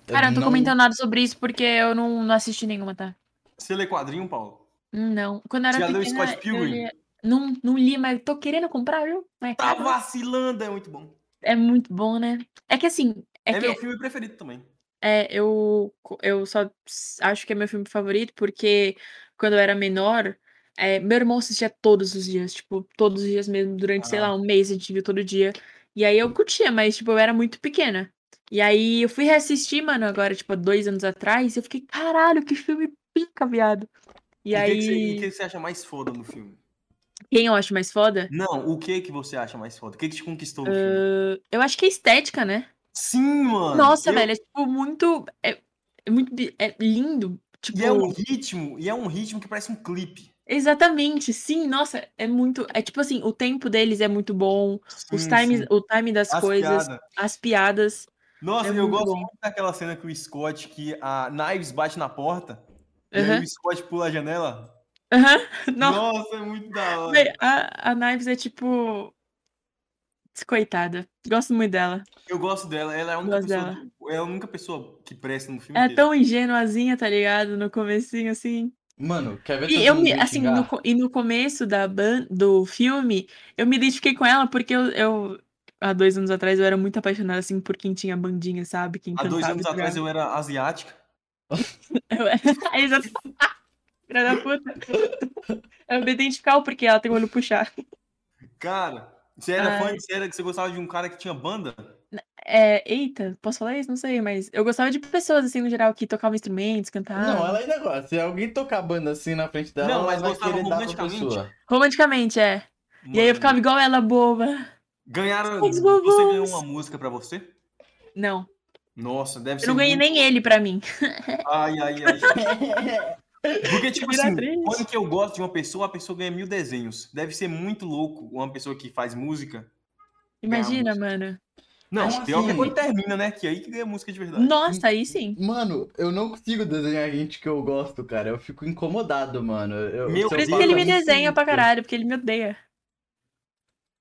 Speaker 2: eu
Speaker 1: Cara, eu não tô
Speaker 2: não-
Speaker 1: comentando nada sobre isso porque eu não, não assisti nenhuma, tá?
Speaker 3: Você lê quadrinho, Paulo?
Speaker 1: Hum, Não. Quando eu era
Speaker 3: Já leu
Speaker 1: pequena,
Speaker 3: Scott
Speaker 1: eu
Speaker 3: Pilgrim?
Speaker 1: lia- Não, não li, mas tô querendo comprar, viu? Mas,
Speaker 3: Tá
Speaker 1: cara,
Speaker 3: vacilando, é muito bom.
Speaker 1: é muito bom, né? É que assim, é,
Speaker 3: É,
Speaker 1: que
Speaker 3: meu filme preferido também.
Speaker 1: É, eu, co- eu só s- acho que é meu filme favorito porque quando eu era menor, é, meu irmão assistia todos os dias, tipo, todos os dias mesmo, durante, sei lá, um mês a gente viu todo dia. E aí eu curtia, mas, tipo, eu era muito pequena. E aí eu fui reassistir, mano, agora, tipo, há dois anos atrás, e eu fiquei, caralho, que filme pica, viado. E
Speaker 3: E o que que você- e
Speaker 1: aí,
Speaker 3: o que, que você acha mais foda no filme?
Speaker 1: quem eu acho mais foda?
Speaker 3: Não, o que que você acha mais foda? O que que te conquistou no filme?
Speaker 1: Uh, eu acho que é estética, né?
Speaker 3: Sim, mano!
Speaker 1: Nossa,
Speaker 3: eu-
Speaker 1: velho, é, tipo, muito. É, é muito. bi- É lindo. Tipo,
Speaker 3: E é um ritmo, e é um ritmo que parece um clipe.
Speaker 1: Exatamente, sim, nossa, é muito. É tipo assim, o tempo deles é muito bom, os
Speaker 3: Sim,
Speaker 1: times,
Speaker 3: sim.
Speaker 1: o time das
Speaker 3: As
Speaker 1: coisas,
Speaker 3: piadas.
Speaker 1: as piadas.
Speaker 3: Nossa,
Speaker 1: é
Speaker 3: eu
Speaker 1: muito
Speaker 3: gosto
Speaker 1: bom.
Speaker 3: muito daquela cena que o Scott, que a Knives bate na porta, e aí
Speaker 1: Aham,
Speaker 3: o Scott pula a janela.
Speaker 1: aham. Nossa,
Speaker 3: Nossa, é muito da hora.
Speaker 1: velho, a, a Knives é tipo. Coitada. Gosto muito dela.
Speaker 3: Eu gosto dela, ela é a única,
Speaker 1: Gosto
Speaker 3: pessoa,
Speaker 1: dela.
Speaker 3: do- ela é a única pessoa que presta no filme
Speaker 1: Ela é
Speaker 3: inteiro.
Speaker 1: tão ingenuazinha, tá ligado? No comecinho, assim.
Speaker 2: Mano, quer ver
Speaker 1: E
Speaker 2: todo
Speaker 1: eu
Speaker 2: mundo
Speaker 1: me, assim, no,
Speaker 2: xingar?
Speaker 1: co- e no começo da ban do filme, eu me identifiquei com ela porque eu, eu, há dois anos atrás, eu era muito apaixonada, assim, por quem tinha bandinha, sabe? Quem
Speaker 3: Há dois
Speaker 1: cantava
Speaker 3: anos
Speaker 1: e jogava.
Speaker 3: atrás eu era asiática.
Speaker 1: Eu- É, Exato. Filha da puta. Eu me identificar o porquê ela tem o olho puxado.
Speaker 3: Cara, você era
Speaker 1: Ai.
Speaker 3: fã, você, era, você gostava de um cara que tinha banda?
Speaker 1: É, eita, posso falar isso? Não sei, mas eu gostava de pessoas, assim, no geral, que tocavam instrumentos, cantavam.
Speaker 2: Não, ela ainda gosta. Se alguém tocar banda assim na frente dela,
Speaker 3: Não,
Speaker 2: ela
Speaker 3: mas
Speaker 2: vai
Speaker 3: gostava
Speaker 2: querer dar pra
Speaker 3: romanticamente.
Speaker 2: pessoa.
Speaker 1: Romanticamente, é. E aí eu
Speaker 3: Mano,
Speaker 1: ficava igual ela, boba.
Speaker 3: Ganharam.
Speaker 1: Os
Speaker 3: Você
Speaker 1: bombons.
Speaker 3: ganhou uma música pra você?
Speaker 1: Não,
Speaker 3: Nossa, deve
Speaker 1: eu
Speaker 3: ser.
Speaker 1: não ganhei
Speaker 3: muito-
Speaker 1: nem ele pra mim.
Speaker 3: Ai, ai, ai. Porque, tipo
Speaker 1: Vira
Speaker 3: assim,
Speaker 1: triste.
Speaker 3: quando que eu gosto de uma pessoa, a pessoa ganha mil desenhos. Deve ser muito louco uma pessoa que faz música.
Speaker 1: Imagina,
Speaker 3: Ganhamos.
Speaker 1: mano.
Speaker 3: Não,
Speaker 2: Como
Speaker 3: pior que é
Speaker 2: assim?
Speaker 3: quando termina, né? Que aí que ganha música de verdade.
Speaker 1: Nossa, aí sim.
Speaker 2: Mano, eu não consigo desenhar gente que eu gosto, cara. Eu fico incomodado, mano. Eu,
Speaker 3: Meu
Speaker 2: se eu
Speaker 1: Por isso
Speaker 2: falo
Speaker 1: que ele me
Speaker 2: isso,
Speaker 1: desenha pra caralho, porque ele me odeia.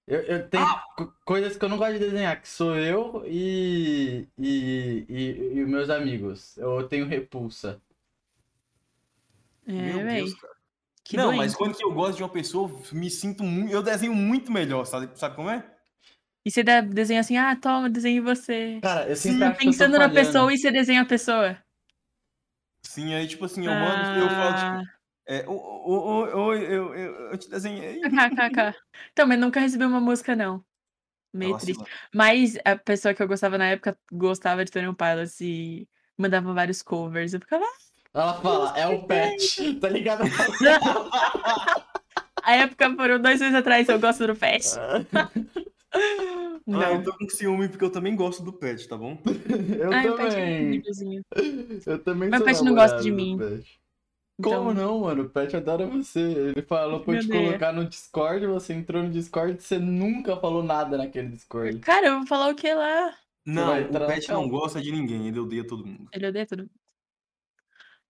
Speaker 2: Eu, eu tenho
Speaker 1: Ah!
Speaker 2: co- coisas que eu não gosto de desenhar, que sou eu e, e, e, e meus amigos. Eu tenho repulsa.
Speaker 1: É,
Speaker 3: Meu
Speaker 1: véi.
Speaker 3: Deus, cara.
Speaker 1: Que
Speaker 3: não,
Speaker 1: doente.
Speaker 3: mas quando que eu gosto de uma pessoa, eu me sinto muito. Eu desenho muito melhor, sabe, sabe como é?
Speaker 1: E você dá- desenha assim, ah, toma, desenhei você.
Speaker 2: Cara, eu sempre
Speaker 3: Sim,
Speaker 2: acho que Tá, eu tô
Speaker 1: Pensando na
Speaker 2: falhando.
Speaker 1: pessoa e você desenha a pessoa.
Speaker 3: Sim, aí, tipo assim, eu mando, eu falo, tipo.
Speaker 1: Ah.
Speaker 3: É, ô, ô, ô, ô, eu, eu, eu te desenhei.
Speaker 1: KKK. Então, mas nunca recebi uma música, não. Meio
Speaker 3: Nossa,
Speaker 1: triste.
Speaker 3: mano.
Speaker 1: Mas a pessoa que eu gostava na época gostava de Tony Pilots e mandava vários covers. Eu ficava. "Ah".
Speaker 2: Ela fala, é o pet, tá ligado?
Speaker 1: "Ah, A época foram dois meses atrás, eu gosto do Pet. Não.
Speaker 3: Ah, eu tô com ciúme porque eu também gosto do pet, tá bom?
Speaker 2: Eu
Speaker 1: Ai, o Pet é
Speaker 2: também.
Speaker 1: incrívelzinho.
Speaker 2: Eu também
Speaker 1: Mas
Speaker 2: sou
Speaker 1: o Pet não gosta
Speaker 2: namorado
Speaker 1: de
Speaker 2: do
Speaker 1: mim.
Speaker 2: Pet.
Speaker 1: Então,
Speaker 2: Como não, mano? O Pet adora você. Ele falou pra
Speaker 1: Me
Speaker 2: eu te
Speaker 1: odeia.
Speaker 2: colocar no Discord, você entrou no Discord, você nunca falou nada naquele Discord.
Speaker 1: Cara, eu vou falar o que lá?
Speaker 3: Não,
Speaker 2: vai
Speaker 3: o
Speaker 2: entrar na
Speaker 3: pet não
Speaker 2: calma.
Speaker 3: gosta de ninguém, ele odeia todo mundo.
Speaker 1: Ele odeia tudo.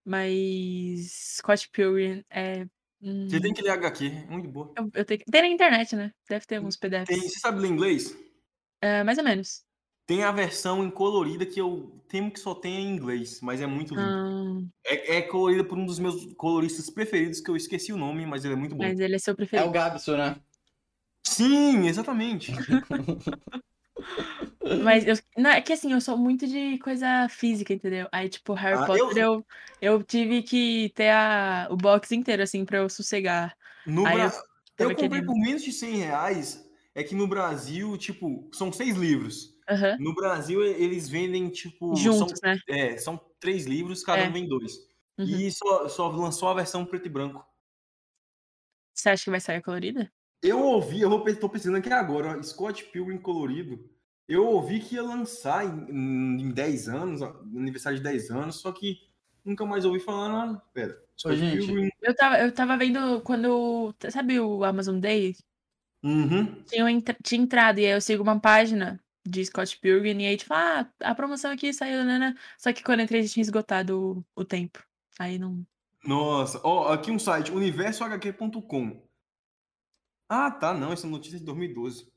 Speaker 1: Mas. Scott Pilgrim é. hum,
Speaker 3: Você tem que ler HQ, é muito boa.
Speaker 1: eu, eu tenho que- Tem na internet, né? Deve ter alguns
Speaker 3: Tem,
Speaker 1: PDFs.
Speaker 3: você sabe ler inglês?
Speaker 1: É, mais ou menos.
Speaker 3: Tem a versão em colorida que eu temo que só tenha em inglês, mas é muito linda.
Speaker 1: Ahn,
Speaker 3: É, é colorida por um dos meus coloristas preferidos, que eu esqueci o nome, mas ele é muito bom.
Speaker 1: mas ele é seu
Speaker 2: É
Speaker 1: preferido.
Speaker 2: o Gabson, né?
Speaker 3: Sim, exatamente.
Speaker 1: Mas eu, não, é que assim, eu sou muito de coisa física, entendeu? Aí, tipo, Harry
Speaker 3: Ah,
Speaker 1: Potter, eu... Eu, tive que ter a, o box inteiro, assim, pra eu sossegar.
Speaker 3: No
Speaker 1: Aí eu
Speaker 3: Brasil. Eu,
Speaker 1: tava
Speaker 3: comprei
Speaker 1: querendo.
Speaker 3: por menos de 100 reais. É que no Brasil, tipo, são seis livros.
Speaker 1: Aham.
Speaker 3: No Brasil, e- eles vendem, tipo. São,
Speaker 1: Juntos, né?
Speaker 3: é, são três livros, cada
Speaker 1: É.
Speaker 3: um vem dois.
Speaker 1: Uhum.
Speaker 3: E só, só lançou a versão preto e branco.
Speaker 1: Você acha que vai sair a colorida?
Speaker 3: Eu ouvi, eu vou, pe- tô pesquisando aqui agora, ó, Scott Pilgrim colorido. Eu ouvi que ia lançar em, em 10 anos, ó, no aniversário de 10 anos, só que nunca mais ouvi falar nada. Pera. Scott
Speaker 2: gente.
Speaker 3: Pilgrim.
Speaker 1: Eu tava, eu tava vendo quando. Sabe o Amazon Day?
Speaker 3: Uhum.
Speaker 1: Tinha, um entra- tinha entrado, e aí eu sigo uma página de Scott Pilgrim, e aí, tipo, ah, a promoção aqui saiu, né? né? Só que quando eu entrei, já tinha esgotado o, o tempo. Aí não.
Speaker 3: Nossa, ó, aqui um site, universohq.com. Ah, tá, não, essa notícia é de 2012.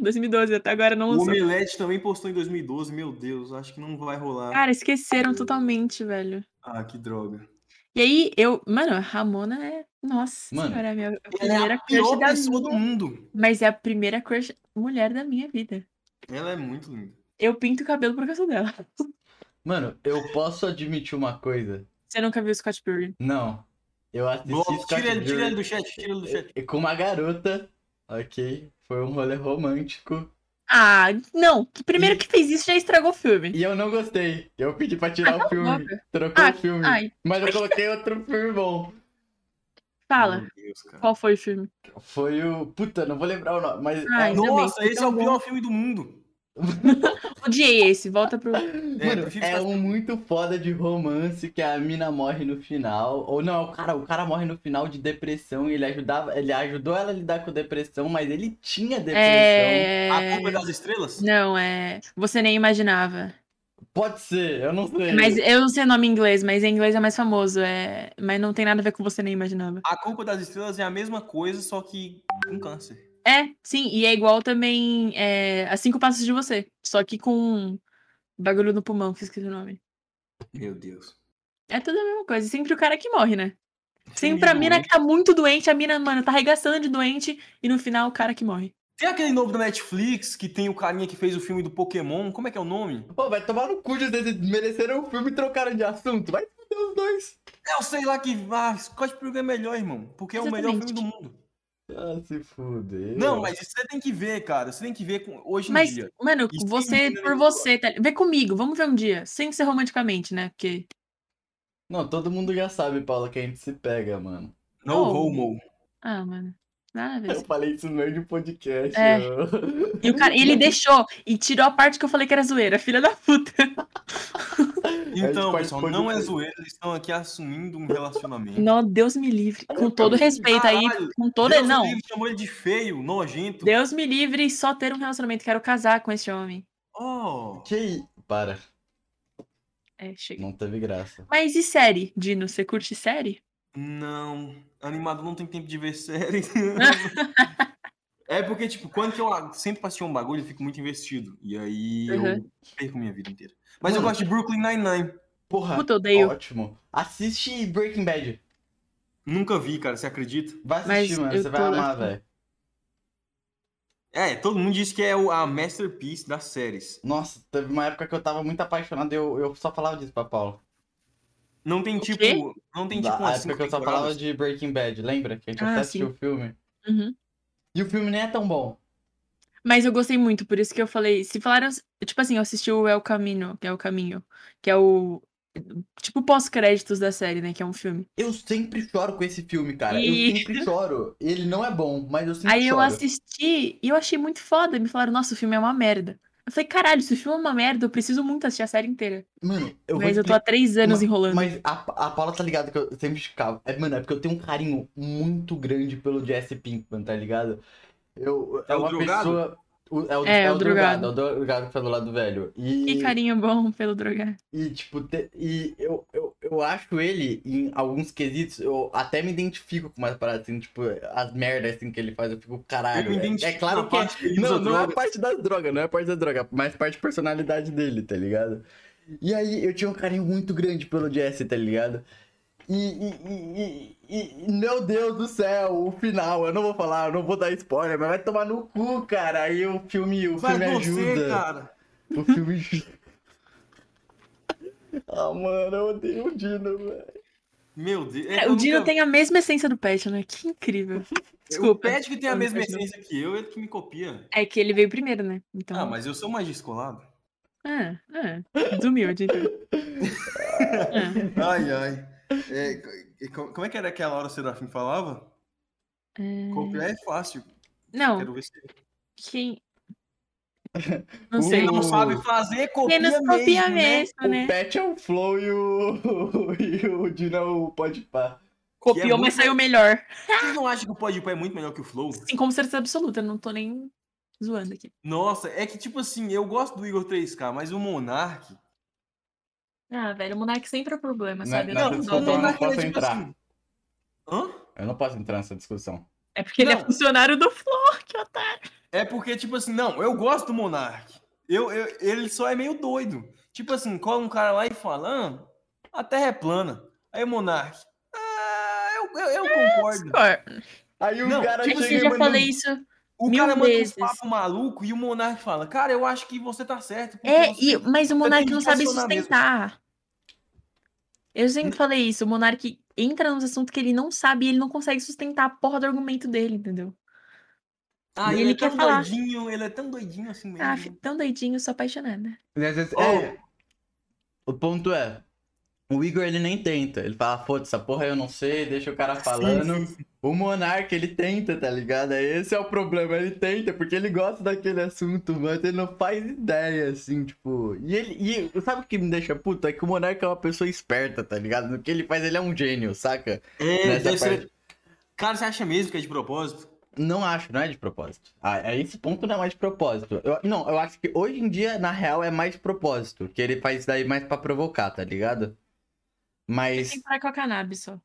Speaker 1: 2012, até agora não
Speaker 3: O
Speaker 1: lançou.
Speaker 3: Omelete também postou em 2012, meu Deus, acho que não vai rolar.
Speaker 1: Cara, esqueceram totalmente, velho.
Speaker 3: Ah, que droga.
Speaker 1: E aí, eu. Mano, a Ramona é. Nossa
Speaker 2: Mano,
Speaker 1: senhora, é a minha
Speaker 3: Ela é
Speaker 1: primeira
Speaker 3: a
Speaker 1: crush
Speaker 3: pior
Speaker 1: da
Speaker 3: pessoa do
Speaker 1: minha-
Speaker 3: mundo.
Speaker 1: Mas é a primeira crush mulher da minha vida.
Speaker 3: Ela é muito linda.
Speaker 1: Eu pinto o cabelo por causa dela.
Speaker 2: Mano, eu posso admitir uma coisa?
Speaker 1: Você nunca viu Scott Pilgrim?
Speaker 2: Não. Eu assisti
Speaker 3: Nossa,
Speaker 2: Scott
Speaker 3: tira ele, tira
Speaker 2: Pilgrim
Speaker 3: ele do chat, tira ele do chat.
Speaker 2: e- com uma garota, ok? Foi um rolê romântico.
Speaker 1: Ah, não. Que Primeiro
Speaker 2: E-
Speaker 1: que fez isso já estragou o filme.
Speaker 2: E eu não gostei. Eu pedi pra tirar o filme.
Speaker 1: óbvio.
Speaker 2: Trocou
Speaker 1: Ah,
Speaker 2: o filme.
Speaker 1: ai.
Speaker 2: Mas eu coloquei outro filme bom.
Speaker 1: Fala,
Speaker 3: Meu Deus, cara.
Speaker 1: qual foi o filme?
Speaker 2: Foi o. Puta, não vou lembrar o nome. Mas. um
Speaker 1: Ai, ainda bem,
Speaker 3: Nossa,
Speaker 1: foi
Speaker 3: esse é
Speaker 1: tão
Speaker 3: o
Speaker 1: bom.
Speaker 3: pior filme do mundo.
Speaker 1: Odiei esse, volta pro.
Speaker 2: Mano,
Speaker 3: prefiro
Speaker 2: é
Speaker 3: ficar-
Speaker 2: um muito foda de romance que a mina morre no final. Ou não, é o cara, o cara morre no final de depressão e ele ajudava, ele ajudou ela a lidar com depressão, mas ele tinha depressão.
Speaker 1: É.
Speaker 3: A culpa é das estrelas?
Speaker 1: Não, é. Você nem imaginava.
Speaker 2: Pode ser, eu não
Speaker 3: É.
Speaker 2: sei.
Speaker 1: Mas eu não sei o nome em inglês, mas em inglês é mais famoso. É... Mas não tem nada a ver com você nem imaginava.
Speaker 3: A culpa das estrelas é a mesma coisa, só que com câncer.
Speaker 1: É, sim, e é igual também é, a Cinco Passos de Você. Só que com bagulho no pulmão, que eu esqueci o nome.
Speaker 3: Meu Deus.
Speaker 1: É tudo a mesma coisa. e Sempre o cara que morre, né? Sempre
Speaker 3: Filme
Speaker 1: a mina
Speaker 3: doente.
Speaker 1: que tá muito doente, a mina, mano, tá arregaçando de doente, e no final o cara que morre.
Speaker 3: Tem aquele novo da Netflix que tem o carinha que fez o filme do Pokémon. Como é que é o nome?
Speaker 2: Pô, vai tomar no cu de vocês, vocês mereceram o filme e trocaram de assunto. Vai se fuder os dois.
Speaker 3: Eu sei lá que. Ah, Scott Pilgrim é melhor, irmão. Porque é o melhor
Speaker 1: Exatamente.
Speaker 3: filme do mundo.
Speaker 2: Ah, se fuder.
Speaker 3: Não, mas isso você tem que ver, cara. Você tem que ver com- hoje em
Speaker 1: Mas,
Speaker 3: um dia.
Speaker 1: mano,
Speaker 3: Isso tem né?
Speaker 1: você
Speaker 3: menina
Speaker 1: por
Speaker 3: nenhuma.
Speaker 1: você, tá... vê comigo, vamos ver um dia. Sem ser romanticamente, né? Porque.
Speaker 2: Não, todo mundo já sabe, Paula, que a gente se pega, mano.
Speaker 3: No
Speaker 1: Oh.
Speaker 3: homo.
Speaker 1: Ah, mano. Nada a ver.
Speaker 2: Eu falei isso no meio de um podcast.
Speaker 1: É.
Speaker 2: eu-
Speaker 1: E o cara, ele deixou e tirou a parte que eu falei que era zoeira, filha da puta.
Speaker 3: Então,
Speaker 2: pode
Speaker 3: pessoal,
Speaker 2: pôr
Speaker 3: não é
Speaker 2: depois.
Speaker 3: zoeira. Eles estão aqui assumindo um relacionamento.
Speaker 1: Não, Deus me livre. Com todo respeito aí,
Speaker 3: Então, Caralho,
Speaker 1: com todo.
Speaker 3: Deus
Speaker 1: não,
Speaker 3: livre, chamou ele de feio, nojento.
Speaker 1: Deus me livre só ter um relacionamento. Quero casar com esse homem.
Speaker 3: Oh.
Speaker 2: Que. Para,
Speaker 1: É, chega.
Speaker 2: não teve graça.
Speaker 1: Mas e série, Dino? Você curte série?
Speaker 3: Não, animado não tem tempo de ver série. é porque, tipo, quando que eu a- sempre passei um bagulho, eu fico muito investido. E aí eu
Speaker 1: Uhum.
Speaker 3: perco minha vida inteira. Mas eu
Speaker 2: Mano.
Speaker 3: gosto de Brooklyn Nine-Nine.
Speaker 2: Porra,
Speaker 1: Puta, odeio.
Speaker 2: ótimo. Assiste Breaking Bad.
Speaker 3: Nunca vi, cara, você acredita?
Speaker 2: Vai assistir,
Speaker 1: Mas
Speaker 2: mano.
Speaker 1: eu
Speaker 2: Você vai
Speaker 1: tô-
Speaker 2: amar, velho.
Speaker 3: É, todo mundo diz que é o- a masterpiece das séries.
Speaker 2: Nossa, teve uma época que eu tava muito apaixonado e eu, eu só falava disso pra Paula.
Speaker 3: Não tem tipo.
Speaker 1: quê?
Speaker 3: Não tem
Speaker 2: Da-
Speaker 3: tipo
Speaker 2: a
Speaker 3: umas
Speaker 2: época
Speaker 3: cinco
Speaker 2: que eu só falava
Speaker 3: temporadas.
Speaker 2: de Breaking Bad, lembra? Que a gente
Speaker 1: Ah,
Speaker 2: até assistiu
Speaker 1: sim.
Speaker 2: o filme.
Speaker 1: Uhum.
Speaker 2: E o filme nem é tão bom.
Speaker 1: Mas eu gostei muito, por isso que eu falei. Se falaram. Tipo assim, eu assisti o El Camino, que é o caminho. Que é o. Tipo pós-créditos da série, né? Que é um filme.
Speaker 2: Eu sempre choro com esse filme, cara. Eu
Speaker 1: E-
Speaker 2: sempre choro. Ele não é bom, mas eu sempre
Speaker 1: Aí eu
Speaker 2: choro.
Speaker 1: assisti e eu achei muito foda. Me falaram, nossa, o filme é uma merda. Eu falei, caralho, se o filme é uma merda, eu preciso muito assistir a série inteira.
Speaker 2: Mano, eu vou
Speaker 1: Mas eu tô há três anos
Speaker 2: Ma-
Speaker 1: enrolando.
Speaker 2: Mas a, a Paula tá ligada que eu sempre ficava. É, mano, é porque eu tenho um carinho muito grande pelo Jesse Pinkman, tá ligado? Eu,
Speaker 3: É
Speaker 2: é
Speaker 3: o
Speaker 2: uma
Speaker 3: drogado?
Speaker 2: pessoa. o- é o,
Speaker 1: É,
Speaker 2: é
Speaker 1: o
Speaker 2: o drogado, é o drogado que tá do lado velho.
Speaker 1: Que
Speaker 2: E,
Speaker 1: carinho bom pelo drogar.
Speaker 2: e tipo, te- e eu, eu, eu acho ele, em alguns quesitos, eu até me identifico com umas paradas assim, tipo, as merdas assim que ele faz, eu fico,
Speaker 3: Eu
Speaker 2: caralho.
Speaker 3: me
Speaker 2: é- É,
Speaker 3: identifico
Speaker 2: claro
Speaker 3: na
Speaker 2: que é
Speaker 3: parte que ele usa
Speaker 2: não, não é a
Speaker 3: droga.
Speaker 2: parte das drogas, não é a parte das drogas, mas parte da personalidade dele, tá ligado? E aí eu tinha um carinho muito grande pelo Jesse, tá ligado? E, e- e- e- e- meu Deus do céu, o final, eu não vou falar, eu não vou dar spoiler, mas vai tomar no cu, cara. Aí o filme, o
Speaker 3: Vai
Speaker 2: filme
Speaker 3: você,
Speaker 2: ajuda.
Speaker 3: cara.
Speaker 2: O filme ajuda. ah, mano, eu odeio o Dino, velho.
Speaker 3: Meu Deus.
Speaker 1: É,
Speaker 3: eu
Speaker 1: o Dino
Speaker 3: Então nunca-
Speaker 1: tem a mesma essência do Pet, né? Que incrível.
Speaker 3: O
Speaker 1: Desculpa.
Speaker 3: Pet que tem a
Speaker 1: Eu
Speaker 3: mesma
Speaker 1: nunca-
Speaker 3: essência que eu, ele que me copia.
Speaker 1: É que ele veio primeiro, né? Então.
Speaker 3: Ah, mas eu sou mais descolado.
Speaker 1: Ah, ah. Desumilde, então. Ah,
Speaker 3: Ai, ai. É, co- e co- como é que era aquela hora o Serafim falava?
Speaker 1: é.
Speaker 3: Copiar é fácil.
Speaker 1: Não,
Speaker 3: Quero ver se...
Speaker 1: quem. Não
Speaker 2: O-
Speaker 1: sei.
Speaker 3: Quem Um não sabe fazer, copia,
Speaker 1: Quem nos copia
Speaker 3: mesmo, né?
Speaker 1: mesmo, né?
Speaker 2: O Pet é o Flow e o, e o Dino é o Pode Pá.
Speaker 1: Copiou,
Speaker 3: muito-
Speaker 1: mas saiu melhor.
Speaker 3: Vocês não acham que o Podpah é muito melhor que o Flow?
Speaker 1: Sim, com certeza absoluta, não tô nem zoando aqui.
Speaker 3: Nossa, é que tipo assim, eu gosto do Igor 3K, mas o Monark...
Speaker 1: Ah, velho, o Monark sempre é problema,
Speaker 2: Né-
Speaker 1: sabe? Eu
Speaker 2: né,
Speaker 1: não
Speaker 2: eu
Speaker 1: sou
Speaker 2: sou
Speaker 1: dona.
Speaker 2: dona. posso entrar.
Speaker 3: tipo assim. Hã?
Speaker 2: Eu não posso entrar nessa discussão.
Speaker 1: É porque ele é
Speaker 3: Não.
Speaker 1: funcionário do Flor, que otário.
Speaker 3: É porque, tipo assim, não, eu gosto do Monark. Eu, eu- ele só é meio doido. Tipo assim, cola um cara lá e fala, ah, a Terra é plana. Aí o Monark, ah, eu, eu, eu concordo.
Speaker 2: Aí o
Speaker 3: Não,
Speaker 2: cara
Speaker 1: Gente, tipo
Speaker 2: chega
Speaker 1: assim, eu
Speaker 2: e
Speaker 1: já
Speaker 2: manda um
Speaker 1: falei isso.
Speaker 3: O
Speaker 1: mil
Speaker 3: cara manda uns
Speaker 1: vezes.
Speaker 3: papo maluco e o Monark fala, cara, eu acho que você tá certo. porque
Speaker 1: É,
Speaker 3: você-
Speaker 1: e, mas o Monark
Speaker 3: que
Speaker 1: não sabe
Speaker 3: racionar mesmo.
Speaker 1: sustentar. Eu sempre falei isso, o Monark entra nos assuntos que ele não sabe e ele não consegue sustentar a porra do argumento dele, entendeu?
Speaker 3: Ah,
Speaker 1: ele
Speaker 3: ele, é
Speaker 1: quer
Speaker 3: tão
Speaker 1: falar.
Speaker 3: doidinho, ele é tão doidinho assim mesmo.
Speaker 1: Ah, fi- tão doidinho, sou apaixonada.
Speaker 2: E às vezes-
Speaker 3: Oh.
Speaker 2: é, o ponto é, o Igor ele nem tenta. Ele fala, foda-se, essa porra eu não sei, deixa o cara falando.
Speaker 3: Sim, sim, sim.
Speaker 2: O Monark, ele tenta, tá ligado? Aí Esse é o problema, ele tenta, porque ele gosta daquele assunto, mas ele não faz ideia, assim, tipo. E ele. E sabe o que me deixa puto? É que o Monark é uma pessoa esperta, tá ligado? No que ele faz, ele é um gênio, saca?
Speaker 3: É,
Speaker 2: Nessa
Speaker 3: deve ser-
Speaker 2: parte.
Speaker 3: Cara, você acha mesmo que é de propósito?
Speaker 2: Não acho, não é de propósito. Ah, esse ponto não é mais de propósito. Eu- não, eu acho que hoje em dia, na real, é mais de propósito. Que ele faz isso daí mais pra provocar, tá ligado? Mas.
Speaker 1: Tem que parar com a cannabis só.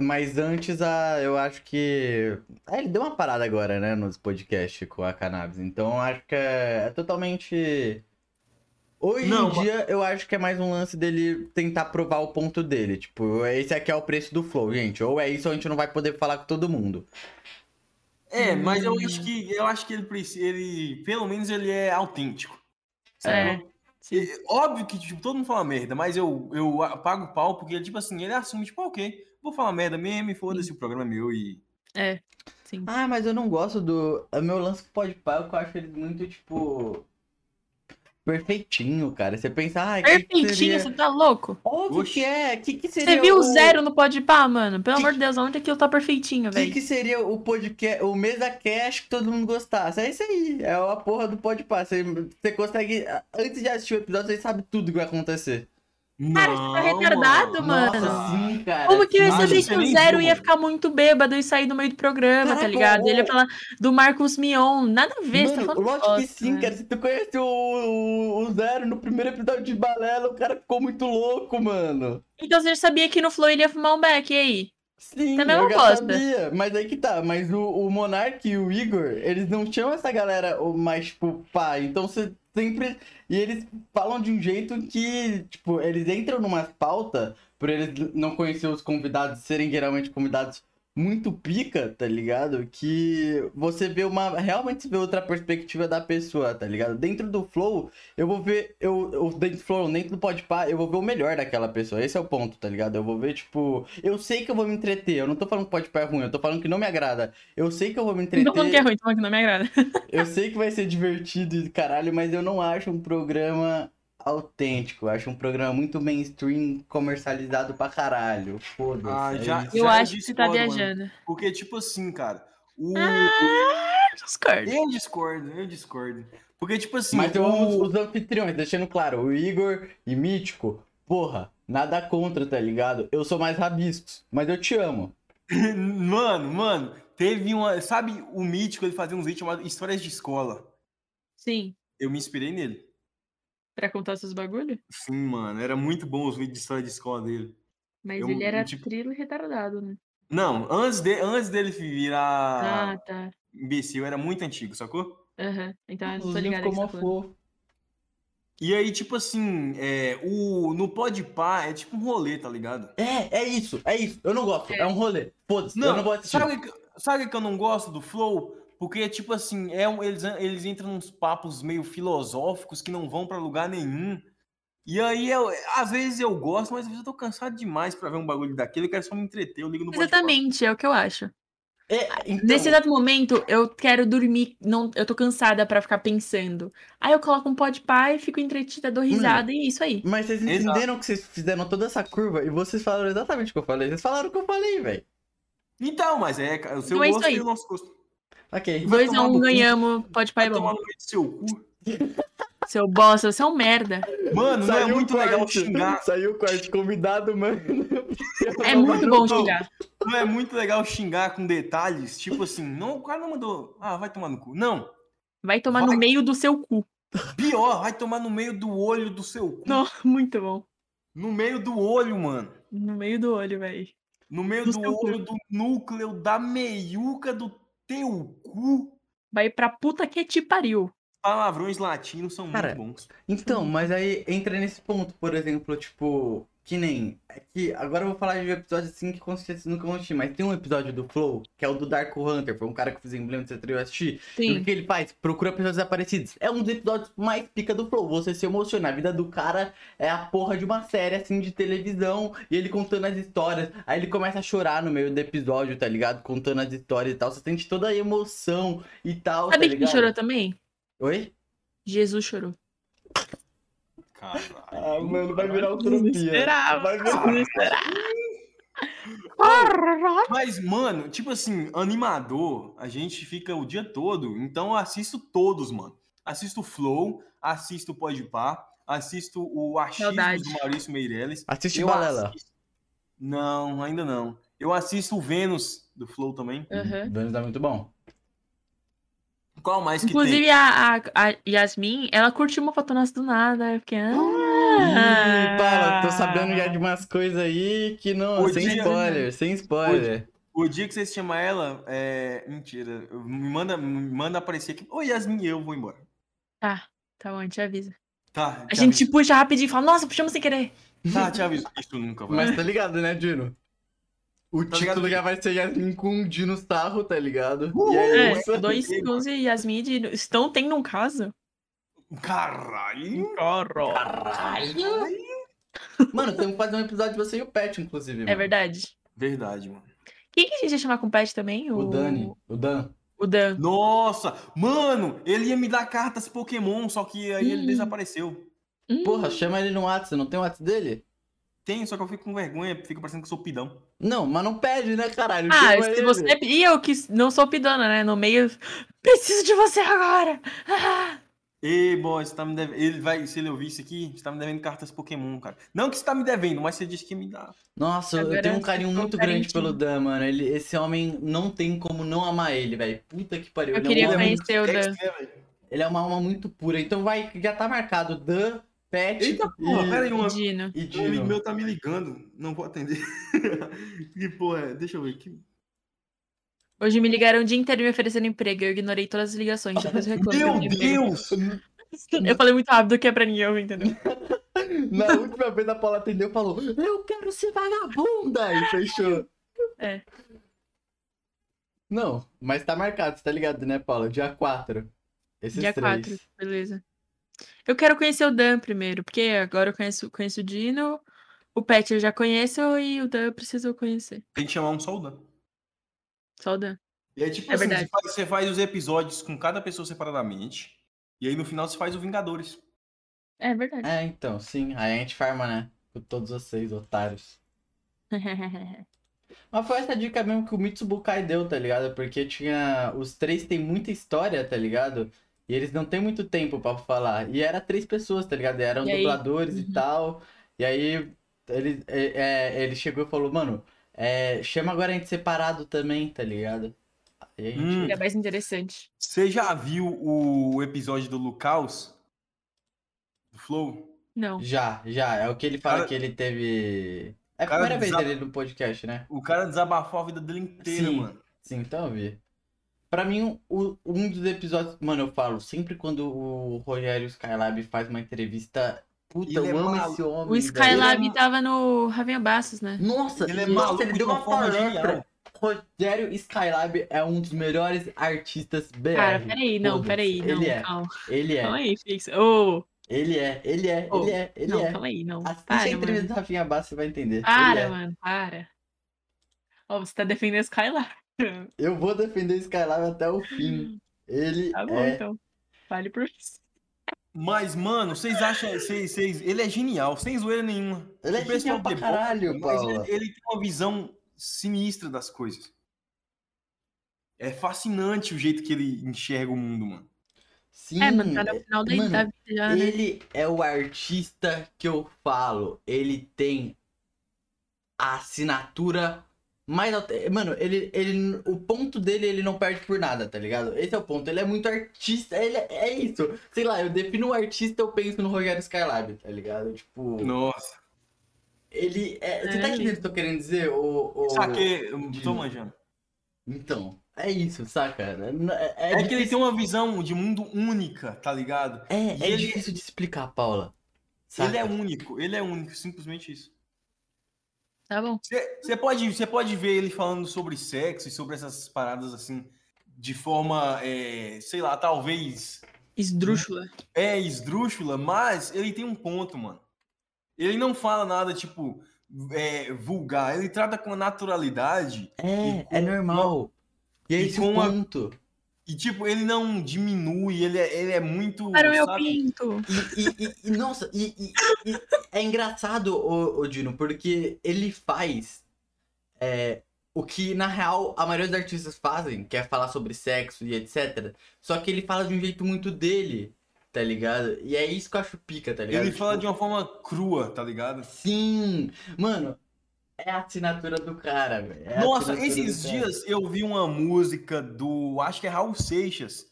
Speaker 2: Mas antes, a, eu acho que. Ah, ele deu uma parada agora, né, nos podcasts com a cannabis. Então eu acho que é, é totalmente. Hoje
Speaker 3: Não,
Speaker 2: em
Speaker 3: mas-
Speaker 2: dia, eu acho que é mais um lance dele tentar provar o ponto dele. Tipo, esse aqui é o preço do Flow, gente. Ou é isso, ou a gente não vai poder falar com todo mundo.
Speaker 3: É, mas eu
Speaker 1: Hum.
Speaker 3: acho que eu acho que ele, preci- ele pelo menos ele é autêntico.
Speaker 1: É, sim.
Speaker 3: E- Óbvio que tipo, todo mundo fala merda, mas eu, eu a- pago o pau porque, tipo assim, ele assume, tipo, ok, vou falar merda mesmo e foda-se, o programa é meu e.
Speaker 1: É, sim.
Speaker 2: Ah, mas eu não gosto do. O meu lance com o pau eu acho ele muito, tipo. Perfeitinho, cara. Você pensa, ah, que que
Speaker 1: Perfeitinho,
Speaker 2: seria...
Speaker 1: você tá louco?
Speaker 2: Óbvio
Speaker 3: Oxi.
Speaker 2: que é. Que que seria
Speaker 1: Você viu o
Speaker 2: o
Speaker 1: zero no pó de pá, mano? Pelo
Speaker 2: Que-
Speaker 1: amor de Deus, onde aquilo tá perfeitinho,
Speaker 2: O que,
Speaker 1: velho?
Speaker 2: que seria o podcast, o mesa cash que todo mundo gostasse? É isso aí, é a porra do podcast. Você, você consegue, antes de assistir o episódio, você sabe tudo que vai acontecer.
Speaker 1: Cara, você tá retardado, mano.
Speaker 2: Nossa, sim, cara.
Speaker 1: Como que eu ia
Speaker 3: Nossa,
Speaker 1: saber
Speaker 3: isso
Speaker 1: que
Speaker 3: é
Speaker 1: o
Speaker 3: nem
Speaker 1: Zero
Speaker 3: viu,
Speaker 1: ia
Speaker 3: mano.
Speaker 1: ficar muito bêbado e sair no meio do programa,
Speaker 2: Caraca,
Speaker 1: tá ligado? E ele ia
Speaker 2: ô.
Speaker 1: falar do Marcos Mion, nada a ver, você tá
Speaker 2: Mano,
Speaker 1: falando
Speaker 2: lógico que
Speaker 1: bosta,
Speaker 2: sim,
Speaker 1: né?
Speaker 2: cara. Se tu conheceu o, o Zero no primeiro episódio de Balela, o cara ficou muito louco, mano.
Speaker 1: Então você já sabia que no Flow ele ia fumar um back, e aí?
Speaker 2: Sim,
Speaker 1: Também
Speaker 2: eu
Speaker 1: não
Speaker 2: já
Speaker 1: gosta.
Speaker 2: sabia. Mas aí que tá. Mas o, o Monark e o Igor, eles não tinham essa galera o- mais, tipo, pá. Então você sempre. E eles falam de um jeito que, tipo, eles entram numa pauta por eles não conhecer os convidados serem geralmente convidados muito pica, tá ligado? Que você vê uma. Realmente você vê outra perspectiva da pessoa, tá ligado? Dentro do flow, eu vou ver. Eu, eu dentro do flow, dentro do podpar, eu vou ver o melhor daquela pessoa. Esse é o ponto, tá ligado? Eu vou ver, tipo. Eu sei que eu vou me entreter. Eu não tô falando que podpar é ruim, eu tô falando que não me agrada. Eu sei que eu vou me
Speaker 1: Não tô falando que é
Speaker 2: entreter.
Speaker 1: ruim, tô falando que não me agrada.
Speaker 2: Eu sei que vai ser divertido e do caralho, mas eu não acho um programa autêntico. Eu acho um programa muito mainstream, comercializado pra caralho. Foda-se.
Speaker 3: Ah,
Speaker 2: é
Speaker 3: já-
Speaker 2: isso.
Speaker 1: Eu
Speaker 3: Já
Speaker 1: acho que você tá
Speaker 3: discordo, mano.
Speaker 1: viajando.
Speaker 3: Porque, tipo assim, cara, o.
Speaker 1: Ah, discordo.
Speaker 3: Eu discordo, eu discordo. Porque, tipo assim.
Speaker 2: Mas eu
Speaker 3: o-
Speaker 2: amo os, os anfitriões, deixando claro, o Igor e Mítico, porra, nada contra, tá ligado? Eu sou mais rabiscos, mas eu te amo.
Speaker 3: Mano, mano, teve uma. Sabe o mítico, ele fazia uns vídeos chamados Histórias de Escola.
Speaker 1: Sim,
Speaker 3: Eu me inspirei nele.
Speaker 1: pra contar seus bagulhos.
Speaker 3: Sim, mano, era muito bom os vídeos de história de escola dele.
Speaker 1: Mas
Speaker 3: Eu-
Speaker 1: ele era
Speaker 3: tipo-
Speaker 1: trilo e retardado, né?
Speaker 3: Não, antes, de, antes dele
Speaker 1: Ah,
Speaker 3: virar
Speaker 1: tá.
Speaker 3: imbecil, era muito antigo, sacou?
Speaker 1: Aham. Então eu tô
Speaker 2: Inclusive,
Speaker 1: ligada
Speaker 2: ficou
Speaker 1: que você
Speaker 2: mó
Speaker 1: tá falando.
Speaker 2: fofo.
Speaker 3: E aí, tipo assim, é, o, no Podpah é tipo um rolê, tá ligado?
Speaker 2: É, é isso, é isso. Eu não gosto. É um rolê. Foda-se, eu não vou assistir.
Speaker 3: sabe, que- sabe que eu não gosto do Flow? Porque, tipo assim, é um- eles, eles entram nos papos meio filosóficos que não vão pra lugar nenhum. E aí, eu, às vezes eu gosto, mas às vezes eu tô cansado demais pra ver um bagulho daquele. Eu quero só me entreter, eu ligo no Podpah.
Speaker 1: Exatamente, é o que eu acho.
Speaker 2: É, então,
Speaker 1: Nesse exato momento, eu quero dormir, não, eu tô cansada pra ficar pensando. Aí eu coloco um pó de pai, fico entretida, dou risada e é isso aí.
Speaker 2: Mas vocês
Speaker 3: Exato.
Speaker 2: entenderam que vocês fizeram toda essa curva e vocês falaram exatamente o que eu falei. Vocês falaram o que eu falei, velho.
Speaker 3: Então, mas é ca- o seu
Speaker 1: Então é isso
Speaker 3: gosto
Speaker 1: aí.
Speaker 3: e o nosso gosto.
Speaker 2: Ok.
Speaker 3: Vai
Speaker 1: 2 a
Speaker 3: tomar no
Speaker 1: 1
Speaker 3: cu.
Speaker 1: ganhamos, pó de pai
Speaker 3: Vai
Speaker 1: é
Speaker 3: tomar
Speaker 1: bom.
Speaker 3: no meio do seu cu.
Speaker 1: Seu bosta, você é um merda.
Speaker 3: Mano, não é
Speaker 2: Saiu o
Speaker 3: muito
Speaker 2: corte.
Speaker 3: legal xingar
Speaker 2: Saiu o corte convidado, mano.
Speaker 1: É muito
Speaker 3: não,
Speaker 1: bom
Speaker 3: não.
Speaker 1: xingar.
Speaker 3: Não é muito legal xingar com detalhes, tipo assim, não, o cara não mandou, ah, vai tomar no cu. Não,
Speaker 1: Vai tomar
Speaker 3: Vai.
Speaker 1: no meio do seu cu.
Speaker 3: pior, vai tomar no meio do olho do seu cu.
Speaker 1: Não, muito bom.
Speaker 3: No meio do olho, mano.
Speaker 1: No meio do olho, velho.
Speaker 3: No meio
Speaker 1: Do
Speaker 3: do,
Speaker 1: seu cu.
Speaker 3: olho, do núcleo, da meiuca do teu cu.
Speaker 1: Vai pra puta que te pariu.
Speaker 3: Palavrões latinos são
Speaker 2: Cara,
Speaker 3: muito bons.
Speaker 2: Então, mas aí entra nesse ponto, por exemplo, tipo, que nem. É que agora eu vou falar de um episódio assim que com certeza nunca vão assistir, mas tem um episódio do Flow, que é o do Dark Hunter, foi um cara que fez emblema de eu assisti. E o
Speaker 1: Sim.
Speaker 2: que ele faz? Procura pessoas desaparecidas. É um dos episódios mais pica do Flow. Você se emociona. A vida do cara é a porra de uma série assim de televisão. E ele contando as histórias. Aí ele começa a chorar no meio do episódio, tá ligado? Contando as histórias e tal. Você sente toda a emoção e tal. tá
Speaker 1: Sabe quem
Speaker 2: ligado?
Speaker 1: chorou também?
Speaker 2: Oi?
Speaker 1: Jesus chorou.
Speaker 3: Caralho.
Speaker 2: Ah, mano, vai virar utopia.
Speaker 1: Desesperava.
Speaker 2: Vai virar-
Speaker 1: Desesperava.
Speaker 3: Mas, mano, tipo assim, animador, a gente fica o dia todo, então eu assisto todos, mano. Assisto o Flow, assisto o Podpah, assisto o Achismo
Speaker 1: Saudade.
Speaker 3: do Maurício Meirelles.
Speaker 2: Assiste
Speaker 3: Eu
Speaker 2: Balela.
Speaker 3: assisto- Não, ainda não. Eu assisto o Vênus, do Flow também.
Speaker 1: Aham.
Speaker 2: Donos tá muito bom.
Speaker 3: Qual mais que tem?
Speaker 1: Inclusive, a, a- a Yasmin, ela curtiu uma foto nossa do nada. Eu fiquei. Ah,
Speaker 2: Ih, para, tô sabendo já de umas coisas aí que não.
Speaker 3: Ô,
Speaker 2: sem
Speaker 3: dia-
Speaker 2: spoiler, sem spoiler.
Speaker 3: O dia que vocês chamam ela, é... Mentira, eu- me manda, me manda aparecer aqui. Oi, Yasmin, eu vou embora.
Speaker 1: Tá, tá bom, a gente avisa.
Speaker 3: Tá,
Speaker 1: A
Speaker 3: te
Speaker 1: gente puxa rapidinho e fala, nossa, puxamos sem querer.
Speaker 3: aviso. Tá, te aviso. Isso nunca vai.
Speaker 2: Mas tá ligado, né, Dino? O
Speaker 3: Tá
Speaker 2: título
Speaker 3: ligado.
Speaker 2: já vai ser Yasmin com um Dino Sarro, tá ligado?
Speaker 3: Uhul!
Speaker 2: E é
Speaker 1: É,
Speaker 2: isso.
Speaker 1: dois segundos e Yasmin e Dino estão tendo um caso?
Speaker 3: Caralho!
Speaker 2: Caralho! Mano, temos que fazer um episódio de você e o Pet, inclusive.
Speaker 1: É
Speaker 2: mano.
Speaker 1: verdade.
Speaker 3: Verdade, mano.
Speaker 1: Quem que a gente ia chamar com o Pet também?
Speaker 2: O Dani, o Dan.
Speaker 1: O Dan.
Speaker 3: Nossa, mano, ele ia me dar cartas Pokémon, só que aí ele
Speaker 1: Hum.
Speaker 3: desapareceu.
Speaker 1: Hum,
Speaker 2: Porra, chama ele no WhatsApp, não tem o WhatsApp dele?
Speaker 3: Tem, só que eu fico com vergonha, fica parecendo que eu sou pidão.
Speaker 2: Não, mas não pede, né, caralho?
Speaker 1: Ah,
Speaker 2: Chama
Speaker 1: se
Speaker 2: ele.
Speaker 1: você. E eu que não sou pidona, né? No meio. Preciso de você agora! Ah,
Speaker 3: Ei, boy, você tá me devendo. Ele vai, se ele ouvir isso aqui, você tá me devendo cartas Pokémon, cara. Não que você tá me devendo, mas você disse que ia me dá.
Speaker 2: Nossa, eu
Speaker 1: Agora
Speaker 2: tenho um
Speaker 1: você
Speaker 2: carinho
Speaker 1: ficou
Speaker 2: muito grande
Speaker 1: carentinho.
Speaker 2: pelo Dan, mano. Ele, esse homem não tem como não amar ele, velho. Puta que pariu.
Speaker 1: Eu
Speaker 2: ele
Speaker 1: queria
Speaker 2: é um homem,
Speaker 1: conhecer o Dan.
Speaker 3: né,
Speaker 2: Ele é uma alma muito pura. Então vai, já tá marcado. Dan, Pet
Speaker 3: Eita porra, pera
Speaker 2: e,
Speaker 3: aí, uma.
Speaker 1: Dino.
Speaker 2: e
Speaker 3: Um amigo
Speaker 2: Dino.
Speaker 3: meu tá me ligando, não vou atender. que porra é? Deixa eu ver. Que...
Speaker 1: Hoje me ligaram o dia inteiro me oferecendo emprego. Eu ignorei todas as ligações. Depois eu reclamo. que eu
Speaker 3: Meu
Speaker 1: não tenho emprego.
Speaker 3: Deus!
Speaker 1: Eu falei muito rápido que é pra ninguém ouvir, entendeu?
Speaker 2: Na última vez a Paula atendeu e falou: Eu quero ser vagabunda! E fechou.
Speaker 1: É.
Speaker 2: Não, mas tá marcado, você tá ligado, né, Paula? Dia 4. Esses
Speaker 1: Dia
Speaker 2: três.
Speaker 1: 4, beleza. Eu quero conhecer o Dan primeiro, porque agora eu conheço, conheço o Dino, o Pet eu já conheço e o Dan eu preciso conhecer.
Speaker 3: Tem que chamar um só o Dan.
Speaker 1: Só o Dan.
Speaker 3: E aí, tipo
Speaker 1: É
Speaker 3: assim, você
Speaker 1: verdade.
Speaker 3: faz, você faz os episódios com cada pessoa separadamente. E aí no final você faz o Vingadores.
Speaker 1: É verdade.
Speaker 2: É, então, sim. Aí a gente farma, né? Com todos vocês, otários. Mas foi essa dica mesmo que o Mitsubukai deu, tá ligado? Porque tinha. Os três têm muita história, tá ligado? E eles não têm muito tempo pra falar. E era três pessoas, tá ligado? E eram
Speaker 1: E aí?
Speaker 2: dubladores e
Speaker 1: Uhum.
Speaker 2: tal. E aí ele, é, é, ele chegou e falou, mano, é, chama agora a gente separado também, tá ligado? Aí a gente.
Speaker 3: Hum.
Speaker 1: Ainda é mais interessante.
Speaker 3: Você já viu o episódio do Lucaus? Do Flow?
Speaker 1: Não.
Speaker 2: Já, já. É o que ele fala
Speaker 3: Cara-
Speaker 2: que ele teve. É a
Speaker 3: Cara,
Speaker 2: primeira vez
Speaker 3: desa-
Speaker 2: dele no podcast, né?
Speaker 3: O cara desabafou a vida dele inteira,
Speaker 2: Sim.
Speaker 3: mano.
Speaker 2: Sim, então eu vi. Pra mim, o- um dos episódios. Mano, eu falo, sempre quando o Rogério Skylab faz uma entrevista. Puta,
Speaker 3: Ele
Speaker 2: eu
Speaker 3: é
Speaker 2: amo
Speaker 3: maluco.
Speaker 2: esse homem.
Speaker 1: O
Speaker 2: velho.
Speaker 1: Skylab
Speaker 3: Ele-
Speaker 1: tava no Ravinha Bastos, né?
Speaker 2: Nossa,
Speaker 3: Ele é
Speaker 2: nossa,
Speaker 3: maluco
Speaker 2: ele
Speaker 3: de
Speaker 2: deu
Speaker 3: uma
Speaker 2: uma
Speaker 3: forma
Speaker 2: palestra.
Speaker 3: genial.
Speaker 2: Rogério Skylab é um dos melhores artistas BR.
Speaker 1: Cara, peraí, não,
Speaker 2: é. Foda-se.
Speaker 1: peraí, não,
Speaker 2: Ele é,
Speaker 1: calma.
Speaker 2: ele
Speaker 1: Calma
Speaker 2: é,
Speaker 1: aí, Fix. Ô,
Speaker 2: ele é, ele é,
Speaker 1: Oh,
Speaker 2: ele é, ele
Speaker 1: não,
Speaker 2: é.
Speaker 1: calma aí, não.
Speaker 2: Assiste a
Speaker 1: Para,
Speaker 2: entrevista
Speaker 1: mano.
Speaker 2: do Rafinha Bastos, você vai entender. Ele
Speaker 1: Para,
Speaker 2: é.
Speaker 1: mano, para. Ó, você tá defendendo Skylab.
Speaker 2: Eu vou defender Skylab até o fim. Ele
Speaker 1: Tá bom,
Speaker 2: é.
Speaker 1: então. Vale por isso.
Speaker 3: Mas, mano, vocês acham. Vocês, vocês, ele é genial, sem zoeira nenhuma.
Speaker 1: então.
Speaker 2: Ele é
Speaker 3: O pessoal é
Speaker 2: genial pra
Speaker 3: debocha,
Speaker 2: caralho,
Speaker 3: Mas ele,
Speaker 2: Paula.
Speaker 3: ele tem uma visão sinistra das coisas. É fascinante o jeito que ele enxerga o mundo, mano.
Speaker 2: Sim,
Speaker 1: é, mano, tá no final da,
Speaker 2: mano,
Speaker 1: da vida já, né?
Speaker 2: Ele é o artista que eu falo. Ele tem a assinatura mais. aut- Mano, ele, ele, o ponto dele, ele não perde por nada, tá ligado? Esse é o ponto. Ele é muito artista. Ele é, é isso. Sei lá, eu defino um artista, eu penso no Rogério Skylab, tá ligado? Tipo,
Speaker 3: Nossa.
Speaker 2: ele é. Você
Speaker 1: É,
Speaker 2: tá entendendo o que eu tô querendo dizer? O, o...
Speaker 3: Saquei, eu tô manjando.
Speaker 2: Então, é isso, saca? É, é,
Speaker 3: É que ele tem uma visão de mundo única, tá ligado?
Speaker 2: é, é
Speaker 3: ele-
Speaker 2: difícil de explicar, Paula. Saca?
Speaker 3: Ele é único, ele é único, simplesmente isso.
Speaker 1: Tá bom.
Speaker 3: Você pode, você pode ver ele falando sobre sexo e sobre essas paradas assim, de forma, é, sei lá, talvez
Speaker 1: Esdrúxula.
Speaker 3: é esdrúxula, mas ele tem um ponto, mano. Ele não fala nada, tipo, é, vulgar. Ele trata com naturalidade
Speaker 2: É,
Speaker 3: E com
Speaker 2: é normal. E é
Speaker 3: e
Speaker 2: esse
Speaker 3: com
Speaker 2: o
Speaker 3: a-
Speaker 2: ponto.
Speaker 3: e, tipo, ele não diminui. Ele é, ele é muito.
Speaker 1: Hum. Para o meu
Speaker 3: sabe?
Speaker 1: pinto.
Speaker 2: E, e- e- e, nossa, e, e- e- é engraçado, o, Dino, porque ele faz é, o que, na real, a maioria dos artistas fazem, que é falar sobre sexo e etc. Só que ele fala de um jeito muito dele, tá ligado? E é isso que eu acho pica, tá ligado?
Speaker 3: Ele fala
Speaker 2: Tipo,
Speaker 3: de uma forma crua, tá ligado?
Speaker 2: Sim! Mano, é a assinatura do cara, velho. é a
Speaker 3: Nossa,
Speaker 2: assinatura
Speaker 3: esses
Speaker 2: do cara.
Speaker 3: dias eu vi uma música do. Acho que é Raul Seixas.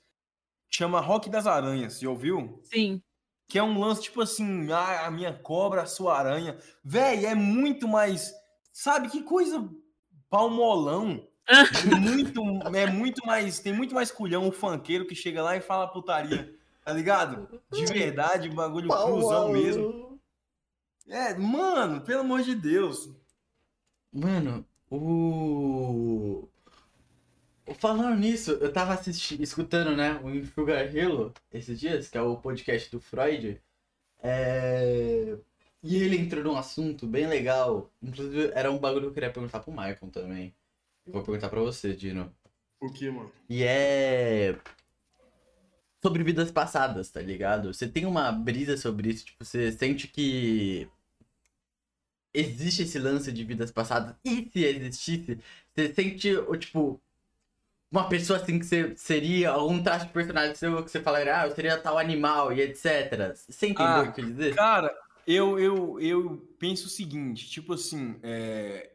Speaker 3: Chama Rock das Aranhas. Já ouviu?
Speaker 1: Sim.
Speaker 3: Que é um lance tipo assim, ah, a minha cobra, a sua aranha. Véi, é muito mais. Sabe que coisa palmolão. É muito, é muito mais. Tem muito mais culhão o funkeiro que chega lá e fala putaria. Tá ligado? De verdade, um bagulho cruzão mesmo. É, mano, pelo amor de Deus.
Speaker 2: Mano, o. Falando nisso, eu tava assistindo, escutando, né, o Sugar Hill esses dias, que é o podcast do Freud. É, E ele entrou num assunto bem legal. Inclusive, era um bagulho que eu queria perguntar pro Michael também. Eu Vou perguntar pra você, Dino.
Speaker 3: O que, mano?
Speaker 2: E é. Sobre vidas passadas, tá ligado? Você tem uma
Speaker 3: Uhum.
Speaker 2: brisa sobre isso, tipo, você sente que. Existe esse lance de vidas passadas? E se existisse, você sente, ou, tipo. Uma pessoa assim que você seria, algum traço de personagem seu que você falaria, ah, eu seria tal animal e etc. Você entendeu
Speaker 3: Ah,
Speaker 2: o que eu quis dizer?
Speaker 3: Cara, eu, eu, eu penso o seguinte, tipo assim, é...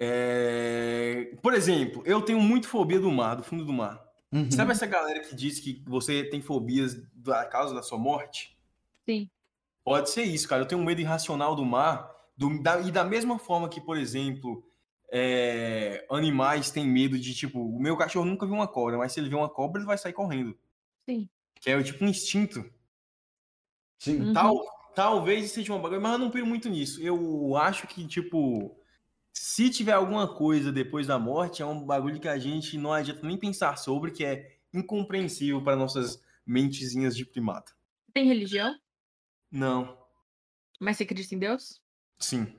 Speaker 3: é, Por exemplo, eu tenho muito fobia do mar, do fundo do mar.
Speaker 2: Uhum.
Speaker 3: Sabe essa galera que diz que você tem fobias da causa da sua morte?
Speaker 1: Sim.
Speaker 3: Pode ser isso, cara. Eu tenho um medo irracional do mar. do- da- e da mesma forma que, por exemplo, é, animais têm medo de, tipo, o meu cachorro nunca viu uma cobra, mas se ele vê uma cobra, ele vai sair correndo.
Speaker 1: Sim.
Speaker 3: Que é tipo um instinto.
Speaker 2: Sim.
Speaker 1: Uhum.
Speaker 3: Tal, talvez seja uma bagulho, mas eu não piro muito nisso. Eu acho que, tipo, se tiver alguma coisa depois da morte, é um bagulho que a gente não adianta nem pensar sobre, que é incompreensível para nossas mentezinhas de primata.
Speaker 1: Tem religião,
Speaker 3: Não,
Speaker 1: mas você acredita em Deus?
Speaker 3: sim.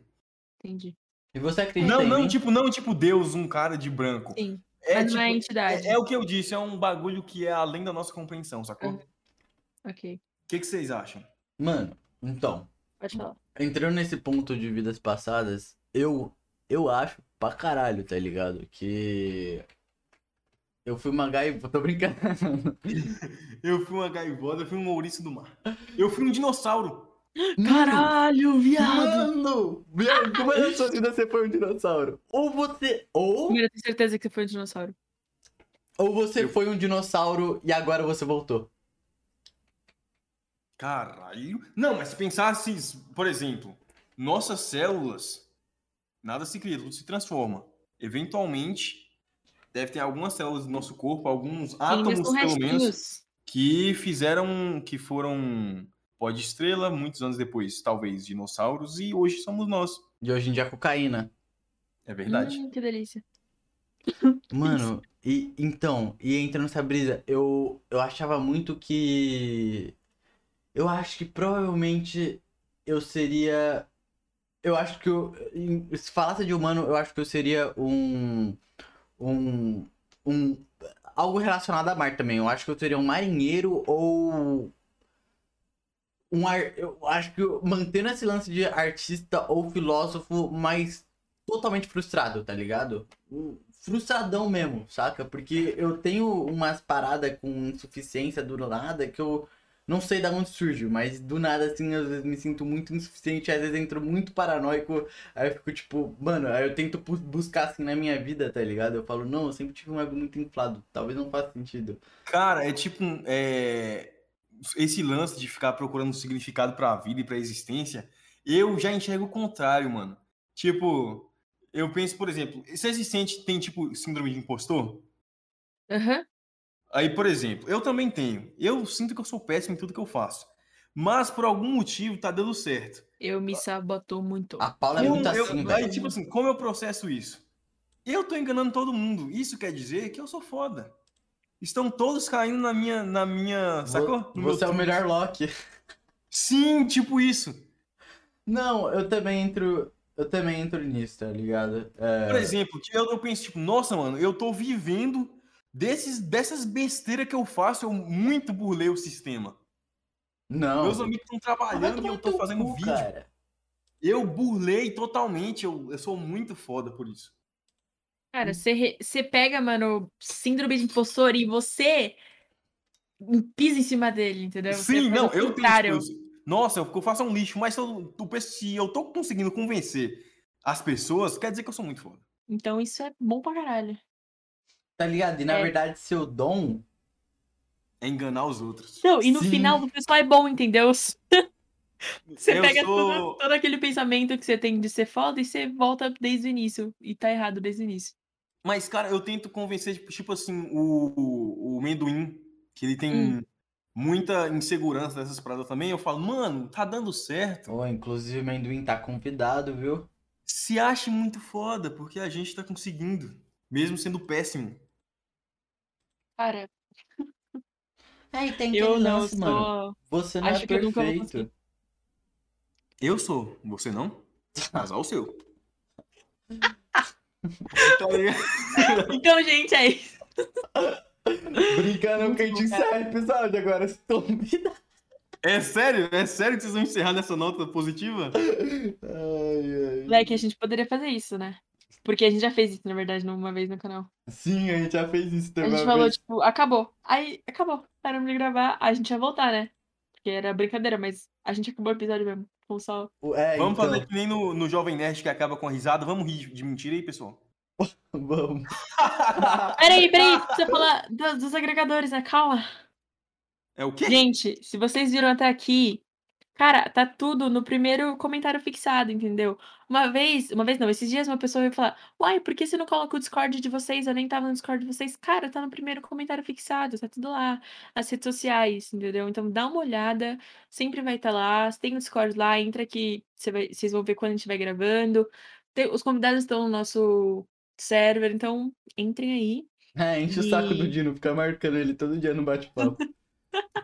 Speaker 1: Entendi.
Speaker 2: E você acredita
Speaker 3: Não,
Speaker 2: em
Speaker 3: não,
Speaker 2: mim?
Speaker 3: tipo, não, tipo, Deus, um cara de branco.
Speaker 1: Sim.
Speaker 3: É,
Speaker 1: mas não é
Speaker 3: tipo,
Speaker 1: entidade.
Speaker 3: é, é o que eu disse, é um bagulho que é além da nossa compreensão, sacou? O
Speaker 1: Uhum. Ok,
Speaker 3: que, que vocês acham?
Speaker 2: Mano, então.
Speaker 1: pode falar.
Speaker 2: entrando nesse ponto de vidas passadas, eu eu acho pra caralho, tá ligado? Que eu fui uma gaivota, tô brincando.
Speaker 3: Eu fui uma gaivota, eu fui um ouriço do mar. Eu fui um dinossauro.
Speaker 1: Caralho, viado!
Speaker 2: Mano, viado, como é que na sua vida você foi um dinossauro? Ou você ou
Speaker 1: Primeiro, eu tenho certeza que você foi um dinossauro.
Speaker 2: ou você foi um dinossauro e agora você voltou.
Speaker 3: Caralho. Não, mas se pensasse, por exemplo, nossas células, nada se cria, tudo se transforma. Eventualmente, Deve ter algumas células do nosso corpo, alguns
Speaker 1: Ainda
Speaker 3: átomos,
Speaker 1: são
Speaker 3: Ah, pelo menos,
Speaker 1: restinhos.
Speaker 3: que fizeram, que foram pó de estrela, muitos anos depois, talvez, dinossauros, e hoje somos nós.
Speaker 2: E hoje em dia é cocaína.
Speaker 3: É verdade.
Speaker 1: Hum, que delícia.
Speaker 2: Mano, e então, e entrando nessa brisa, eu, eu achava muito que. Eu acho que provavelmente eu seria. Eu acho que eu. em- Se falasse de humano, eu acho que eu seria um. Um. Um. Algo relacionado a mar também. Eu acho que eu seria um marinheiro ou. Um ar, eu acho que eu- mantendo esse lance de artista ou filósofo, mas totalmente frustrado, tá ligado? Um Frustradão mesmo, saca? Porque eu tenho umas paradas com insuficiência do nada que eu não sei da onde surge, mas do nada, assim, às vezes me sinto muito insuficiente, às vezes entro muito paranoico, aí eu fico tipo, mano, aí eu tento bu- buscar assim na minha vida, tá ligado? Eu falo, não, eu sempre tive um ego muito inflado, talvez não faça sentido.
Speaker 3: Cara, é tipo um, é, esse lance de ficar procurando significado pra vida e pra existência, eu já enxergo o contrário, mano. Tipo, eu penso, por exemplo, se se sente tem tipo síndrome de impostor?
Speaker 1: Aham.
Speaker 3: Aí, por exemplo, eu também tenho. Eu sinto que eu sou péssimo em tudo que eu faço. Mas por algum motivo tá dando certo.
Speaker 1: Eu me sabotou muito.
Speaker 2: A Paula é
Speaker 3: Como
Speaker 2: muito
Speaker 3: eu-
Speaker 2: assim,
Speaker 3: aí,
Speaker 2: velho.
Speaker 3: tipo assim, como eu processo isso? Eu tô enganando todo mundo. Isso quer dizer que eu sou foda. Estão todos caindo na minha. Na minha sacou? No meu
Speaker 2: Você é o
Speaker 3: truque.
Speaker 2: melhor Loki.
Speaker 3: Sim, tipo isso.
Speaker 2: Não, eu também entro. Eu também entro nisso, tá ligado? É,
Speaker 3: Por exemplo, eu, eu penso, tipo, nossa, mano, eu tô vivendo desses, dessas besteiras que eu faço, eu muito burlei o sistema.
Speaker 2: não.
Speaker 3: Meus amigos estão
Speaker 2: Ah, Vai
Speaker 3: trabalhando e
Speaker 2: tomar
Speaker 3: eu tô
Speaker 2: teu
Speaker 3: fazendo
Speaker 2: cu,
Speaker 3: vídeo.
Speaker 2: cara.
Speaker 3: Eu burlei totalmente, eu, eu sou muito foda por isso. Hum.
Speaker 1: Cara, você re- você pega, mano, síndrome de impostor e você pisa em cima dele, entendeu? Você
Speaker 3: Sim,
Speaker 1: faz
Speaker 3: não,
Speaker 1: o
Speaker 3: eu
Speaker 1: contrário.
Speaker 3: tenho. tipo, Nossa, eu faço um lixo, mas se eu, tu pensa, se eu tô conseguindo convencer as pessoas, quer dizer que eu sou muito foda.
Speaker 1: Então isso é bom pra caralho.
Speaker 2: Tá ligado? E na
Speaker 1: É.
Speaker 2: verdade, seu dom.
Speaker 3: É enganar os outros.
Speaker 1: Não, e no
Speaker 2: Sim.
Speaker 1: final do pessoal é bom, entendeu? Você
Speaker 3: eu
Speaker 1: pega
Speaker 3: sou...
Speaker 1: todo, todo aquele pensamento que você tem de ser foda e você volta desde o início. E tá errado desde o início.
Speaker 3: Mas, cara, eu tento convencer, tipo, tipo assim, o, o, o Mendoim, que ele tem
Speaker 1: Hum.
Speaker 3: muita insegurança dessas paradas também. Eu falo, mano, tá dando certo.
Speaker 2: Ô, inclusive, o Mendoim tá convidado, viu?
Speaker 3: Se ache muito foda, porque a gente tá conseguindo, mesmo sendo péssimo.
Speaker 1: Cara, É,
Speaker 2: Aí tem
Speaker 1: eu não
Speaker 2: lance,
Speaker 1: sou.
Speaker 2: mano. Você não
Speaker 1: acho
Speaker 2: é
Speaker 1: que eu nunca vou
Speaker 2: perfeito.
Speaker 1: conseguir.
Speaker 3: Eu sou, você não? Casal seu. Tá ligado?
Speaker 1: Então, gente, é isso.
Speaker 2: Brincando
Speaker 1: Muito
Speaker 2: que a gente
Speaker 1: bom, cara.
Speaker 2: encerra o episódio agora. tá Se tô convidado.
Speaker 3: é sério? É sério que vocês vão encerrar nessa nota positiva?
Speaker 2: Ai, ai.
Speaker 1: Moleque, a gente poderia fazer isso, né? Porque a gente já fez isso, na verdade, uma vez no canal.
Speaker 2: Sim, a gente já fez isso
Speaker 1: A
Speaker 2: também.
Speaker 1: gente
Speaker 2: uma
Speaker 1: falou,
Speaker 2: vez.
Speaker 1: tipo, acabou. Aí, acabou. Paramos de gravar, a gente ia voltar, né? Porque era brincadeira, mas a gente acabou o episódio mesmo. Com só.
Speaker 2: É,
Speaker 3: Vamos
Speaker 2: então,
Speaker 3: fazer que nem no, no Jovem Nerd que acaba com a risada. Vamos rir de mentira aí, pessoal.
Speaker 2: Vamos.
Speaker 1: Peraí, peraí, precisa falar dos, dos agregadores, né? Calma.
Speaker 3: É o quê?
Speaker 1: Gente, se vocês viram até aqui, cara, tá tudo no primeiro comentário fixado, entendeu? Uma vez, uma vez não, esses dias uma pessoa veio falar, uai, por que você não coloca o Discord de vocês? Eu nem tava no Discord de vocês. Cara, tá no primeiro comentário fixado, tá tudo lá. As redes sociais, entendeu? Então dá uma olhada, sempre vai estar lá. Se tem o Discord lá, entra que você vai- vocês vão ver quando a gente vai gravando. Tem- os convidados estão no nosso server, então entrem aí.
Speaker 2: É, enche o saco do
Speaker 1: E-
Speaker 2: Dino, fica marcando ele todo dia no bate-papo.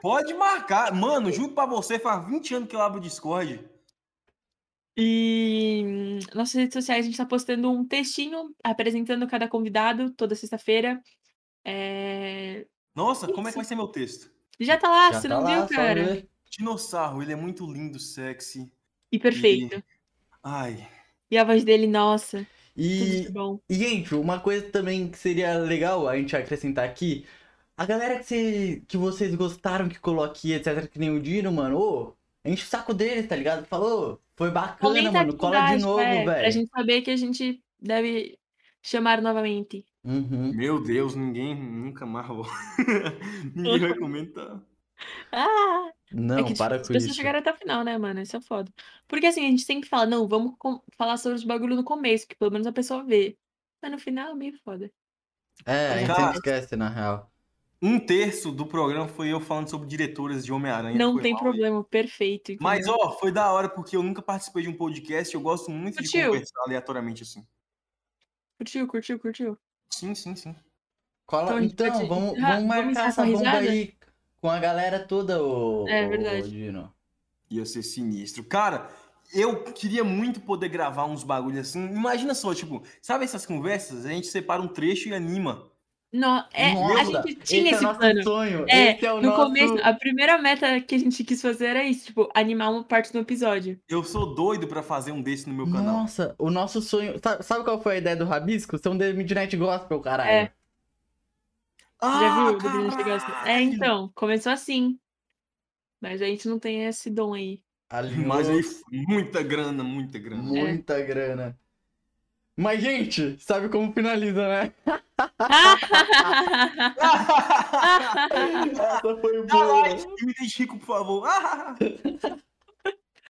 Speaker 3: Pode marcar. Mano, juro pra você, faz 20 anos que eu abro o Discord.
Speaker 1: E hum, nossas redes sociais, a gente está postando um textinho apresentando cada convidado toda sexta-feira. É,
Speaker 3: Nossa, como é que vai ser meu texto?
Speaker 1: Já tá lá,
Speaker 2: Já
Speaker 1: você
Speaker 2: tá
Speaker 1: não
Speaker 2: lá,
Speaker 1: viu,
Speaker 2: só
Speaker 1: cara?
Speaker 2: ver.
Speaker 3: Dinossauro, ele é muito lindo, sexy.
Speaker 1: E perfeito.
Speaker 3: Ai,
Speaker 1: E a voz dele, nossa, tudo
Speaker 2: E,
Speaker 1: de bom.
Speaker 2: E, gente, uma coisa também que seria legal a gente acrescentar aqui, a galera que, cê- que vocês gostaram que coloquei, etc, que nem o Dino, mano, ô, enche o saco deles, tá ligado? Falou, foi bacana,
Speaker 1: Comenta
Speaker 2: mano,
Speaker 1: aqui
Speaker 2: cola de
Speaker 1: embaixo,
Speaker 2: novo,
Speaker 1: é, Pra
Speaker 2: velho.
Speaker 1: gente saber que a gente deve chamar novamente.
Speaker 2: Uhum.
Speaker 3: meu Deus, ninguém nunca mais vou. ninguém vai comentar.
Speaker 1: Ah!
Speaker 2: Não,
Speaker 1: é que
Speaker 2: para
Speaker 1: as
Speaker 2: com
Speaker 1: pessoas
Speaker 2: isso.
Speaker 1: chegaram até o final, né, mano? Isso é foda. Porque assim, a gente sempre fala, não, vamos com- falar sobre os bagulho no começo, que pelo menos a pessoa vê. Mas no final é meio foda.
Speaker 2: É, a gente
Speaker 3: Cara.
Speaker 2: sempre esquece, na real.
Speaker 3: Um terço do programa foi eu falando sobre diretoras de Homem-Aranha.
Speaker 1: Não
Speaker 3: Foi
Speaker 1: tem
Speaker 3: mal.
Speaker 1: problema, perfeito. entendeu?
Speaker 3: Mas, ó, foi da hora, porque eu nunca participei de um podcast, eu gosto muito de
Speaker 1: Sutil.
Speaker 3: conversar aleatoriamente assim.
Speaker 1: Curtiu, curtiu, curtiu.
Speaker 3: Sim, sim, sim.
Speaker 2: Cola...
Speaker 1: Então,
Speaker 2: Então,
Speaker 1: a gente pode
Speaker 2: vamos,
Speaker 1: encerrar- vamos
Speaker 2: vamos marcar
Speaker 1: encerrar
Speaker 2: essa
Speaker 1: com a
Speaker 2: bomba
Speaker 1: risada?
Speaker 2: aí com a galera toda, o,
Speaker 1: É
Speaker 2: o
Speaker 1: verdade.
Speaker 2: Dino.
Speaker 3: Ia ser sinistro. Cara, eu queria muito poder gravar uns bagulhos assim. Imagina só, tipo, sabe essas conversas? A gente separa um trecho e anima.
Speaker 1: No, é, a
Speaker 2: Nossa,
Speaker 1: gente tinha esse
Speaker 2: esse, é o nosso
Speaker 1: plano.
Speaker 2: sonho.
Speaker 1: É,
Speaker 2: esse é o
Speaker 1: No
Speaker 2: nosso...
Speaker 1: começo, a primeira meta que a gente quis fazer era isso, tipo, animar uma parte do episódio.
Speaker 3: Eu sou doido pra fazer um desse no meu canal.
Speaker 2: Nossa, o nosso sonho. Sabe, sabe qual foi a ideia do Rabisco? Ser um The Midnight Gospel, caralho.
Speaker 1: É. Já
Speaker 3: Ah,
Speaker 1: viu? Do Bruno Chegasse? É, então, começou assim. Mas a gente não tem esse dom aí.
Speaker 2: Alinhou
Speaker 3: Mas aí, muita grana, muita grana.
Speaker 2: muita grana. Mas, gente, sabe como finaliza, né? Essa foi boa.
Speaker 3: Me identifico, por favor. Ah!